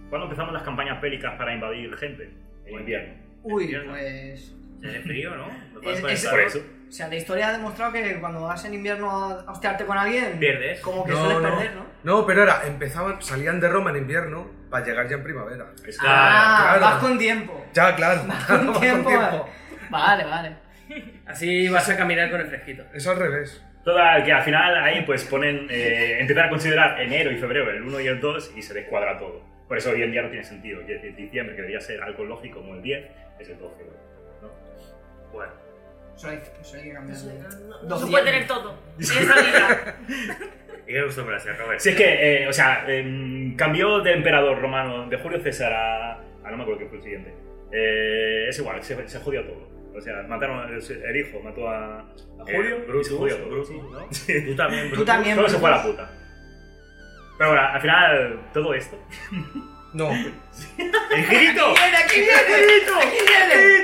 ¿Cuándo empezamos las campañas bélicas para invadir gente? En invierno. Uy, Invierno. pues. Se hace Pues frío, ¿no? No puedes Es- poner Eh, es- calor. Por eso. O sea, la historia ha demostrado que cuando vas en invierno a a hostearte con alguien. Pierdes. Como que No, sueles no. perder, ¿no? No, pero era, empezaban, salían de Roma en invierno para llegar ya en primavera. Es que- Ah, claro. vas con tiempo. Ya, claro. claro, Con con tiempo. tiempo. Vale, vale. Así vas a caminar con el fresquito. Es al revés. Total, que al final ahí pues ponen, eh, empiezan a considerar enero y febrero, el 1 y el 2, y se descuadra todo. Por eso hoy en día no tiene sentido. Y el diciembre, que debería ser algo lógico como el 10, es el 12. ¿no? Bueno, Eso hay, eso hay que cambiarlo. No, Dos se días. puede tener todo. En esta vida. Y qué gusto para hacer, Robert. si es que, eh, o sea, em, cambió de emperador romano, de Julio César a. a no me acuerdo qué fue el siguiente. Eh, es igual, se, se jodió todo. O sea, mataron, el hijo mató a, a Eh, Julio. y se Brutus, jodió todo. Brutus, ¿no? Tú también, Tú Brutus. también. Todo se fue a la Brutus. puta. Pero bueno, al final, todo esto. No. ¡El grito! ¡Aquí viene! ¡Aquí viene!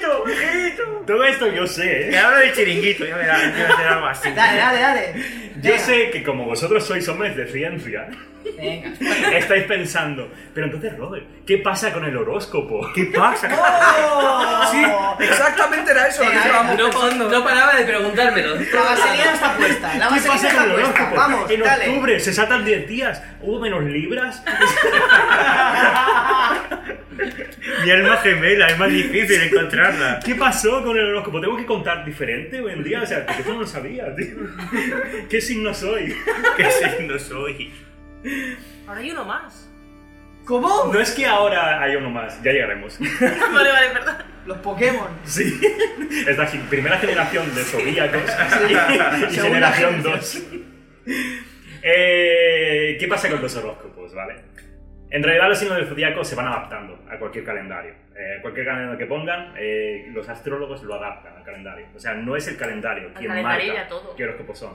Todo esto yo sé, Te ¿eh? hablo del chiringuito, ya verás, que va a ser algo así. Dale, dale, dale. Yo Venga. sé que como vosotros sois hombres de ciencia, Venga. estáis pensando, pero entonces, Robert, ¿qué pasa con el horóscopo? ¿Qué pasa? ¡Oh! Sí, exactamente era eso lo que Venga, estábamos No, pa- pensando. no pues, paraba de preguntármelo. La vaselina está puesta. La ¿Qué vaselina pasa con el está puesta. horóscopo? Vamos, en dale. octubre se saltan 10 días, hubo menos libras. Mi alma gemela, es más difícil encontrarla. ¿Qué pasó con el horóscopo? ¿Tengo que contar diferente hoy en día? O sea, porque tú no lo sabías, tío. ¿Qué signo soy? ¿Qué signo soy? Ahora hay uno más. ¿Cómo? No es que ahora hay uno más, ya llegaremos. Vale, vale, perdón. Los Pokémon. Sí, es la gen- primera generación de zodíacos y, Segunda generación generación. 2. Eh, ¿Qué pasa con los horóscopos, vale? En realidad los signos del zodíaco se van adaptando a cualquier calendario. Eh, cualquier calendario que pongan, eh, los astrólogos lo adaptan al calendario. O sea, no es el calendario quien calendario y marca a todo. qué horóscopos son.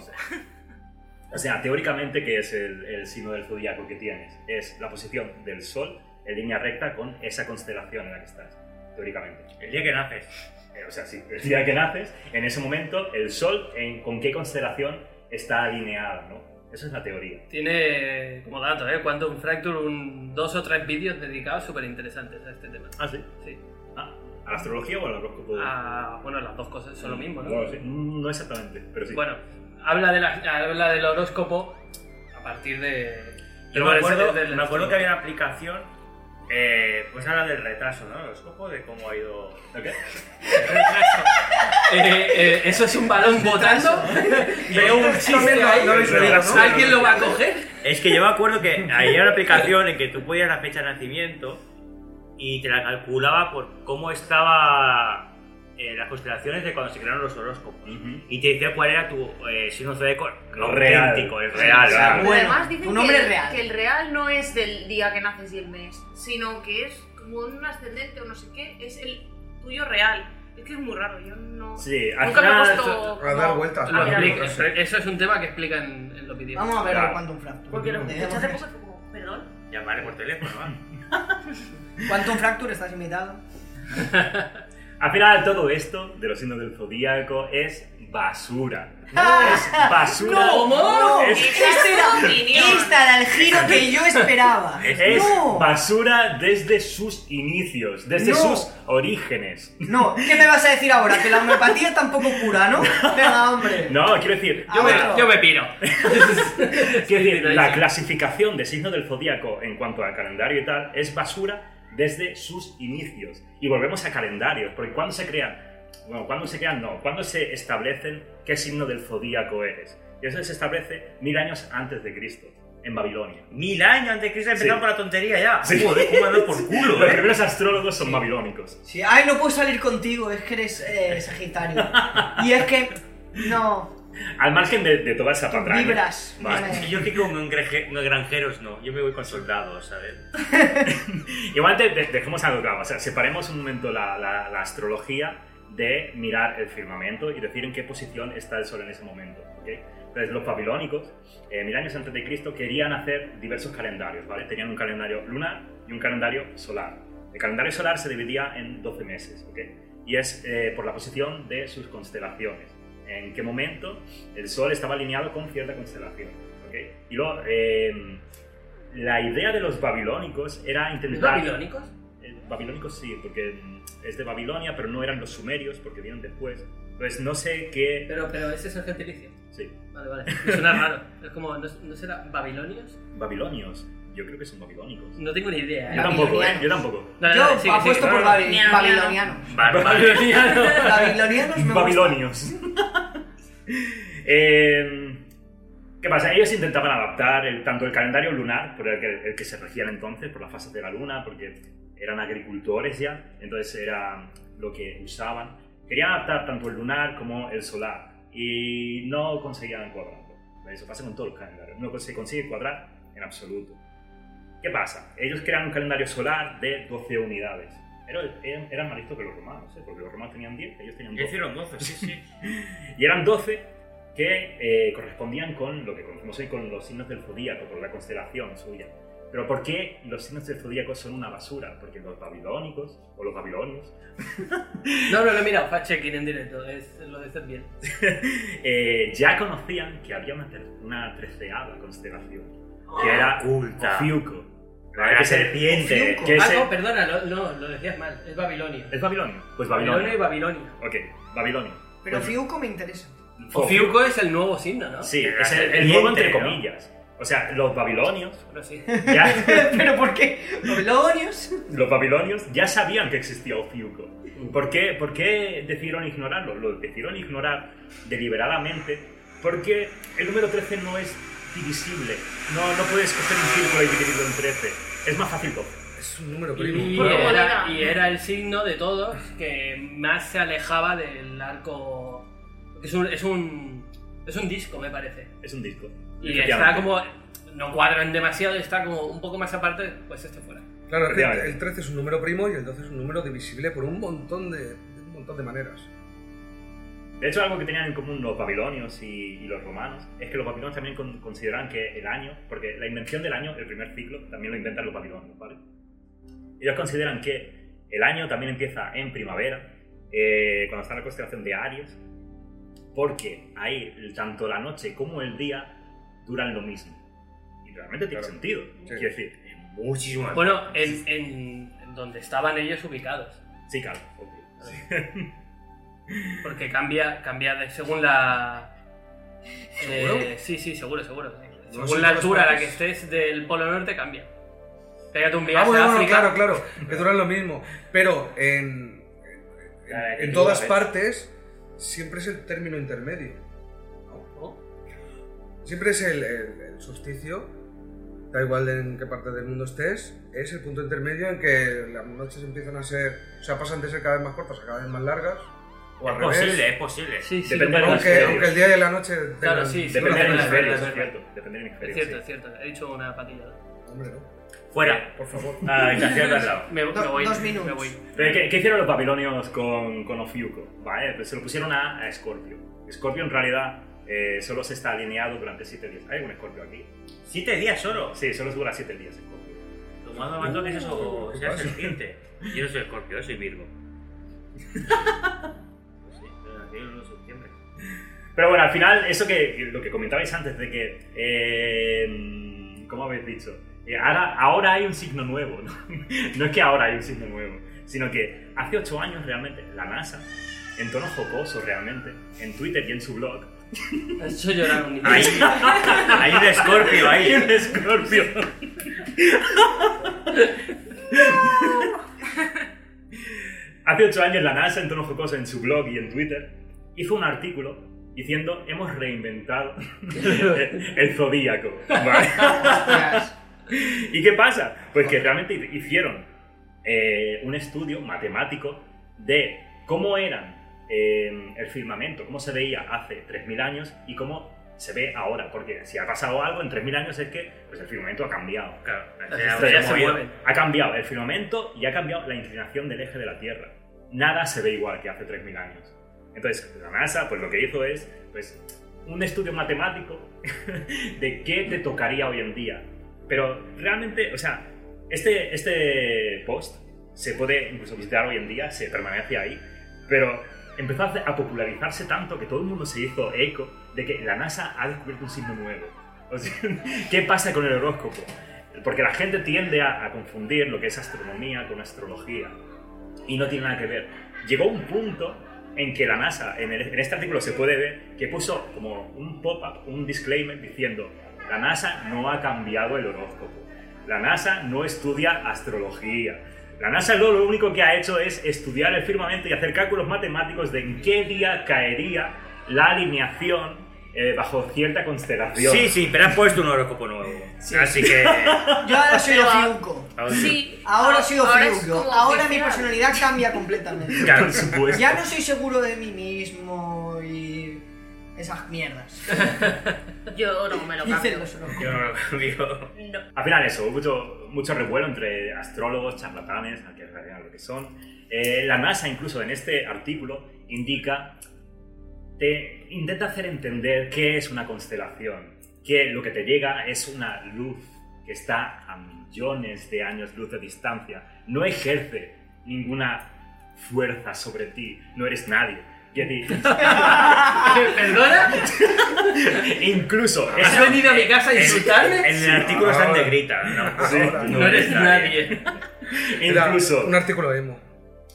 O sea, teóricamente, ¿qué es el, el signo del zodiaco que tienes? Es la posición del sol en línea recta con esa constelación en la que estás, teóricamente. El día que naces. Eh, O sea, sí, el día que naces, en ese momento, el Sol, en, ¿con qué constelación está alineada? ¿no? Eso es la teoría. Tiene como dato, ¿eh? Quantum Fracture, un, dos o tres vídeos dedicados súper interesantes a este tema. Ah, sí. Sí. Ah, ¿A la astrología o al horóscopo? Ah, bueno, las dos cosas son lo mismo, ¿no? No, lo sé. Mm, no exactamente, pero sí. Bueno, habla, de la- habla del horóscopo a partir de... Yo me acuerdo, me acuerdo que había una aplicación, eh, pues habla del retraso, ¿no? Los copos de cómo ha ido. Ok. Eh, eh, eso es un balón botando. Veo un chiste También lo- ahí. no habéis oído, ¿no? ¿Alguien lo va a coger? Es que yo me acuerdo que había una aplicación en que tú podías la fecha de nacimiento y te la calculaba por cómo estaba eh, las constelaciones de cuando se crearon los horóscopos. Ujú. Y te decía cuál era tu eh, signo zodiaco Lo real. auténtico, el real. Sí, ¿verdad? sí. Pero Bueno, además dicen tu que, nombre el- es real. que el real no es del día que naces y el mes, sino que es como un ascendente o no sé qué, es el tuyo real. Es que es muy raro, yo no... Sí, al Nunca me he final, puesto... A dar vueltas. Lo Ah, mira, explica. Eso es un tema que explican en, en los vídeos. Vamos a ver Claro. el Quantum Fracture. Porque lo escuché Tenemos hace que- poco y fue como, perdón. Llamarle por teléfono, ¿va? Quantum Fracture, estás invitado. al final, todo esto de los signos del zodíaco es basura. No Ah. es basura. ¡No! Es- Este era, tu opinión. este era el giro que yo esperaba. Es ¡No! basura desde sus inicios, desde No. sus orígenes. No, ¿qué me vas a decir ahora? Que la homeopatía tampoco cura, ¿no? Venga, hombre. No, quiero decir, A ver, Yo me piro. Quiero decir, Sí, la sí. clasificación de signo del zodíaco en cuanto al calendario y tal es basura desde sus inicios. Y volvemos a calendarios, porque cuando se crean, bueno, cuando se crean no, cuando se establecen qué signo del zodíaco eres. Y eso se establece mil años antes de Cristo, en Babilonia. Mil años antes de Cristo empezaron Sí. por la tontería ya. Sí. Joder, cómo andan por culo, Los ¿eh? primeros astrólogos son babilónicos. Sí, Ay, no puedo salir contigo, es que eres eh, Sagitario. Y es que. No. Al margen de, de toda esa patraña. Vibras. Vale. Vale. Y Yo que con granje- no, granjeros no, yo me voy con soldados, ¿sabes? Igualmente, de- dejemos algo claro. O sea, separemos un momento la, la- la astrología de mirar el firmamento y decir en qué posición está el sol en ese momento. ¿ok? Entonces, los babilónicos, eh, mil años antes de Cristo, querían hacer diversos calendarios. ¿vale? Tenían un calendario lunar y un calendario solar. El calendario solar se dividía en 12 meses ¿ok? y es eh, por la posición de sus constelaciones. En qué momento el sol estaba alineado con cierta constelación. ¿ok? Y luego, eh, la idea de los babilónicos era ¿Los intentar... babilónicos? Eh, Babilónicos sí, porque es de Babilonia, pero no eran los sumerios, porque vinieron después. Entonces no sé qué... Pero, pero ese es el gentilicio. Sí, Vale, vale. Me suena raro. Es como, ¿no, no será babilonios? babilonios. Yo creo que son babilónicos. No tengo ni idea, ¿eh? Yo tampoco, ¿eh? Yo tampoco. Dale, Yo dale, sigue, sigue. apuesto por babi- Miano, miano. babilonianos. Babiloniano. Babilonianos me gusta. Babilonios. Eh, ¿Qué pasa? Ellos intentaban adaptar el- tanto el calendario lunar, por el que, el que se regían entonces, por las fases de la luna, porque eran agricultores ya, entonces era lo que usaban. Querían adaptar tanto el lunar como el solar y no conseguían cuadrarlo. Eso pasa con todos los calendarios, no se consigue cuadrar en absoluto. ¿Qué pasa? Ellos crean un calendario solar de 12 unidades. Pero eran, eran más listos que los romanos, ¿eh? porque los romanos tenían 10, ellos tenían Ya 12. hicieron 12, sí, sí. Y eran 12 que eh, correspondían con lo que conocemos hoy con los signos del zodíaco, con la constelación suya. Pero ¿por qué los signos del zodíaco son una basura? Porque los babilónicos, o los babilonios, No, no, no, mira, fact checking en directo. Es lo de hacer bien. eh, ya conocían que había una, ter- una treceava constelación, que era Oculta. Ofiuco. La gran Que se- serpiente. que ah, es, no, perdona, lo- no, lo decías mal. Es Babilonia. ¿Es Babilonio? Pues Babilonia y Babilonio. Babilonia. Ok, Babilonio. Pues Pero Fiuco me interesa. Ofiuco es el nuevo signo, ¿no? Oh. Sí, Pero es el, serpiente, el nuevo entre ¿no? comillas. O sea, los babilonios Pero sí. ya... ¿Pero por qué? Babilonios. Los babilonios ya sabían que existía Ofiuco. ¿Por qué, por qué decidieron ignorarlo? Lo decidieron ignorar deliberadamente porque el número 13 no es divisible. No, no puedes coger un círculo y dividirlo en 13. Es más fácil 12. Es un número Y primo. era, y era el signo de todos que más se alejaba del arco. Es un, es un, es un disco, me parece. Es un disco. Y está Efectivamente. como. No cuadran demasiado, está como un poco más aparte, pues este fuera. Claro, es que Efectivamente. el 13 es un número primo y el 12 es un número divisible por un montón de, de un montón de maneras. De hecho, algo que tenían en común los babilonios y, y los romanos es que los babilonios también con- consideraban que el año, porque la invención del año, el primer ciclo, también lo inventan los babilonios, ¿vale? Ellos consideran que el año también empieza en primavera, eh, cuando está la constelación de Aries, porque ahí el- tanto la noche como el día duran lo mismo. Y realmente tiene Claro. sentido. Sí. Quiero decir, Muchísimo más. Bueno, en, en- en donde estaban ellos ubicados. sí, claro, obvio. Porque cambia, cambia de- según la. eh, sí, sí, seguro, seguro. No según sé la todas altura a la que partes. estés del Polo Norte, cambia. Pégate un viaje Ah, bueno, a bueno, África. claro, claro. Que duran lo mismo. Pero en, en, La en actitud, todas ¿eh? partes siempre es el término intermedio. ¿no? Siempre es el, el- el solsticio. Da igual de en qué parte del mundo estés, es el punto intermedio en que las noches empiezan a ser, o sea, pasan de ser cada vez más cortas a cada vez más largas, o al es revés. posible, es posible. Sí, sí, Depende lo del parece. Aunque, hemisferio. aunque el día y la noche tengan- Claro, sí, sí, Depende es del verdad, hemisferio, es es verdad. cierto. Depende del hemisferio. Es cierto, sí. es cierto. He dicho una patilla. Hombre, no, Fuera. por favor. Ah, y te hacía al lado. Me, me Do- voy. dos Me minutos. voy. Pero ¿qué, qué hicieron los babilonios con, con Ofiuco? Vale, pues se lo pusieron a, a Scorpio. Scorpio en realidad eh, solo se está alineado durante 7 días. ¿Hay algún Scorpio aquí? Siete días solo. Sí, solo dura 7 días Scorpio. Lo más normal que es eso ¿qué sea pasa? serpiente. Yo no soy escorpio, yo soy virgo. Pues sí, pero nací el 1 de septiembre. Pero bueno, al final, eso que lo que comentabais antes de que... Eh, ¿Cómo habéis dicho? Eh, ahora, ahora hay un signo nuevo, ¿no? No es que ahora hay un signo nuevo, sino que hace 8 años realmente la NASA, en tono jocoso realmente, en Twitter y en su blog, Has hecho llorar a un niño. Ahí, ahí un escorpio, hay ahí. un escorpio. Hace ocho años la NASA, en tono jocoso, en su blog y en Twitter, hizo un artículo diciendo hemos reinventado el zodíaco. ¿vale? Hostias. ¿Y qué pasa? Pues que realmente hicieron eh, un estudio matemático de cómo eran eh, el firmamento, cómo se veía hace 3.000 años y cómo se ve ahora. Porque si ha pasado algo en 3.000 años es que pues el firmamento ha cambiado. Claro, Las se ha- se estrellas ha se movido. mueven. Ha cambiado el firmamento y ha cambiado la inclinación del eje de la Tierra. Nada se ve igual que hace 3.000 años. Entonces, la NASA pues lo que hizo es pues, un estudio matemático de qué te tocaría hoy en día. Pero realmente, o sea, este, este post se puede incluso visitar hoy en día, se permanece ahí, pero empezó a hacer- a popularizarse tanto que todo el mundo se hizo eco de que la NASA ha descubierto un signo nuevo. O sea, ¿Qué pasa con el horóscopo? Porque la gente tiende a, a confundir lo que es astronomía con astrología. Y no tiene nada que ver. Llegó un punto en que la NASA, en, el- en este artículo se puede ver, que puso como un pop-up, un disclaimer diciendo, la NASA no ha cambiado el horóscopo. La NASA no estudia astrología. La NASA lo, lo único que ha hecho es estudiar el firmamento y hacer cálculos matemáticos de en qué día caería la alineación eh, bajo cierta constelación. Sí, sí, pero has puesto un horóscopo nuevo. Así que. Yo ahora soy Pero, ah, Ofiuco. Sí. Ahora soy es Ofiuco. como Ahora mi oficial. personalidad cambia completamente. Claro. Por supuesto. Ya no soy seguro de mí mismo y esas mierdas. Yo no me lo Dicen cambio. los horóscopos. Yo no lo cambio. No. Al final eso, hubo mucho, mucho revuelo entre astrólogos, charlatanes, que en realidad lo que son. Eh, la NASA incluso en este artículo indica, te intenta hacer entender qué es una constelación, que lo que te llega es una luz que está a millones de años luz de distancia, no ejerce ninguna fuerza sobre ti, no eres nadie. Y a ti- ¿Perdona? incluso ¿Has esa- venido a mi casa a insultarme? En el artículo está en negrita. No, Sí. No eres nadie. Era incluso Un artículo emo.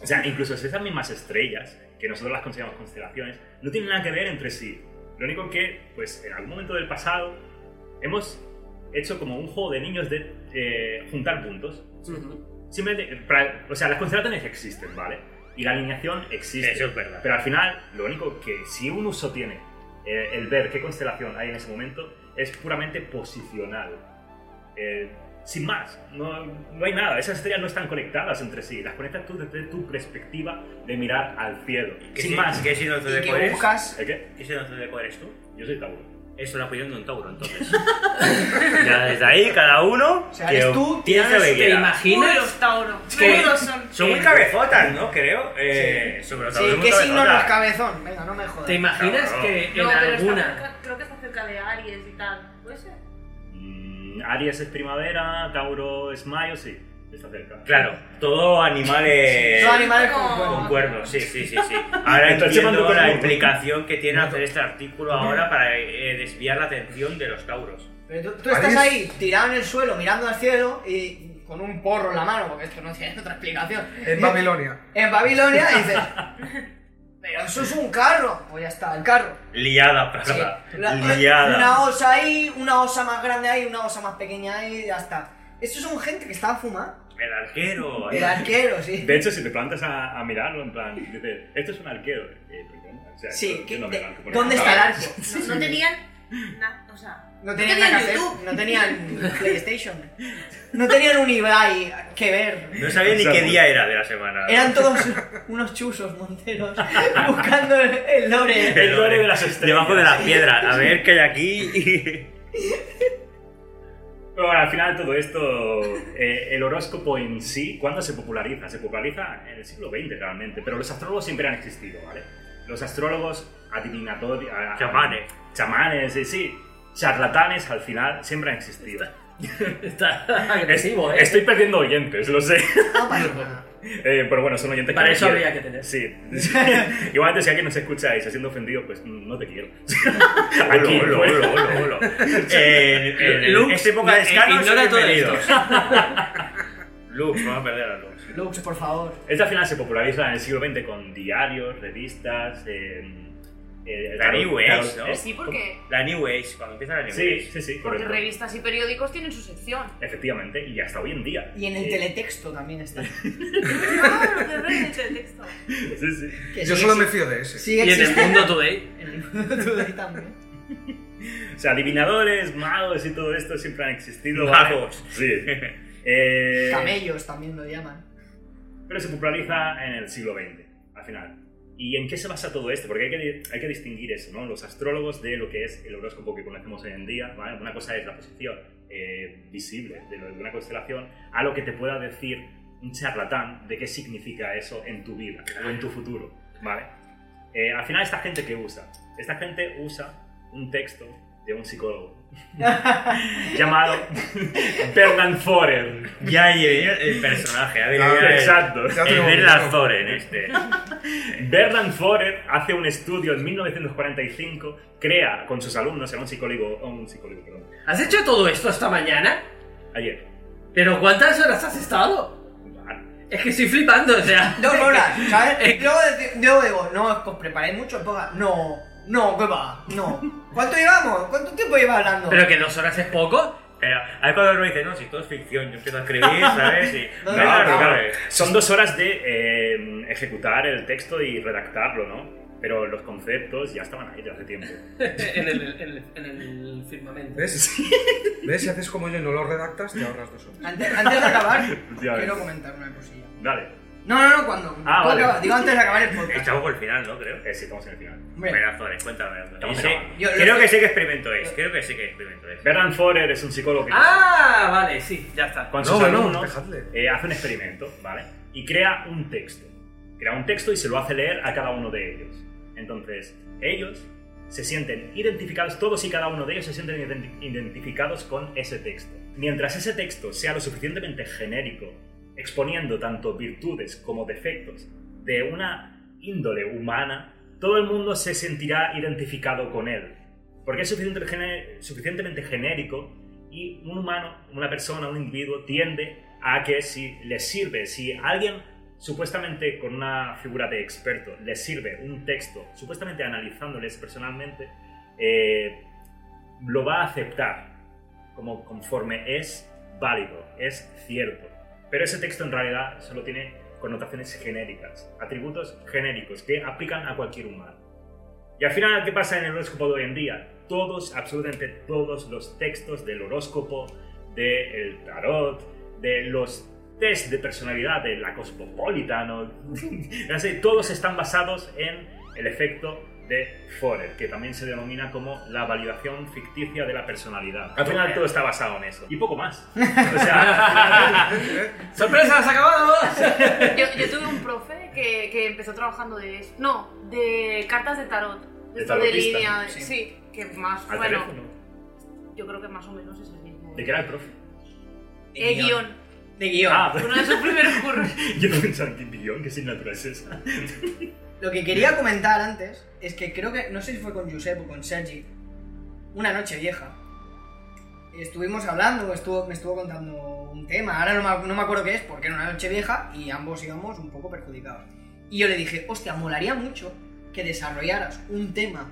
O sea, incluso esas mismas estrellas, que nosotros las consideramos constelaciones, no tienen nada que ver entre sí. Lo único que, pues, en algún momento del pasado, hemos hecho como un juego de niños de eh, juntar puntos. Simplemente, para- o sea, las constelaciones existen, ¿vale? Y la alineación existe. Eso es verdad. Pero al final, lo único que si un uso tiene eh, el ver qué constelación hay en ese momento es puramente posicional. Eh, sin más, no, no hay nada. Esas estrellas no están conectadas entre sí. Las conectas tú desde tu perspectiva de mirar al cielo. ¿Qué Sin si- más. ¿Qué si no te Y que decoeres? buscas. ¿El qué? ¿Qué si no te decoeres tú? Yo soy Tauro. Es una opinión de un Tauro, entonces. ya desde ahí, cada uno. O sea, eres tú, este tienes lo que ¿Te quiera. Uy, imaginas? los Tauro. que- Menudos son. Son eh, muy cabezotas, ¿no? Creo. Eh, Sobre todo. Sí, muy ¿qué signo no cabezotas. es cabezón? Venga, no me jodas. ¿Te imaginas No, no. que en No, pero está alguna... cerca- creo que está cerca de Aries y tal. ¿Puede ser? Mm, Aries es primavera, Tauro es mayo, sí. Está cerca. Claro, todo animales. Son animales no. con cuernos. Con cuernos, sí, sí, sí, sí. Ahora Entonces, entiendo mando la como- implicación que tiene hacer este artículo ahora para eh, desviar la atención de los tauros. Pero tú, tú estás París. ahí tirado en el suelo mirando al cielo y con un porro en la mano, porque esto no tiene otra explicación. En Babilonia. En Babilonia dices, pero eso es un carro. Pues ya está, el carro. Liada, Sí. Prada. La- eh, Liada. Una osa ahí, una osa más grande ahí, una osa más pequeña ahí, ya está. Estos son gente que está a fumar. El arquero. El ahí. arquero, sí. De hecho, si te plantas a, a mirarlo, en plan, dices, esto es un arquero. Eh, perdón, o sea, Sí, yo ¿qué- no me de- planto por ¿dónde ahí. está el arco? No, no tenían nada. O sea, No tenían nada que hacer, YouTube. no tenían PlayStation, no tenían un Ibai que ver. No sabía ni qué día era de la semana. Eran todos unos chusos monteros buscando el- el lore. El lore de las estrellas. Debajo de las piedras. A ver qué hay aquí. Pero bueno, al final todo esto, eh, el horóscopo en sí, ¿cuándo se populariza? Se populariza en el siglo XX realmente, pero los astrólogos siempre han existido, ¿vale? Los astrólogos adivinatorios... Chamanes. Chamanes, sí, sí. Charlatanes al final siempre han existido. Está agresivo, ¿eh? Estoy perdiendo oyentes, lo sé. No pasa nada. Eh, pero bueno, son oyentes Para que me eso quieren. habría que tener. Sí. Igualmente, si alguien nos escucha y se siente ofendido, pues no te quiero. Aquí, Olo, olo, olo, olo, olo, olo. En, en- en Lux, esta época de eh, escanos, ignora son todo bienvenidos. Lux, vamos a perder a Lux. Lux, por favor. Este al final se populariza en el siglo XX con diarios, revistas, eh, eh, La New tarot- Age, tarot- ¿no? eh, sí, porque, La New Age, cuando empieza la New Sí, Age. sí, sí. porque correcto. revistas y periódicos tienen su sección. Efectivamente, y hasta hoy en día. Y en el Eh, teletexto también está. Claro, de verdad, en el texto. Sí, sí. Que Yo sí solo me existe- fío de ese. Sigue Y en el existiendo. mundo today. En el mundo today también. O sea, adivinadores, magos y todo esto siempre han existido. ¿vale? Magos. Sí. Eh, Camellos también lo llaman. pero se populariza en el siglo XX, al final. ¿Y en qué se basa todo esto? Porque hay que, hay que distinguir eso, ¿no? Los astrólogos de lo que es el horóscopo que conocemos hoy en día, ¿vale? Una cosa es la posición eh, visible de, lo- de una constelación a lo que te pueda decir un charlatán de qué significa eso en tu vida o en tu futuro, ¿vale? Eh, al final, esta gente que usa, esta gente usa un texto de un psicólogo llamado Bernard Forer. Ah, Ya ahí venía el personaje. Ya venía el- Exacto. Ya El tengo Bernard visto. Thoren, este. Bernard Forer hace un estudio en 1945, crea con sus alumnos, era un psicólogo, un psicólogo, perdón, ¿Has hecho todo esto esta mañana? ayer. ¿Pero cuántas horas has estado? Es que estoy flipando, o sea. Dos horas, ¿sabes? Luego, de- luego digo, no, os preparáis mucho, poca. No, no, ¿qué va? No. ¿Cuánto llevamos? ¿Cuánto tiempo llevas hablando? ¿Pero que dos horas es poco? Pero ahí cuando uno dice, no, si todo es ficción, yo empiezo a escribir, ¿sabes? Y, No, no, no, claro, no. claro. Son dos horas de eh, ejecutar el texto y redactarlo, ¿no? Pero los conceptos ya estaban ahí desde hace tiempo. eh, En el, en el- en el firmamento. ¿Ves? ¿Ves? Si haces como yo y no lo redactas, te ahorras dos horas. Antes, antes de acabar, Ya ves. quiero comentar una cosilla. Vale, No, no, no, cuando. Ah, ¿Puedo vale. acabar? Digo antes de acabar el podcast. Estamos por el final, ¿no? Creo. eh, sí, estamos en el final. Hombre, Verán Forest, cuéntame. Estamos Y sé- grabando. Yo- creo yo- que sé qué experimento es, creo que sé qué experimento es. Bernd Forer es un psicólogo que Ah, vale, sí, ya está. con No, sus bueno, alumnos dejadle. eh, hace un experimento, ¿vale? Y crea un texto. Crea un texto y se lo hace leer a cada uno de ellos. Entonces, ellos se sienten identificados, todos y cada uno de ellos se sienten identi- identificados con ese texto. Mientras ese texto sea lo suficientemente genérico, exponiendo tanto virtudes como defectos de una índole humana, todo el mundo se sentirá identificado con él. Porque es suficiente- gene- suficientemente genérico y un humano, una persona, un individuo tiende a que si le sirve, si alguien supuestamente con una figura de experto le sirve un texto, supuestamente analizándoles personalmente, eh, lo va a aceptar como conforme es válido, es cierto. Pero ese texto en realidad solo tiene connotaciones genéricas, atributos genéricos que aplican a cualquier humano. Y al final, ¿qué pasa en el horóscopo de hoy en día? Todos, absolutamente todos los textos del horóscopo, del tarot, de los test de personalidad de la Cosmopolitan, o- no sé, todos están basados en el efecto de Forer, que también se denomina como la validación ficticia de la personalidad. Al final todo está basado en eso. Y poco más. O sea, ¡Sorpresa, se ha acabado! Yo, yo tuve un profe que, que empezó trabajando de eso. No, de cartas de tarot. De esto de tarotista, línea. de- sí. sí. que más. al bueno, teléfono. yo creo que más o menos es el mismo. ¿De qué era el profe? Eh, guión. De guión. Ah, Uno de sus primeros curros. yo pensaba, ¿qué guión? ¿Qué asignatura es esa? Lo que quería comentar antes es que creo que, no sé si fue con Josep o con Sergi, una noche vieja, estuvimos hablando, estuvo, me estuvo contando un tema, ahora no me, ac- no me acuerdo qué es, porque era una noche vieja y ambos íbamos un poco perjudicados. Y yo le dije, hostia, molaría mucho que desarrollaras un tema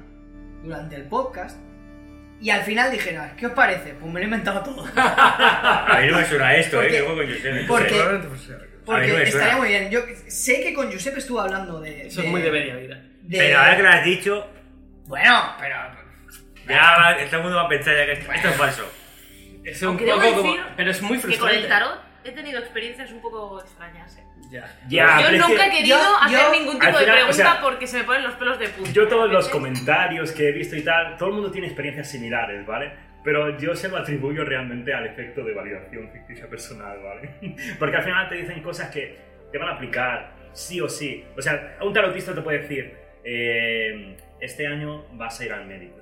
durante el podcast y al final dijeras, ¿qué os parece? Pues me lo he inventado todo. A mí no me suena esto, Porque- ¿eh? Yo juego con Josep. porque- Probablemente pues sea. Porque A mí no me suena. estaría muy bien. Yo sé que con Josep estuvo hablando de... Eso es muy de media vida. de- Pero ahora que lo has dicho, Bueno, pero... ya va- todo el mundo va a pensar ya que esto, esto es falso. Es un Aunque poco debo como. decir Pero es muy Que con frustrante. el tarot he tenido experiencias un poco extrañas. eh. Ya. Ya, Ah, pero yo es que- nunca he querido yo- hacer yo- ningún al tipo de final, pregunta o sea, porque se me ponen los pelos de punta. Yo todos los Entonces, comentarios que he visto y tal, todo el mundo tiene experiencias similares, ¿vale? Pero yo se lo atribuyo realmente al efecto de validación ficticia personal, ¿vale? Porque al final te dicen cosas que te van a aplicar, sí o sí. O sea, un tarotista te puede decir, eh, este año vas a ir al médico.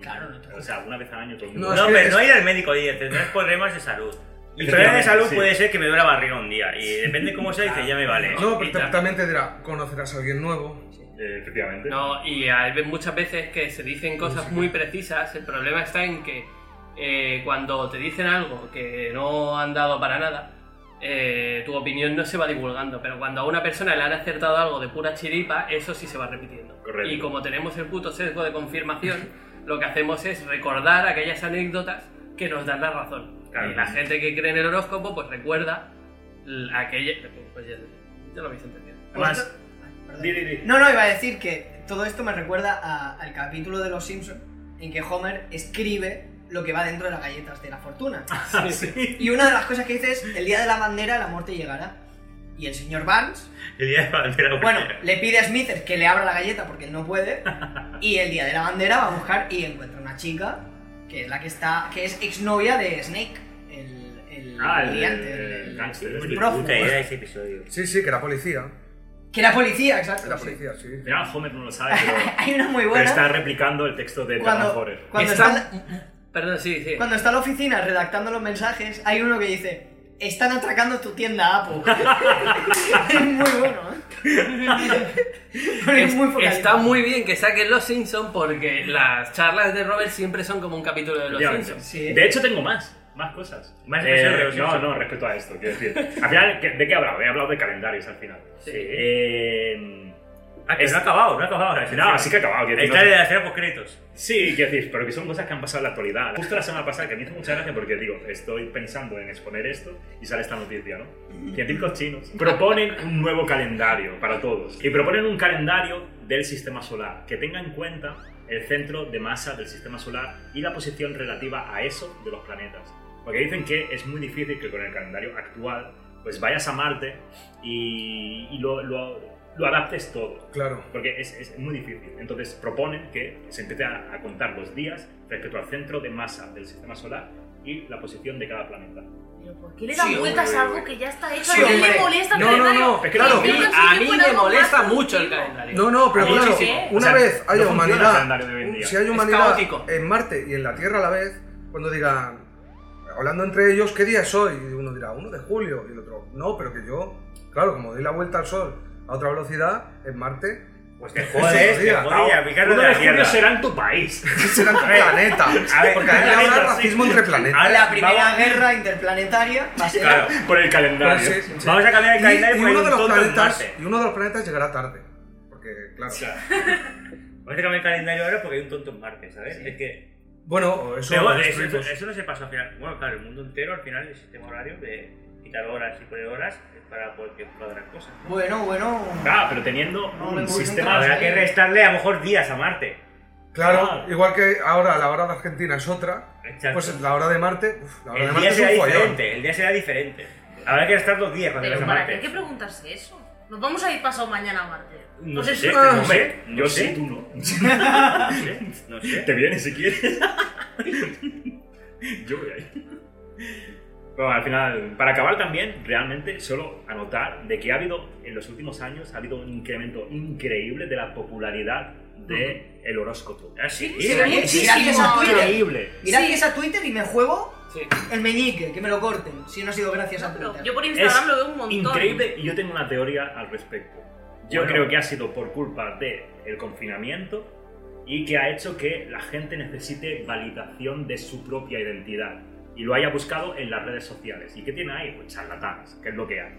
Claro, no te O sea, una vez al año todo el No, mundo... es No, que pero es- no ir al médico, oye, tendrás problemas de salud. Y problemas de salud Sí. Ah. puede ser que me duela barriga un día. Y depende cómo sea, dice, ya me vale. No, Y pero tal. ta- también te dirá, conocerás a alguien nuevo. Eh, efectivamente. No, y hay ve- muchas veces que se dicen cosas muy precisas. El problema está en que eh, cuando te dicen algo que no han dado para nada, eh, tu opinión no se va divulgando. Pero cuando a una persona le han acertado algo de pura chiripa, eso sí se va repitiendo. Correcto. Y como tenemos el puto sesgo de confirmación, lo que hacemos es recordar aquellas anécdotas que nos dan la razón. Claro. Y la gente que cree en el horóscopo, pues recuerda l- aquella. Pues ya, ya lo habéis entendido. Pues, Además, Ay, perdón. di, di, di. No, no, iba a decir que todo esto me recuerda a- al capítulo de Los Simpsons en que Homer escribe lo que va dentro de las galletas de la fortuna. Ah, Y una de las cosas que dice es, el día de la bandera la muerte llegará. Y el señor Barnes, El día de la bandera, bueno, le pide a Smithers que le abra la galleta porque él no puede. Y el día de la bandera va a buscar y encuentra una chica que es la que está, que es exnovia de Snake, el, el Ah, el, maleante, el el- gángster el este. prófugo. puta idea de ese episodio. Sí, sí, que era policía. Ah, Que era policía, exacto. Era sí. policía, sí. Al final Homer no lo sabe, pero, Hay una muy pero buena. está replicando el texto de Bernd cuando, Forer. cuando Está- están- Perdón, sí, sí. Cuando está en la oficina redactando los mensajes, hay uno que dice: Están atracando tu tienda, Apo. es muy bueno, ¿eh? Pero es, Es- muy focalizado. está muy bien que saquen Los Simpsons porque las charlas de Robert siempre son como un capítulo de Los Efectivamente. Simpsons. Sí. De hecho, tengo más. Más cosas. Más Eh, expresiones, sí, no, sí. no, respecto a esto, quiero decir. Al final, ¿qué- ¿de qué he hablado? He hablado de calendarios al final. Sí. Eh, Ah, que Es- no ha acabado, no ha acabado ahora. no, sí que he acabado. quiero decir, Está no- de la escena créditos. Sí, quiero decir, pero que son cosas que han pasado en la actualidad. Justo la semana pasada, que me hizo mucha gracia porque digo, estoy pensando en exponer esto y sale esta noticia, ¿no? Científicos chinos proponen un nuevo calendario para todos. Y proponen un calendario del sistema solar que tenga en cuenta el centro de masa del sistema solar y la posición relativa a eso de los planetas. Porque dicen que es muy difícil que con el calendario actual pues vayas a Marte y, y lo- lo- lo adaptes todo. Claro. Porque es, es muy difícil. Entonces proponen que se empiece a, a contar los días respecto al centro de masa del sistema solar y la posición de cada planeta. Pero ¿por qué le dan Sí, vueltas hombre, a algo que ya está hecho? Sí, ¿A quién le hombre. molesta el No, no, calendario? no, es que claro, Yo a mí- pensé A que mí fuera me algo más molesta mucho el constructivo. calendario. No, no, pero A mí claro, sí, sí. una O sea, vez no haya funciona el humanidad, calendario de hoy en día. si hay Es humanidad caótico. en Marte y en la Tierra a la vez, cuando digan, hablando entre ellos, ¿qué día es hoy? Y uno dirá, 1 de julio, y el otro, no, pero que yo, claro, como doy la vuelta al Sol a otra velocidad, en Marte, Pues te Eso jodes, lo te diga. jodes, ya, fíjate de Uno de la julio tierra. será en tu país. será entre planetas. a ver, Porque ahí planetas, habrá sí. racismo entre planetas. Ahora La primera vamos- guerra interplanetaria va a ser. Claro. Por el Pues calendario. sí, sí, sí. Vamos a cambiar el Y- calendario y porque hay uno un de los tonto en planetas- Marte. Y uno de los planetas llegará tarde. Porque, claro. Vamos a cambiar el calendario ahora porque hay un tonto en Marte, ¿sabes? Es que... Bueno, o eso Pero lo bueno, eso, destruimos. eso- eso no se pasó al final. Bueno, claro, el mundo entero al final el sistema horario de quitar horas y poner horas para poder que cuadrar cosas. Bueno, bueno. Ah, pero teniendo un no, sistema... Habrá que restarle a lo mejor días a Marte. Claro, Claro. igual que ahora la hora de Argentina es otra, Exacto. pues la hora de Marte, uf, la hora de El Marte día será es un follón. diferente, el día será diferente. Habrá que restar dos días cuando Pero vayas a ¿para qué hay que Marte. preguntarse eso? Nos vamos a ir pasado mañana a Marte. No Pues sé, es- no sé, Hombre, no yo sé, sí, tú no. no sé, no sé. Te vienes si quieres. Yo voy ahí. Bueno, al final, para acabar también, realmente solo anotar de que ha habido, en los últimos años, ha habido un incremento increíble de la popularidad del el horóscopo. Ah, sí, Sí, mira, sí, sí, sí. Gracias a Twitter. Increíble. Mirad que es a Twitter y me juego Sí. el meñique, que me lo corten. Si no ha sido gracias a Pero Twitter. yo por Instagram Es lo veo un montón. Increíble, y yo tengo una teoría al respecto. Yo Bueno. creo que ha sido por culpa del el confinamiento y que ha hecho que la gente necesite validación de su propia identidad y lo haya buscado en las redes sociales. ¿Y qué tiene ahí? Pues charlatanes, que es lo que hay.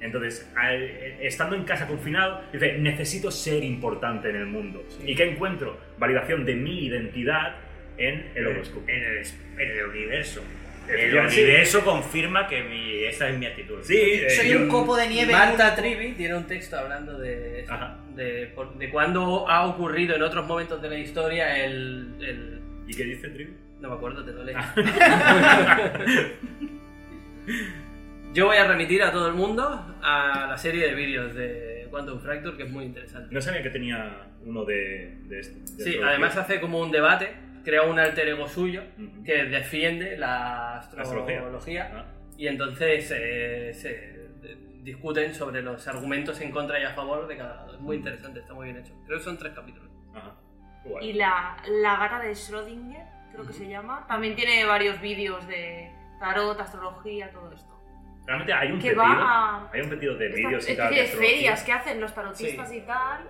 Entonces, al- estando en casa confinado, dice, necesito ser importante en el mundo. ¿Y qué encuentro? Validación de mi identidad en el horóscopo. En el, en el universo. El Efectivamente, sí. universo confirma que mi, esa es mi actitud. Sí, eh, Soy yo- un copo de nieve. Marta Trivi tiene un texto hablando de, Ajá. de, por- de cuándo ha ocurrido en otros momentos de la historia el... el- ¿Y qué dice Trivi? no me acuerdo, te lo leí. Yo voy a remitir a todo el mundo a la serie de vídeos de Quantum Fracture, que es muy interesante. No sabía que tenía uno de, de este. de Sí, astrología. además hace como un debate, crea un alter ego suyo Ujú. que defiende la Astrología. astrología Ah, Y entonces eh, se discuten sobre los argumentos en contra y a favor de cada lado. Es muy interesante, está muy bien hecho. Creo que son tres capítulos. ajá. Guay. Y la, la gata de Schrödinger, creo que se llama, también tiene varios vídeos de tarot, astrología, todo esto. Realmente hay un que pedido. va a- Hay un pedido de Esta vídeos y especie tal. de astrología. ferias que hacen los tarotistas y tal.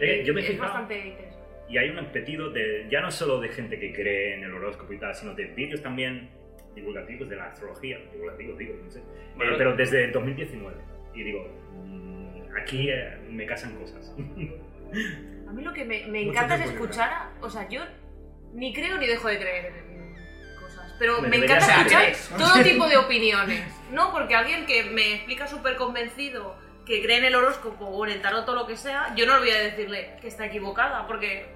Eh, y yo me he es fijado. bastante interesante. Y hay un pedido de, ya no solo de gente que cree en el horóscopo y tal, sino de vídeos también divulgativos de la astrología. Divulgativos, digo, no sé. Bueno. Eh, pero desde 2019. Y digo, mm, aquí eh, me casan cosas. A mí lo que me, me Mucho encanta es tiempo libre. escuchar, a- o sea, yo ni creo ni dejo de creer en cosas, pero Me me, deberías encanta escuchar hacer todo tipo de opiniones, ¿no? Porque alguien que me explica súper convencido que cree en el horóscopo o en el tarot o lo que sea, yo no voy a decirle que está equivocada, porque...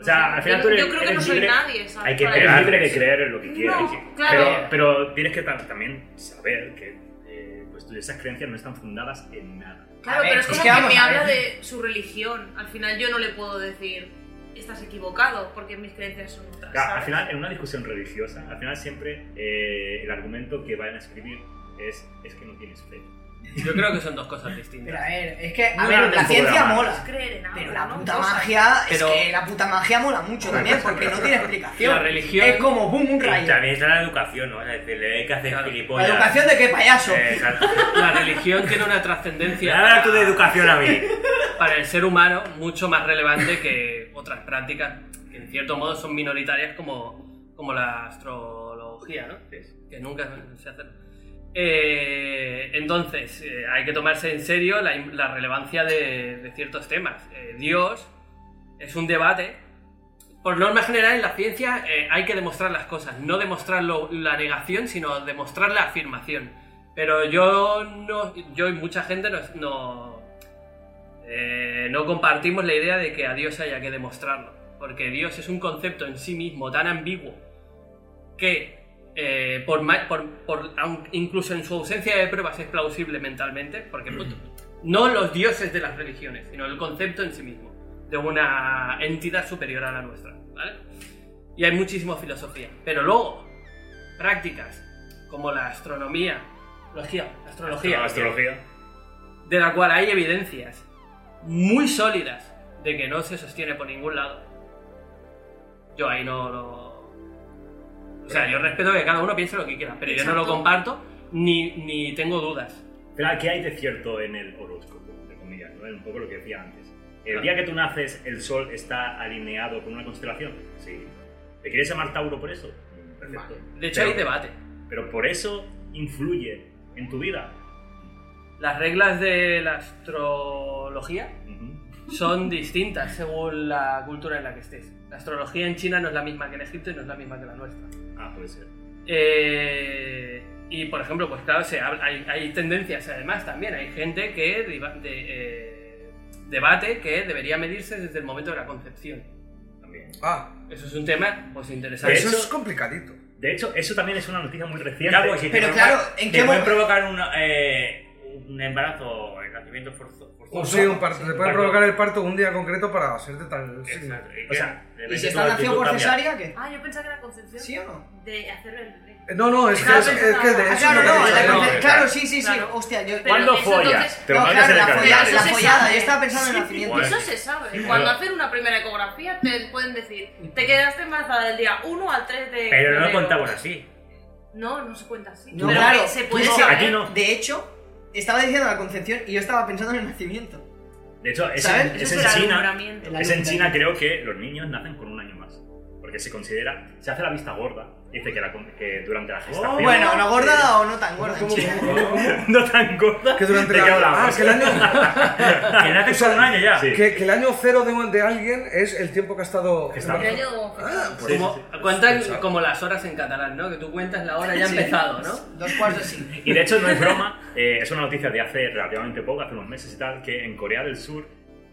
O sea, al final yo, tú eres- yo creo que eres no soy libre. nadie, ¿sabes? Hay que Para eres decir- libre de creer en lo que quieres. No, claro. pero, pero tienes que tam- también saber que eh, pues, tú- esas creencias no están fundadas en nada. Claro, A ver, pero es es como que que, vamos me a habla ver. de su religión. Al final yo no le puedo decir, estás equivocado, porque mis creencias son otras. Claro, al ¿sabes? final, en una discusión religiosa, al final siempre eh, el argumento que vayan a escribir es, es que no tienes fe. Yo creo que son dos cosas distintas. Pero a ver, es que. A No, no, ver, la tampoco ciencia era malo. Es mola. creer en algo, Pero la ¿no? puta Cosas. magia. Es Pero- que la puta magia mola mucho también, porque no tiene explicación. La religión- Es como boom, un Y rayo. también está la educación, ¿no? O sea, decirle hay que hacer Claro. ¿La gilipollas. educación de qué payaso? Eh, Exacto. La religión tiene una Me trascendencia hablas para, tú de educación a mí. para el ser humano mucho más relevante que otras prácticas que en cierto modo son minoritarias como, como la astrología, ¿no? Que nunca se hace. Eh, entonces, eh, hay que tomarse en serio la, im- la relevancia de, de ciertos temas. Eh, Dios es un debate. Por norma general, en la ciencia eh, hay que demostrar las cosas, no demostrar lo- la negación, sino demostrar la afirmación. Pero yo no, yo y mucha gente no, no, eh, no compartimos la idea de que a Dios haya que demostrarlo, porque Dios es un concepto en sí mismo tan ambiguo que eh, por, ma- por- por- aun- incluso en su ausencia de pruebas es plausible mentalmente, porque pues, no los dioses de las religiones, sino el concepto en sí mismo, de una entidad superior a la nuestra, ¿vale? Y hay muchísima filosofía, pero luego, prácticas como la astronomía, astrología, astrología, Astrología. de la cual hay evidencias muy sólidas de que no se sostiene por ningún lado. Yo ahí no, no- O sea, yo respeto que cada uno piense lo que quiera, pero yo no lo Exacto. comparto ni, ni tengo dudas. Claro, ¿qué hay de cierto en el horóscopo, entre comillas? ¿no? Es un poco lo que decía antes. El Claro. día que tú naces, el sol está alineado con una constelación. Sí. ¿Te quieres llamar Tauro por eso? Perfecto. De hecho, Pero- hay debate. Pero por eso influye en tu vida. Las reglas de la astrología son distintas según la cultura en la que estés. La astrología en China no es la misma que en Egipto y no es la misma que la nuestra. Ah, puede ser. Eh, y por ejemplo, pues claro, se habla- hay, hay tendencias además también. Hay gente que deba- de- eh, debate que debería medirse desde el momento de la concepción. También. Ah, Eso es un tema pues interesante. De eso hecho- es complicadito. De hecho, eso también es una noticia muy reciente. Ya, pues, si te Pero provoca- claro, ¿en te qué puede momento? provocar una, eh, un embarazo, el nacimiento forzo- forzoso. O sí, un parto. Te puede Parto. provocar el parto un día concreto para hacerte tan. sí. Exacto. O sea, ¿Y si está nacido por cesárea, qué? Ah, yo pensaba que era concepción ¿Sí o no? de hacer el bebé. Eh, No, no, es que, Ah, es, es que de ah, Ah, eso. claro, es no, lo que la he claro. dicho, conce- claro, sí, sí, sí. Claro. Hostia, yo. Pero ¿Cuándo eso, follas? entonces- Te lo No, cambias claro, en el la calendario. follada, la Eso se follada, sabe. yo estaba pensando en el nacimiento. Bueno. Eso se sabe. Cuando hacen una primera ecografía te pueden decir, te quedaste embarazada del día 1 al 3 de Pero no lo febrero". contamos así. No, no se cuenta así. No, pero claro, que se puede tú no- saber. aquí no. De hecho, estaba diciendo la concepción y yo estaba pensando en el nacimiento. De hecho, es, ¿Sabes? en- Eso es es en el China. alumbramiento. El Es en alumbramiento. China creo que los niños nacen con un año más. Porque se considera, se hace la vista gorda. Dice que, la con- que durante Oh, la gestación. Bueno, ¿no gorda o no tan gorda? ¿Cómo, chica? no tan gorda. Que durante ¿De la- qué hablamos? Ah, que el año, Que nace con un año ya. Sí. que, que el año cero de, de alguien es el tiempo que ha estado. Que está- Yo llevo- Ah, pues- Como, cuentan Pensaba. como las horas en catalán, ¿no? Que tú cuentas la hora ya ha Sí. empezado, ¿no? Dos cuartos sí. Y de hecho, no es broma, eh, es una noticia de hace relativamente poco, hace unos meses y tal, que en Corea del Sur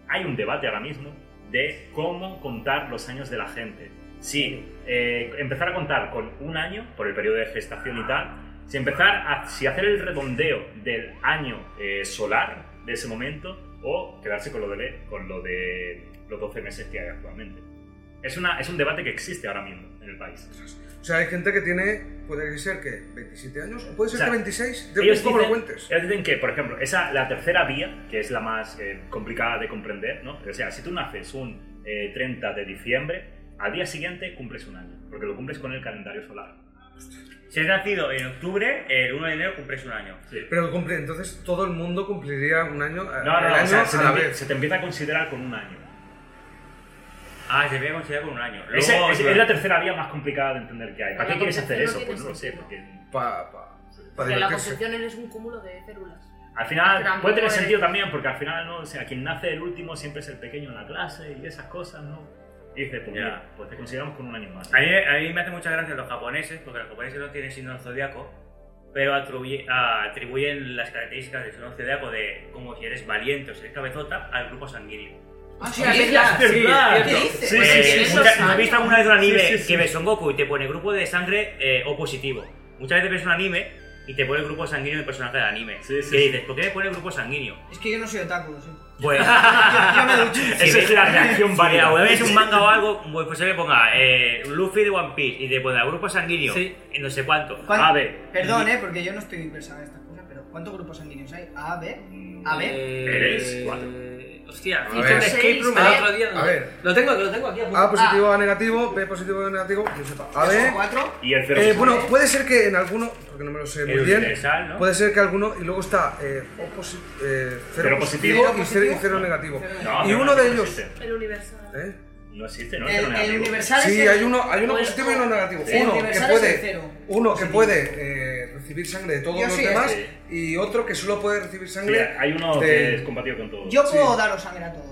hay un debate ahora mismo de cómo contar los años de la gente. Si eh, empezar a contar con un año, por el periodo de gestación y tal, si empezar a si hacer el redondeo del año eh, solar de ese momento o quedarse con lo de, con lo de los 12 meses que hay actualmente. Es, una, es un debate que existe ahora mismo en el país. O sea, hay gente que tiene. Puede ser que 27 años, o puede ser O sea, que 26, Ellos depende cómo lo dicen- cuentes. ellos dicen que, por ejemplo, esa, la tercera vía, que es la más eh, complicada de comprender, ¿no? O sea, si tú naces un eh, 30 de diciembre, al día siguiente cumples un año, porque lo cumples con el calendario solar. Si has nacido en octubre, el 1 de enero cumples un año. Pero cumple, entonces todo el mundo cumpliría un año, eh, No, el no, no, año o sea, a se, la te, empie- vez. se te empieza a considerar con un año. Ah, se debe considerar con un año. Luego, Ese- es, es claro. la tercera vía más complicada de entender que hay. ¿Para Pero qué la quieres hacer eso? concepción Pues no no lo sé, tiene porque Pa, pa, pa Que la divertirse. concepción es un cúmulo de células. al Es que final tampoco puede tener es- sentido también, porque al final, ¿no? O sea, quien nace el último siempre es el pequeño en la clase y esas cosas, ¿no? Y dices, pues Ya. mira, pues te consideramos con un año más. A mí, a mí me hace mucha gracia los japoneses, porque los japoneses no tienen signo zodiaco, pero atribuye- a- atribuyen las características del signo zodiaco de como si eres valiente o si eres cabezota al grupo sanguíneo. Ah, Sí, es verdad, sí, verdad. es ¿Qué cierto. dices? Sí, Pues, sí, sí, mucha- muchas- ¿no ¿Has visto alguna vez un anime Sí, sí, sí. que ves Son Goku y te pone grupo de sangre eh, O positivo? Muchas veces ves un anime y te pone el grupo sanguíneo del personaje del anime. Sí, sí, que sí. dices, ¿por qué me pone el grupo sanguíneo? Es que yo no soy otaku, lo siento. Pues, Yo me ducho. Esa es la reacción si la web válida. es un manga o algo, pues pues se le ponga eh, Luffy de One Piece y te pone el grupo sanguíneo Sí. en no sé cuánto. ¿Cuán- A, B. Perdón, eh, porque yo no estoy versado en estas cosas, pero ¿cuántos grupos sanguíneos hay? A, B. Mm, A ver. eh, Eh, Eres cuatro. Hostia, A hice ver. un escape room el Seis, otro día. a ver. Lo tengo, lo tengo aquí. apuntado. A positivo a negativo, B positivo a negativo, yo sepa. A ¿Son ver. cuatro? Y el cero. eh, bueno, puede ser que en alguno, porque no me lo sé muy El bien, universal, ¿no? puede ser que alguno, y luego está eh, o posi- eh, cero, Cero positivo, positivo. y cero, y cero negativo. No, y pero uno no de ellos. existe. El universo. ¿Eh? No existe, ¿no? Cero El, el negativo. universal es Sí, el- hay uno, hay uno o el- positivo y uno negativo. Sí, uno que universal es el puede, cero. uno que puede eh, recibir sangre de todos Yo los sí, demás sí. y otro que solo puede recibir Sí, sangre. hay uno de- que es compatible con todo. Yo puedo Sí. daros sangre a todos.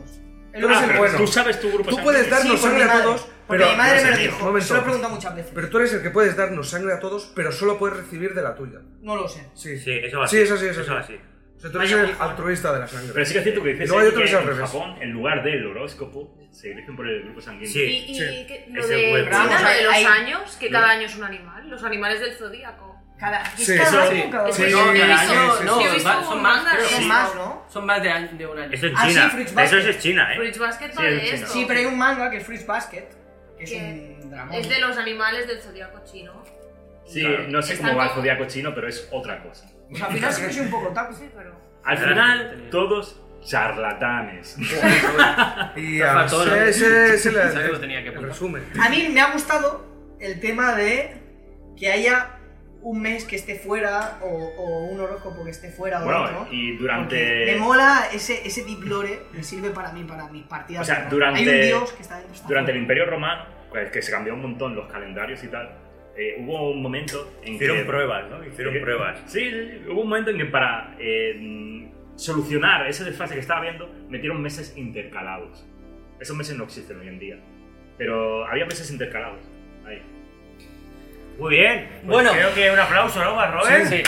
Tú eres Ah, el pero bueno. Tú sabes tu grupo Tú sanguíneo. puedes Sí, darnos por mi sangre a madre, todos, porque pero mi madre me lo Sí, un dijo. momento. Se lo he preguntado muchas veces. Pero tú eres el que puedes darnos sangre a todos, pero solo puedes recibir de la tuya. No lo sé. Sí, Sí, eso va Sí, así. eso sí, eso Eso sí. va así. O sea, tú eres el altruista de la sangre. Pero sí que es cierto que dices No, hay otro que que es al en revés. Japón, en lugar del horóscopo, se eligen por el grupo sanguíneo. Sí. Y, y sí. que- lo Ese de huevo. China, Vamos, lo de hay- los hay- años, que cada año es un animal. Los animales del zodíaco. Cada, ¿es Sí, cada eso año sí. o cada dos? Es Sí, que no, yo he cada visto- año, no, yo he visto son más, mangas creo. de Son eso. más, Ah. ¿no? Son más de, año- de un año. Eso es Ah, sí, China. Fruits eso Basket. es China, ¿eh? Fruits Basket Sí, va de es chino. esto. Sí, pero hay un manga que es Fruits Basket, que es Que un drama. Es de los animales del zodiaco chino. Sí, Claro. no sé Están cómo va el como- zodiaco chino, pero es otra cosa. O sea, al final sí que soy un poco taco. Sí, pero. Al final, todos charlatanes. Y Rafa, a todo lo- ese, ese, ese le- Sabes que lo tenía que el apuntar. resumen. A mí me ha gustado el tema de que haya un mes que esté fuera o, o un horóscopo que esté fuera o Bueno, otro. y Porque durante, Me mola ese, ese deep lore, me sirve para mí, para mis partidas. O sea, Pero durante- Hay un dios que está dentro. está durante el fuera. Imperio Romano, pues, que se cambió un montón los calendarios y tal, eh, hubo un momento en que... Hicieron pruebas, ¿no? Hicieron Sí. pruebas. Sí, hubo un momento en que para eh, solucionar ese desfase que estaba viendo, metieron meses intercalados. Esos meses no existen hoy en día. Pero había meses intercalados. Ahí. Muy bien. Pues Bueno. Creo que un aplauso, ¿no? Para Robert. Pues, Sí.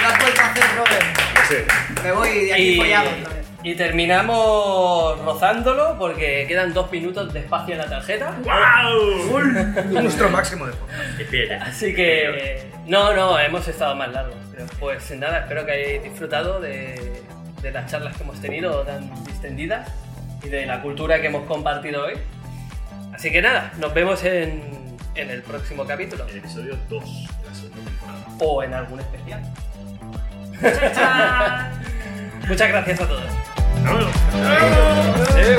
Lo has vuelto a hacer, Robert. No sé. Me voy de aquí Y, follado otra vez. y terminamos rozándolo porque quedan dos minutos de espacio en la tarjeta. ¡Guau! Nuestro máximo de podcast. Despídete. Así que. No, no, hemos estado más largos. Pero pues nada, espero que hayáis disfrutado de, de las charlas que hemos tenido tan distendidas y de la cultura que hemos compartido hoy. Así que nada, nos vemos en, en el próximo capítulo El episodio 2 de la segunda temporada. o en algún especial. Muchas gracias a todos. ¡Hasta luego! Eh.